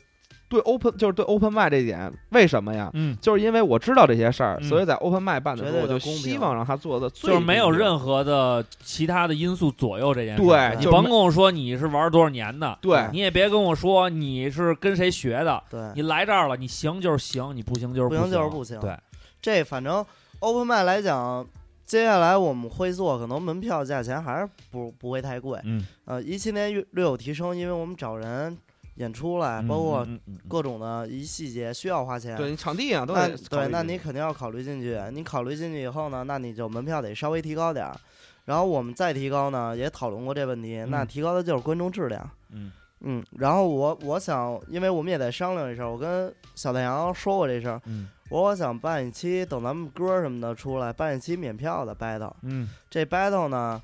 D: 对 open 就是对 open m i 这一点，为什么呀？
C: 嗯，
D: 就是因为我知道这些事儿，
C: 嗯
D: 所以在 open m i 办的时
E: 绝
D: 候，
E: 对
D: 我
E: 的
D: 就
E: 公平
D: 希望让他做的最
C: 就是没有
D: 公平
C: 任何的其他的因素左右这件事。
D: 对
C: 你
D: 就是
C: 甭跟我说你是玩多少年的，
D: 对嗯
C: 你也别跟我说你是跟谁学的。
E: 对，
C: 你来这儿了，你行就是行，你不行就是
E: 不
C: 行，
E: 行就是不行
C: 对，
E: 这反正 open m i 来讲，接下来我们会做，可能门票价钱还是不不会太贵。
C: 嗯，
E: 呃，一七年略略有提升，因为我们找人演出来，哎包括
C: 嗯嗯嗯
E: 各种的一细节需要花钱。
D: 对你场地啊，都
E: 那
D: 得考
E: 对，
D: 虑
E: 那
D: 进
E: 你
D: 去
E: 肯定要考虑进去。你考虑进去以后呢，那你就门票得稍微提高点儿。然后我们再提高呢，也讨论过这问题。那
C: 嗯
E: 提高的就是观众质量。
C: 嗯
E: 嗯然后我我想，因为我们也在商量这事儿，我跟小太阳说过这事儿。
C: 嗯
E: 我我想办一期，等咱们歌什么的出来，办一期免票的 battle。
C: 嗯
E: 这 battle 呢，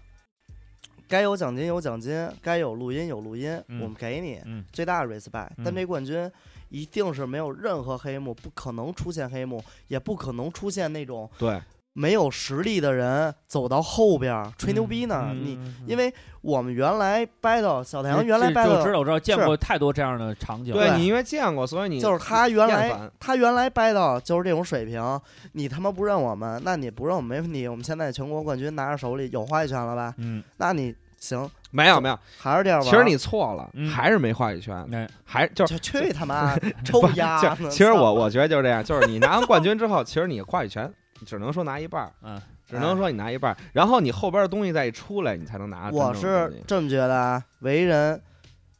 E: 该有奖金有奖金，该有录音有录音，
C: 嗯
E: 我们给你、
C: 嗯
E: 最大的 respect、
C: 嗯
E: 但这冠军一定是没有任何黑幕，不可能出现黑幕，也不可能出现那种
D: 对
E: 没有实力的人走到后边儿吹牛
C: 嗯
E: 逼呢。
C: 嗯
E: 你、
C: 嗯嗯
E: 因为我们原来 battle 小太阳原来
C: 这这
E: battle
C: 我知道，我知道，见
E: 是
C: 过太多这样的场景。
E: 对
D: 你因为见过，所以你
E: 就是他原
D: 厌
E: 来
D: 烦
E: 他原来掰到就是这种水平，你他妈不认我们，那你不认我们没问题。我们现在全国冠军拿着手里有话语权了吧？
C: 嗯，
E: 那你行，
D: 没有没有，
E: 还是这样吧。
D: 其实你错了，
C: 嗯
D: 还是没话语权，
C: 哎，
D: 还就是
E: 就去
D: [LAUGHS]
E: 他妈抽
D: 就
E: 丫
D: 是
E: 呢！
D: 其实我
E: 操
D: 我觉得就是这样，就是你拿完冠军之
E: [LAUGHS]
D: 后，其实你话语权只能说拿一半儿，
C: 嗯，
D: 只能说你拿一半儿，然后你后边的东西再一出来，你才能拿真正
E: 我
D: 的东
E: 是
D: 西。
E: 这么觉得啊，为人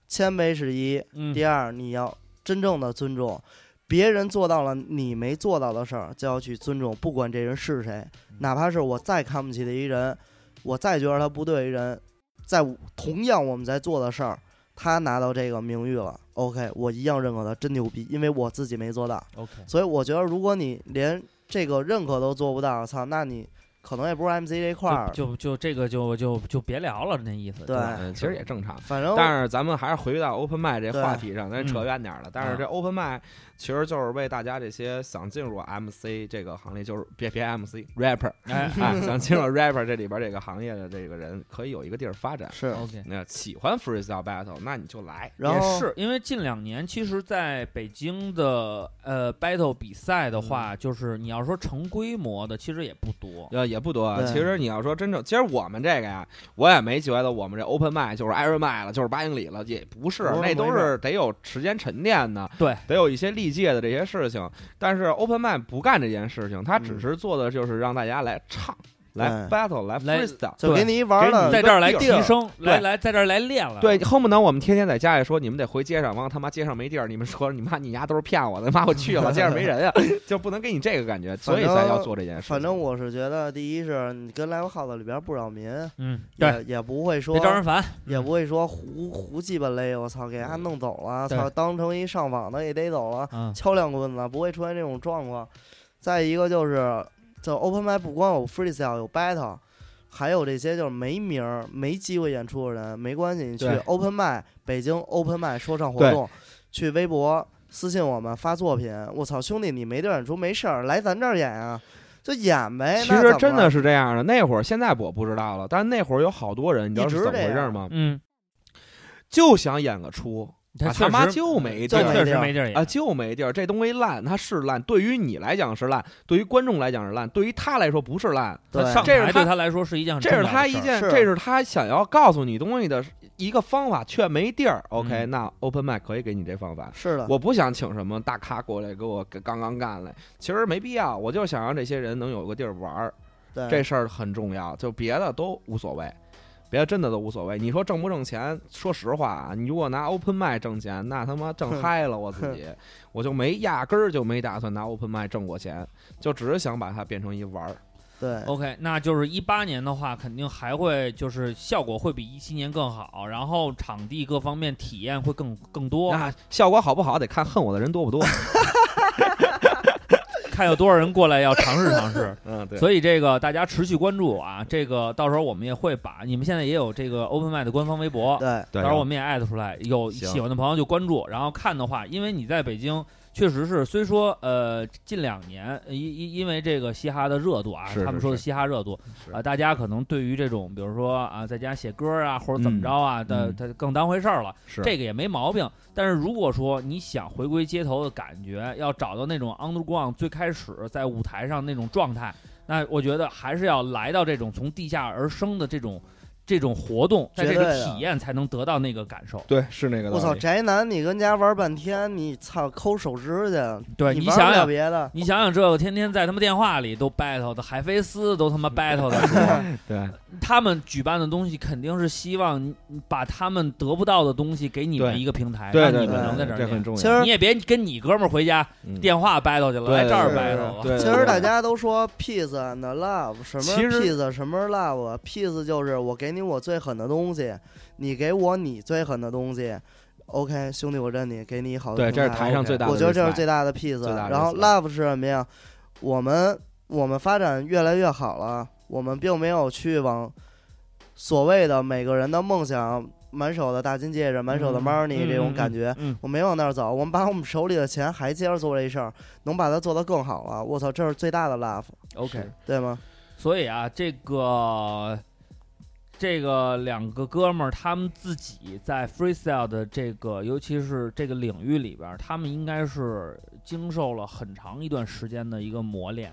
E: 谦卑是一，
C: 嗯
E: 第二你要真正的尊重。别人做到了你没做到的事儿，就要去尊重，不管这人是谁，
D: 嗯
E: 哪怕是我再看不起的一人，我再觉得他不对的一人，在我同样我们在做的事儿，他拿到这个名誉了，OK，我一样认可他，真牛逼，因为我自己没做到。
C: ，OK，
E: 所以我觉得，如果你连这个认可都做不到，操，那你可能也不是 MC 这块儿。
C: 就就就这个就就就别聊了，那意思。
E: 对
C: 吧
D: 嗯，其实也正常。
E: 反正
D: 但是咱们还是回到 open mic 这话题上，咱
C: 嗯
D: 扯远点儿了。但是这 open mic 其实就是为大家这些想进入 MC 这个行列，就是别别 MC rapper，
C: 哎
E: [LAUGHS]
D: 哎，想进入 rapper 这里边这个行业的这个人，可以有一个地儿发展。
E: 是
C: ，OK。
D: 那喜欢 freestyle battle，那你就来。
E: 然
C: 也
E: 后
C: 是因为近两年，其实在北京的呃 battle 比赛的话，就是你要说成规模的，其实也不多。
D: 呃，也不多啊。
E: 对
D: 其实你要说真正，其实我们这个呀，我也没觉得我们这 open mic 就是 Iron mic 了，就是八英里了，也不是，
E: 不是
D: 那
E: 不
D: 都
E: 是
D: 是得有时间沉淀的，
C: 对，
D: 得有一些历届的这些事情。但是 open mic 不干这件事情，他只
E: 嗯
D: 是做的就是让大家来唱、来
E: 对
D: battle、来
C: 来
D: freestyle。
E: 就给
C: 对
E: 你一玩
D: 给
E: 的
D: 你
C: 在这儿来提
E: 地儿
C: 升，来
D: 对
C: 来，在这儿来练了。
D: 对，恨不能我们天天在家里说，你们得回街上，完了他妈街上没地儿，你们说你妈你丫都是骗我的，妈我去
E: [LAUGHS]
D: 了，街上没人啊，就不能给你这个感觉，所以
E: 反
D: 才
E: 正
D: 要做这件事情。
E: 反正我是觉得，第一是你跟 live house 里边不扰民，
C: 嗯，对，
E: 也也不会说
C: 别招人烦。
E: 也不会说胡胡鸡巴勒，我操，给他
D: 嗯
E: 弄走了，
C: 对
E: 操，当成一上访的给逮走了，
C: 嗯，
E: [LAUGHS] 敲两棍子，不会出现这种状况。再一个就是，就 open mic 不光有 freestyle 有 battle，还有这些就是没名儿、没机会演出的人，没关系，你去
D: 对
E: open mic 北京 open mic 说唱活
D: 对
E: 动，去微博私信我们发作品。我操，兄弟，你没地儿演出没事儿，来咱这儿演啊，就演呗。
D: 其
E: 哎那
D: 实
E: 怎
D: 真
E: 么
D: 的
E: 了
D: 是这样的，那会儿现在我不知道了，但是那会儿有好多人，你知道
E: 一直
D: 是怎么回
E: 这
D: 事
E: 样
D: 吗？
C: 嗯，
D: 就想演个出啊
C: 确
D: 他妈
C: 实
D: 就没
E: 地儿
C: 他确实没地儿
E: 哎
C: 演
D: 啊，就没地儿，这东西烂，它是烂，对于你来讲是烂，对于观众来讲是烂，对于他来说不是烂，
E: 对
C: 他上
D: 这是
C: 台
D: 他
C: 对他来说是一件很
D: 这
C: 重要
D: 是
C: 的
D: 他
C: 事
D: 一
C: 儿
D: 件，
E: 是
D: 这是他想要告诉你东西的一个方法，却没地儿。OK，
C: 嗯
D: 那 Open Mic 可以给你这方法。
E: 是的，
D: 我不想请什么大咖过来给我刚刚干来，其实没必要，我就想让这些人能有个地儿玩儿，
E: 对
D: 这事儿很重要，就别的都无所谓，别的真的都无所谓。你说挣不挣钱？说实话啊，你如果拿 open mic 挣钱，那他妈挣
E: 哼
D: 嗨了我自 [LAUGHS] 己，我就没压根儿就没打算拿 open mic 挣过钱，就只是想把它变成一玩儿。
E: 对
D: 哦
C: OK，那就是一八年的话，肯定还会就是效果会比一七年更好，然后场地各方面体验会更更多，
D: 那效果好不好得看恨我的人多不多。
C: 看有多少人过来要尝试尝试。
D: [LAUGHS] 嗯， [LAUGHS] 对。
C: 所以这个大家持续关注啊，这个到时候我们也会把你们现在也有这个 Open m i 的官方微博，
E: 对
D: 对
C: 到时候我们也艾特出来，有
D: 行
C: 喜欢的朋友就关注，然后看的话，因为你在北京确实是，虽说呃近两年因因因为这个嘻哈的热度啊，
D: 是
C: 他们
D: 是
C: 说的
D: 是
C: 嘻哈热度
D: 是
C: 啊、大家可能对于这种比如说啊在家写歌啊或者怎么着啊的，
D: 嗯
C: 他、更当回事儿了，
D: 是
C: 这个也没毛病。但是如果说你想回归街头的感觉，要找到那种 underground 最开始在舞台上那种状态，那我觉得还是要来到这种从地下而生的这种这种活动，在这
E: 绝对
C: 个
E: 的
C: 体验才能得到那个感受。
D: 对是那个
E: 我
D: 道
E: 操，
D: 理
E: 宅男，你跟家玩半天，你操抠手指去，
C: 对
E: 你
C: 你
E: 玩
C: 想
E: 不了
C: 想，
E: 别的，
C: 你想想这个，天天在他们电话里都 battle 的，海飞丝都他妈 battle 的，
D: 对
E: 哎
C: 他们举办的东西肯定是希望你把他们得不到的东西给你们
D: 对
C: 一个平台，
D: 对
C: 让
D: 对
C: 你们能在
D: 对，
C: 这儿
D: 这很
C: 练。
D: 重要。
E: 其实
C: 你也别跟你哥们儿回家
D: 嗯
C: 电话 battle 去了，来
D: 对
C: 这儿
D: 对对
C: battle 吧。
D: 对
E: 其实大家都说 peace and love，什么
D: 其实
E: peace，什么 love，peace 就是我给你我最狠的东西，你给我你最狠的东西。OK，兄弟，我认你，给你一好的
D: 对，
E: 平
D: 这是
E: 台
D: 台上最大的 respect，
E: 我觉得这是最大的 peace。
D: 最大的
E: 然后
D: peace
E: love 是什么呀？我们我们发展越来越好了，我们并没有去往所谓的每个人的梦想，满手的大金戒指，满手的
C: 嗯
E: money
C: 嗯
E: 这种
C: 嗯
E: 感觉。
C: 嗯
E: 我没往那儿走，我们把我们手里的钱还接着做这事儿，能把它做得更好了。我操，这是最大的 love，
C: ，OK。
E: 对吗？
C: 所以啊，这个这个两个哥们儿，他们自己在 freestyle 的这个，尤其是这个领域里边儿，他们应该是经受了很长一段时间的一个磨练，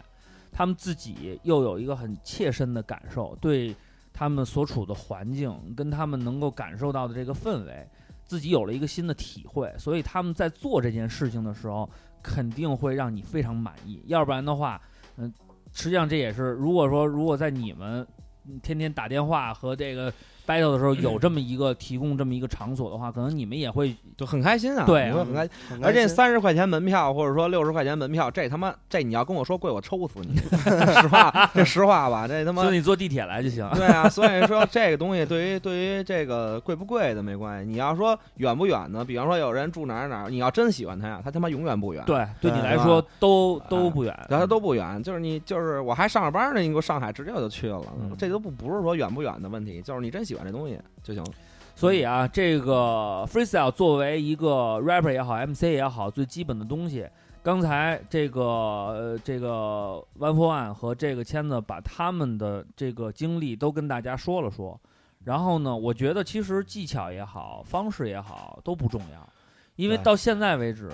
C: 他们自己又有一个很切身的感受，对他们所处的环境跟他们能够感受到的这个氛围，自己有了一个新的体会，所以他们在做这件事情的时候，肯定会让你非常满意，要不然的话，嗯，实际上这也是，如果说如果在你们嗯天天打电话和这个 battle 的时候有这么一个提供这么一个场所的话，可能你们也会
D: 就很开心啊，
C: 对
D: 你会很开心。
E: 很
D: 而
E: 开
D: 这
C: 嗯
E: 心
D: 三十块钱门票，或者说六十块钱门票，这他妈这你要跟我说贵，我抽死你！ [LAUGHS] 实话，这实话吧，这他妈
C: 就你坐地铁来就行。
D: 对啊，所以说这个东西对于对于这个贵不贵的没关系。你要说远不远呢？比方说有人住哪儿哪儿，你要真喜欢他呀，他他妈永远不远。，
C: 对，对
E: 对嗯
C: 你来说都都不远。
D: 然后他都不远，就是你就是我还上着班呢，你给我上海直接我就去了，
C: 嗯
D: 这都不不是说远不远的问题，就是你真喜欢这东西就行了。
C: 所以啊，这个 freestyle 作为一个 rapper 也好，MC 也好，最基本的东西。刚才这个呃，这个 One for One 和这个签子把他们的这个经历都跟大家说了说。然后呢，我觉得其实技巧也好，方式也好都不重要，因为
D: 对
C: 到现在为止，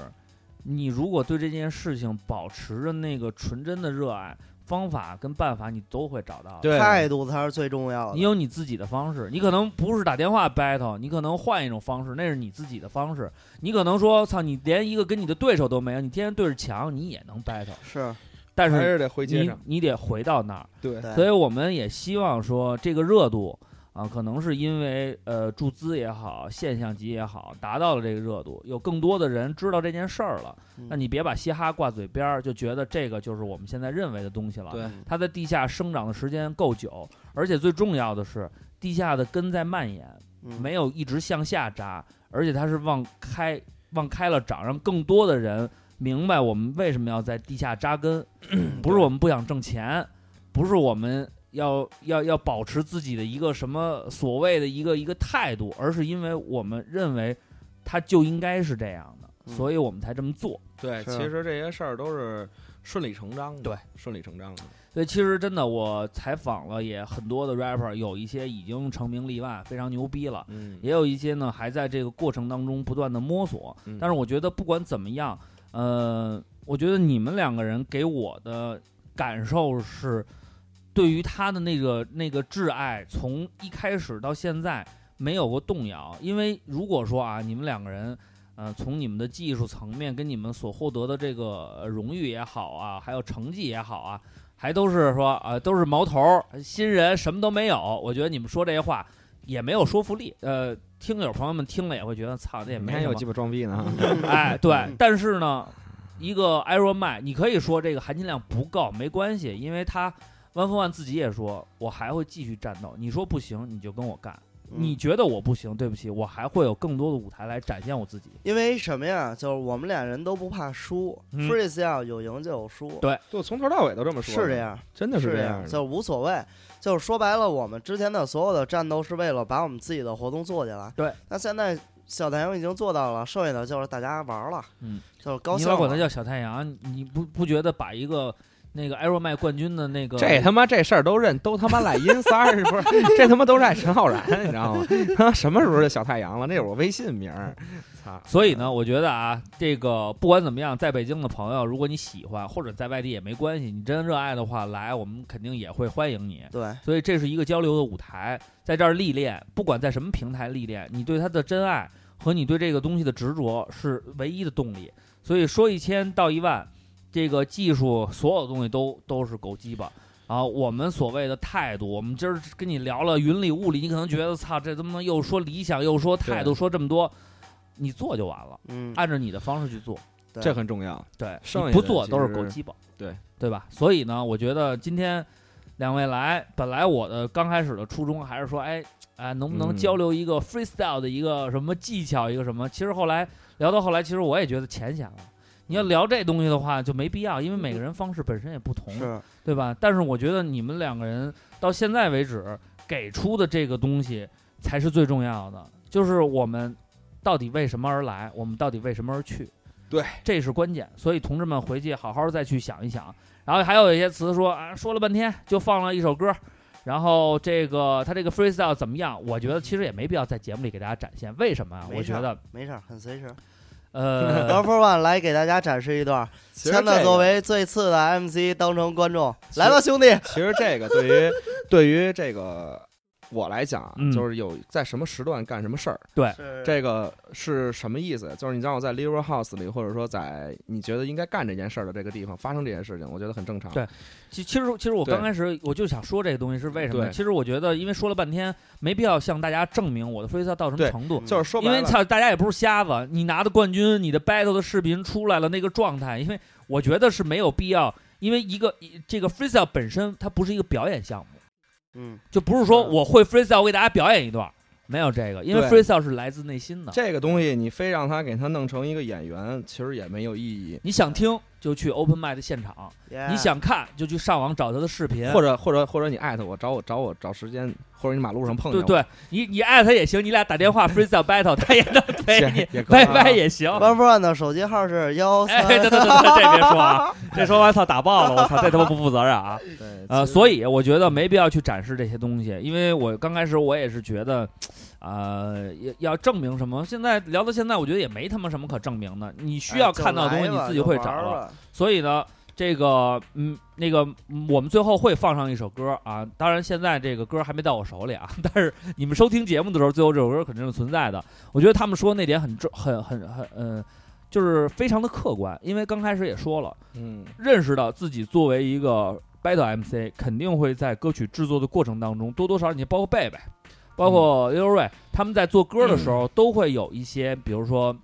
C: 你如果对这件事情保持着那个纯真的热爱，方法跟办法你都会找到。
D: 对，
E: 态度才是最重要
C: 你
E: 的。
C: 有你自己的方式，你可能不是打电话 battle，你可能换一种方式，那是你自己的方式。你可能说，操，你连一个跟你的对手都没有，你天天对着墙，你也能 battle，
E: 是，
C: 但
D: 还
C: 是
D: 是得回街
C: 你
D: 上。
C: 你得回到那儿。
D: 对，
E: 对
C: 所以我们也希望说，这个热度啊，可能是因为呃注资也好，现象级也好，达到了这个热度，有更多的人知道这件事儿了。
E: 嗯
C: 那你别把嘻哈挂嘴边儿，就觉得这个就是我们现在认为的东西了。
D: 对
C: 它在地下生长的时间够久，而且最重要的是，地下的根在蔓延，
E: 嗯
C: 没有一直向下扎，而且它是往开往开了长，让更多的人明白我们为什么要在地下扎根，不是我们不想挣钱，不是我们要要要保持自己的一个什么所谓的一个一个态度，而是因为我们认为它就应该是这样的，
E: 嗯
C: 所以我们才这么做。
D: 对，
E: 是
D: 其实这些事儿都是顺理成章的，
C: 对，
D: 顺理成章的。
C: 所以其实真的，我采访了也很多的 rapper，有一些已经成名立万，非常牛逼了，
D: 嗯，
C: 也有一些呢还在这个过程当中不断的摸索。
D: 嗯
C: 但是我觉得不管怎么样，呃，我觉得你们两个人给我的感受是，对于他的那个那个挚爱，从一开始到现在没有过动摇。因为如果说啊，你们两个人。呃，从你们的技术层面跟你们所获得的这个呃荣誉也好啊，还有成绩也好啊，还都是说啊、呃都是毛头儿新人，什么都没有。我觉得你们说这些话也没有说服力。呃，听友朋友们听了也会觉得，操，这也
D: 你
C: 没
D: 还
C: 什
D: 有
C: 么
D: 鸡。巴装逼呢，
C: 哎，对，但是呢，一个 Air Max，你可以说这个含金量不够，没关系，因为他 One for One 自己也说，我还会继续战斗。你说不行，你就跟我干。你觉得我不行，对不起，我还会有更多的舞台来展现我自己。
E: 因为什么呀？就是我们俩人都不怕输、
C: 嗯
E: f r e e s t y l e 有赢就有输，
C: 对
D: [LAUGHS] 就从头到尾都这么说，
E: 是这，样。
D: 真的
E: 是
D: 这
E: 样，
D: 的
E: 就是无所谓。就是说白了，我们之前的所有的战斗是为了把我们自己的活动做起来。
C: 对，
E: 那现在小太阳已经做到了，剩下的就是大家玩儿了，
C: 嗯，
E: 就是高啊
C: 你
E: 兴
C: 老管
E: 了
C: 他。叫小太阳，你你不不觉得把一个那个艾若麦冠军的那个
D: 这他妈这事儿都认，都他妈赖阴三儿，是不是？这他妈都赖陈浩然，你知道吗？ [LAUGHS] 他什么时候就小太阳了？那是我微信名儿。
C: [LAUGHS]
D: 操！
C: 所以呢，我觉得啊，这个不管怎么样，在北京的朋友，如果你喜欢，或者在外地也没关系，你真热爱的话，来，我们肯定也会欢迎你。
E: 对，
C: 所以这是一个交流的舞台，在这儿历练，不管在什么平台历练，你对它的真爱和你对这个东西的执着是唯一的动力。所以说一千到一万，这个技术所有东西都都是狗鸡巴。啊，我们所谓的态度，我们今儿跟你聊了云里雾里，你可能觉得操，这他妈又说理想，又说态度，说这么多，你做就完了，
E: 嗯，
C: 按照你的方式去做。
D: 这很重要。
C: 对，
D: 剩下
C: 你不
D: 的
C: 做
D: 其
C: 都是
D: 实
C: 狗鸡巴，
D: 对
C: 对吧？所以呢，我觉得今天两位来，本来我的刚开始的初衷还是说，哎啊、能不能
D: 嗯
C: 交流一个 freestyle 的一个什么技巧，一个什么？其实后来聊到后来，其实我也觉得浅显了。你
D: 嗯
C: 要聊这东西的话，就没必要，因为每个人方式本身也不同，
E: 是
C: 对吧？但是我觉得你们两个人到现在为止给出的这个东西才是最重要的，就是我们到底为什么而来，我们到底为什么而去，
D: 对，
C: 这是关键。所以同志们回去好好再去想一想。然后还有一些词说啊，说了半天就放了一首歌，然后这个他这个 freestyle 怎么样？我觉得其实也没必要在节目里给大家展现，为什么啊？
E: 没
C: 我
E: 事
C: 觉
E: [LAUGHS]
C: 得
E: 没事儿，很随时。
C: 呃
E: 王 f o 来给大家展示一段，
D: 其实
E: 千
D: 这
E: 乐作
D: 个，
E: 为最次的 MC 当成观众，
D: 其
E: 来吧，兄弟，
D: 其实这个对于对于这个我来讲啊
C: 嗯，
D: 就是有在什么时段干什么事儿，这个是什么意思？就是你让我在 Liver House 里，或者说在你觉得应该干这件事儿的这个地方发生这件事情，我觉得很正常。
C: 对其其实其实我
D: 对
C: 刚开始我就想说这个东西是为什么呢？
D: 对
C: 其实我觉得，因为说了半天，没必要向大家证明我的 freestyle 到什么
D: 对
C: 程度，
D: 就是说
C: 因
D: 白
C: 为
D: 了，
C: 操大家也不是瞎子，你拿的冠军，你的 battle 的视频出来了那个状态，因为我觉得是没有必要，因为一个一这个 freestyle 本身它不是一个表演项目，
E: 嗯，
C: 就不是说
D: 是
C: 我会 freestyle 我给大家表演一段，没有这个，因为
D: 对
C: freestyle 是来自内心的，
D: 这个东西你非让他给他弄成一个演员，其实也没有意义。
C: 你想听就去 open mic 的现场，
E: Yeah
D: 哎
C: 你想看就去上网找他的视频，
D: 或者或者或者你艾特我，找我找我找时间，或者你马路上碰见
C: 对
D: 我，
C: 对，你你艾特他也行，你俩打电话 freestyle battle，他也能陪你
D: 也也可
C: 拜
D: 以啊
C: 拜也行。
E: 王 f o 的手机号是幺
C: 哎，
E: 三，
C: 对对对对，这别说啊，这说完操打爆了，我操，这他妈不负责任啊！
D: 对
C: 呃，
D: 其实
C: 所以我觉得没必要去展示这些东西，因为我刚开始我也是觉得，呃，要要证明什么？现在聊到现在，我觉得也没他妈什么可证明的，你需要看到的东西你自己会找
E: 哎
C: 啊
E: 哎就来吧就玩
C: 了。
E: 吧
C: 所以呢，这个嗯，那个嗯我们最后会放上一首歌啊，当然现在这个歌还没到我手里啊， [LAUGHS] 但是你们收听节目的时候，最后这首歌肯定是存在的。我觉得他们说那点很重，很很很嗯。就是非常的客观，因为刚开始也说了，
D: 嗯，
C: 认识到自己作为一个 battle MC，肯定会在歌曲制作的过程当中，多多少少你包括贝贝，包括
E: 嗯
C: 刘瑞，他们在做歌的时候、都会有一些，比如说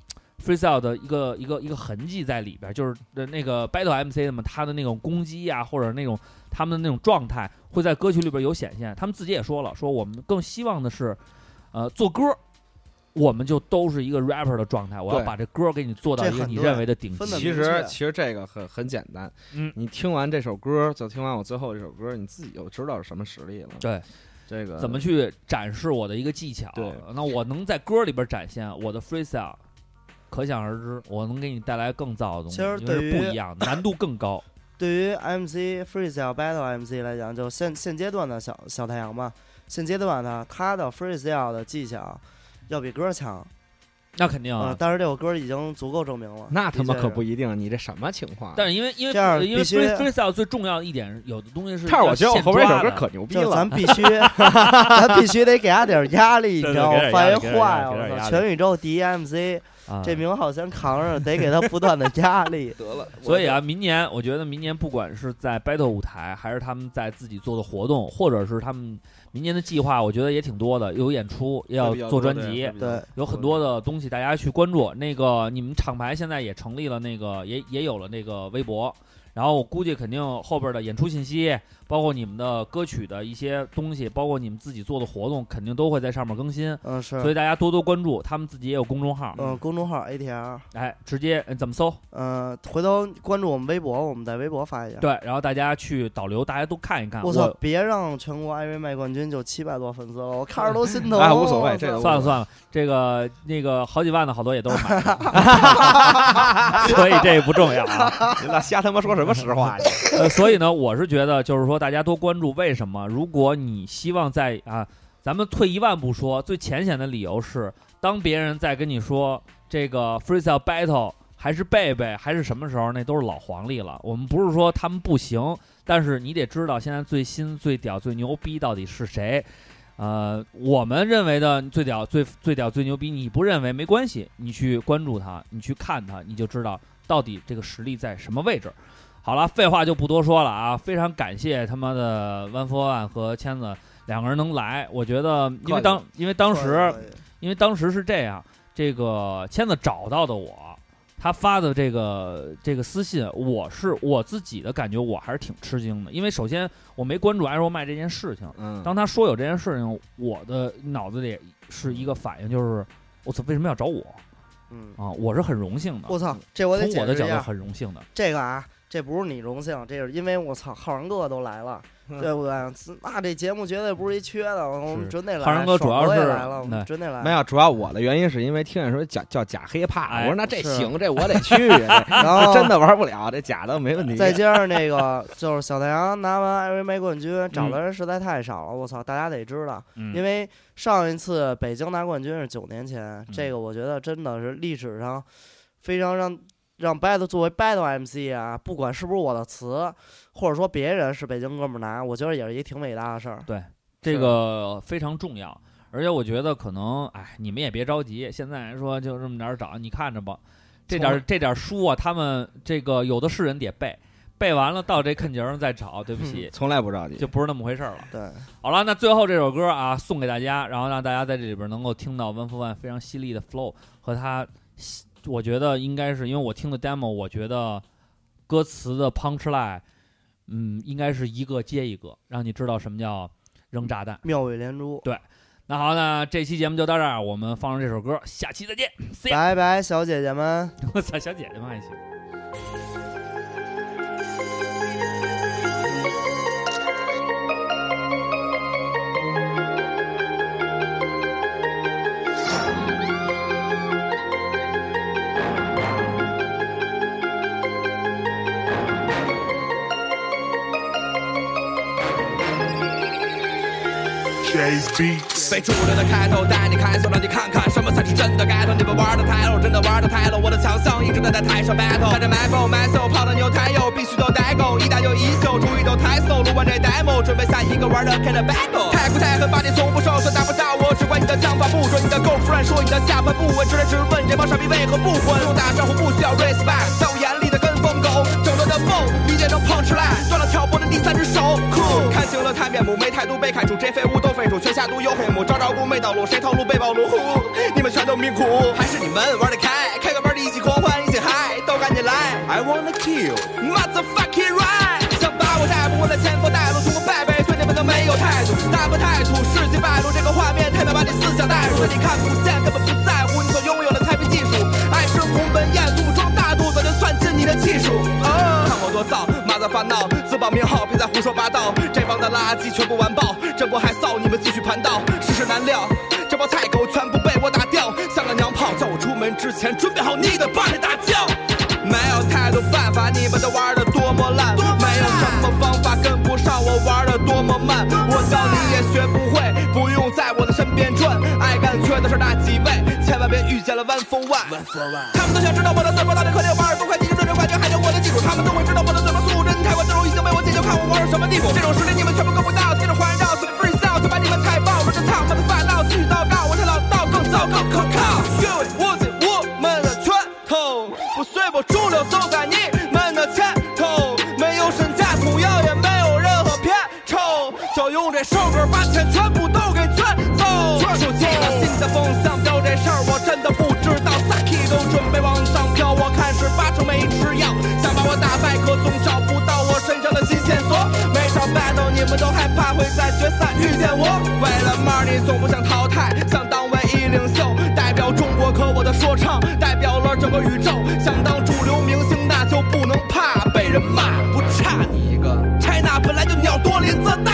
C: freestyle 的一个一个一个痕迹在里边，就是呃那个 battle MC 嘛，他的那种攻击呀、或者那种他们的那种状态，会在歌曲里边有显现。他们自己也说了，说我们更希望的是，呃，做歌。我们就都是一个 rapper 的状态，我要
D: 对
C: 把这歌给你做到
E: 这
C: 一个
E: 很
C: 你
E: 对
C: 认为的顶
E: 分得
C: 级。
D: 其
E: 明
D: 实
E: 确
D: 其实这个很很简单，
C: 嗯
D: 你听完这首歌，就听完我最后这首歌，你自己就知道是什么实力了。
C: 对，
D: 这个
C: 怎么去展示我的一个技巧。
D: 嗯对
C: 那我能在歌里边展现我的 freestyle，可想而知，我能给你带来更燥的东西，
E: 其实
C: 因为是
E: 对于
C: 不一样，难度更
D: [LAUGHS]
C: 高。
E: 对于 MC freestyle battle MC 来讲，就现现阶段的小小太阳嘛，现阶段呢，他的 freestyle 的技巧要比歌强
C: 那肯定
D: 嗯
E: 啊、
C: 啊，
E: 但是这首歌已经足够证明了。
D: 那他妈
E: 的
D: 可
E: 确是
D: 不一定，你这什么情况？
C: 但是因为因为
E: 这样
C: 因为
E: 必须
C: free- freestyle 最重要的一点，有啊的东西是
D: 但是我觉得我后边这首
C: 要现
D: 歌
C: 抓的
D: 可牛逼
E: 就是
D: 了
E: 咱，必须， [LAUGHS] 咱必须得给他点儿压
C: [LAUGHS]
E: 力，你
C: 对对
E: 知道吗
C: 给点？
E: 犯
C: 压
E: 一
C: 力给点压
E: 坏
C: 力
E: 呀，
C: 给点
E: 我
C: 压
E: 操！
C: 力
E: 全宇宙第一 MC，
C: 啊
E: 这名号先扛着，得给他不断的压力。
D: 得了。
C: 所以啊，明年我觉得明年不管是在 battle 舞台，还是他们在自己做的活动，或者是他们明年的计划，我觉得也挺多的，有演出，也要
D: 会比较
C: 做
D: 多
C: 专
D: 对
C: 辑
D: 会，比较
E: 对
D: 多
C: 有很多的东西大家去关注。那个你们厂牌现在也成立了，那个也也有了那个微博，然后我估计肯定后边的演出信息，包括你们的歌曲的一些东西，包括你们自己做的活动，肯定都会在上面更新。
E: 嗯
C: 所以
E: 是，
C: 大家多多关注，他们自己也有公众号，
E: 嗯，公众号 ATR，
C: 哎，直接呃怎么搜？
E: 嗯，回头关注我们微博，我们在微博发一下。
C: 对，然后大家去导流，大家都看一看。
E: 我
C: 我
E: 操！别让全国艾薇麦冠军就七百多粉丝了，我看着都
C: [LAUGHS]
E: 心疼。
D: 哎无所谓这个
C: 算了算了，这个那个好几万的好多也都是买
E: [LAUGHS]
C: 的， [LAUGHS] 所以这不重要啊。
D: [LAUGHS] 那瞎他妈说什么实话呀？
C: 呃，所以呢，我是觉得就是说，大家多关注为什么？如果你希望在啊，咱们退一万步说，最浅显的理由是，当别人在跟你说这个 freestyle battle 还是贝贝还是什么时候，那都是老黄历了。我们不是说他们不行，但是你得知道现在最新、最屌、最牛逼到底是谁。呃，我们认为的最屌、最最屌、最牛逼，你不认为没关系，你去关注他，你去看他，你就知道到底这个实力在什么位置。好了，废话就不多说了啊！非常感谢他妈的 One for One 和签子两个人能来，我觉得因为当因为当时啊因为当时是这样，这个签子找到的我，他发的这个这个私信，我是我自己的感觉，我还是挺吃惊的，因为首先我没关注艾若麦这件事情，
D: 嗯，
C: 当他说有这件事情，我的脑子里是一个反应，就是我操，为什么要找我
E: 嗯，
C: 啊？我是很荣幸的，
E: 我操，这我得
C: 从我的
E: 解释
C: 角度
E: 一下，
C: 很荣幸的，
E: 这个啊，这不是你荣幸，这是因为我操，浩然哥都来
C: [LAUGHS]
E: 了。对不对？那这节目绝对不是一缺的，我们
C: 是
E: 准得来。
C: 浩然哥主要是
E: 爽也来了，我
C: 对
E: 们准得来。
D: 没有，主要我的原因是因为听见说叫叫假黑怕，
C: 哎
D: 我说那这
E: 是哦
D: 行，这我得去，这
E: 然
C: 啊
E: 后
D: 真的玩不了，这假的没问题。
E: 再加上那个，就是小太阳拿完艾薇麦冠军，找的人实在太少了。我操，大家得知道，
C: 嗯
E: 因为上一次北京拿冠军是九年前，这个我觉得真的是历史上非常让让 battle 作为 battle MC 啊，不管是不是我的词，或者说别人是北京哥们儿拿，我觉得也是一挺伟大的事儿。
C: 这
D: 是
C: 个非常重要。而且我觉得可能，哎，你们也别着急，现在说就这么点儿找，你看着吧。这点儿这点儿书啊，他们这个有的是人得背，背完了到这坑节上再找，对不起，
D: 从来不着急，
C: 就不是那么回事儿了。
E: 对，
C: 好了，那最后这首歌啊，送给大家，然后让大家在这里边能够听到 One for One 非常犀利的 flow 和他，我觉得应该是因为我听的 demo，我觉得歌词的 punchline，嗯，应该是一个接一个，让你知道什么叫扔炸弹。
E: 妙语连珠，
C: 那好，那这期节目就到这儿，我们放上这首歌，下期再见。See [LAUGHS] ya
E: 拜拜，小姐姐们。
C: 我操，小姐姐们还行。
G: 谁出来的开头带你开锁，让你看看什么才是真的 battle。你们玩的太 l 真的玩的太 l 我的强项一直在在台上 battle，带着 m 狗 m 秀，跑到牛台右，必须都逮狗，一打就一宿，注意都抬手，录完这 demo，准备下一个玩的 kind of battle。太酷太狠，把你从不受，说打不到我，只管你的想法不准，你的 go friend 说你的下盘不稳，直来直问这帮傻逼为何不滚？不打招呼不需要 respect，在我眼里的跟风狗，整着的风，理解成碰出来，断了挑拨的第三只手。酷，看清了太面目，没态度被开除，谁废物都废除，全下毒有黑幕，招招顾没道路，谁套路被暴露。呼，你们全都命苦，还是你们玩得开，开个门的一起狂欢，一起嗨，都赶紧来。I wanna kill motherfucking right，想把我带不我的前锋带路，从我败北，对你们都没有态度，大不态度，事情败露，这个画面太美，把你思想带入，但你看不见，根本不在乎你所拥有的菜逼技术，爱吃红本艳俗，装大度，早就算尽你的技术。啊，看我多燥，妈的发闹，自报名号，别再胡说八道，这帮的垃圾全部完爆，这波还臊，你们继续盘道，世事难料，这帮菜狗全部被我打掉，像个娘炮，叫我出门之前准备好你的八十大轿。没有太多办法，你们都玩的多么烂，没有什么方法跟不上我玩的多么慢，我教你也学不会，不用在我的身边转，爱干缺的事儿那几位，千万别遇见了弯风万。他们都想知道我的嘴巴到底和六八二多快，几十这种感觉还有我的技术，他们都会知道我的嘴巴速度真太快，这种已经被我解决，看我玩到什么地步。这种实力你们全部跟不到，接着环绕，随便 freestyle，就把你们踩爆，我这操妈的烦恼，去祷告，我这老道更糟糕，可靠，穴位握紧我们的拳头，不随波逐流，走在你们的前头，没有身价，同样也没有任何偏臭，就用这首歌把钱全部都给卷走。这首新的新的风向标，这事儿我真的不知道。Saki 都准备往上飘，我看是八成没吃药，想把我打外壳总找不到我身上的新线索。每场 battle 你们都害怕会在决赛遇见我，为了 money 总不想淘汰，想当唯一领袖，代表中国，可我的说唱代表了整个宇宙。想当主流明星，那就不能怕被人骂，不差你一个。China 本来就鸟多林子大。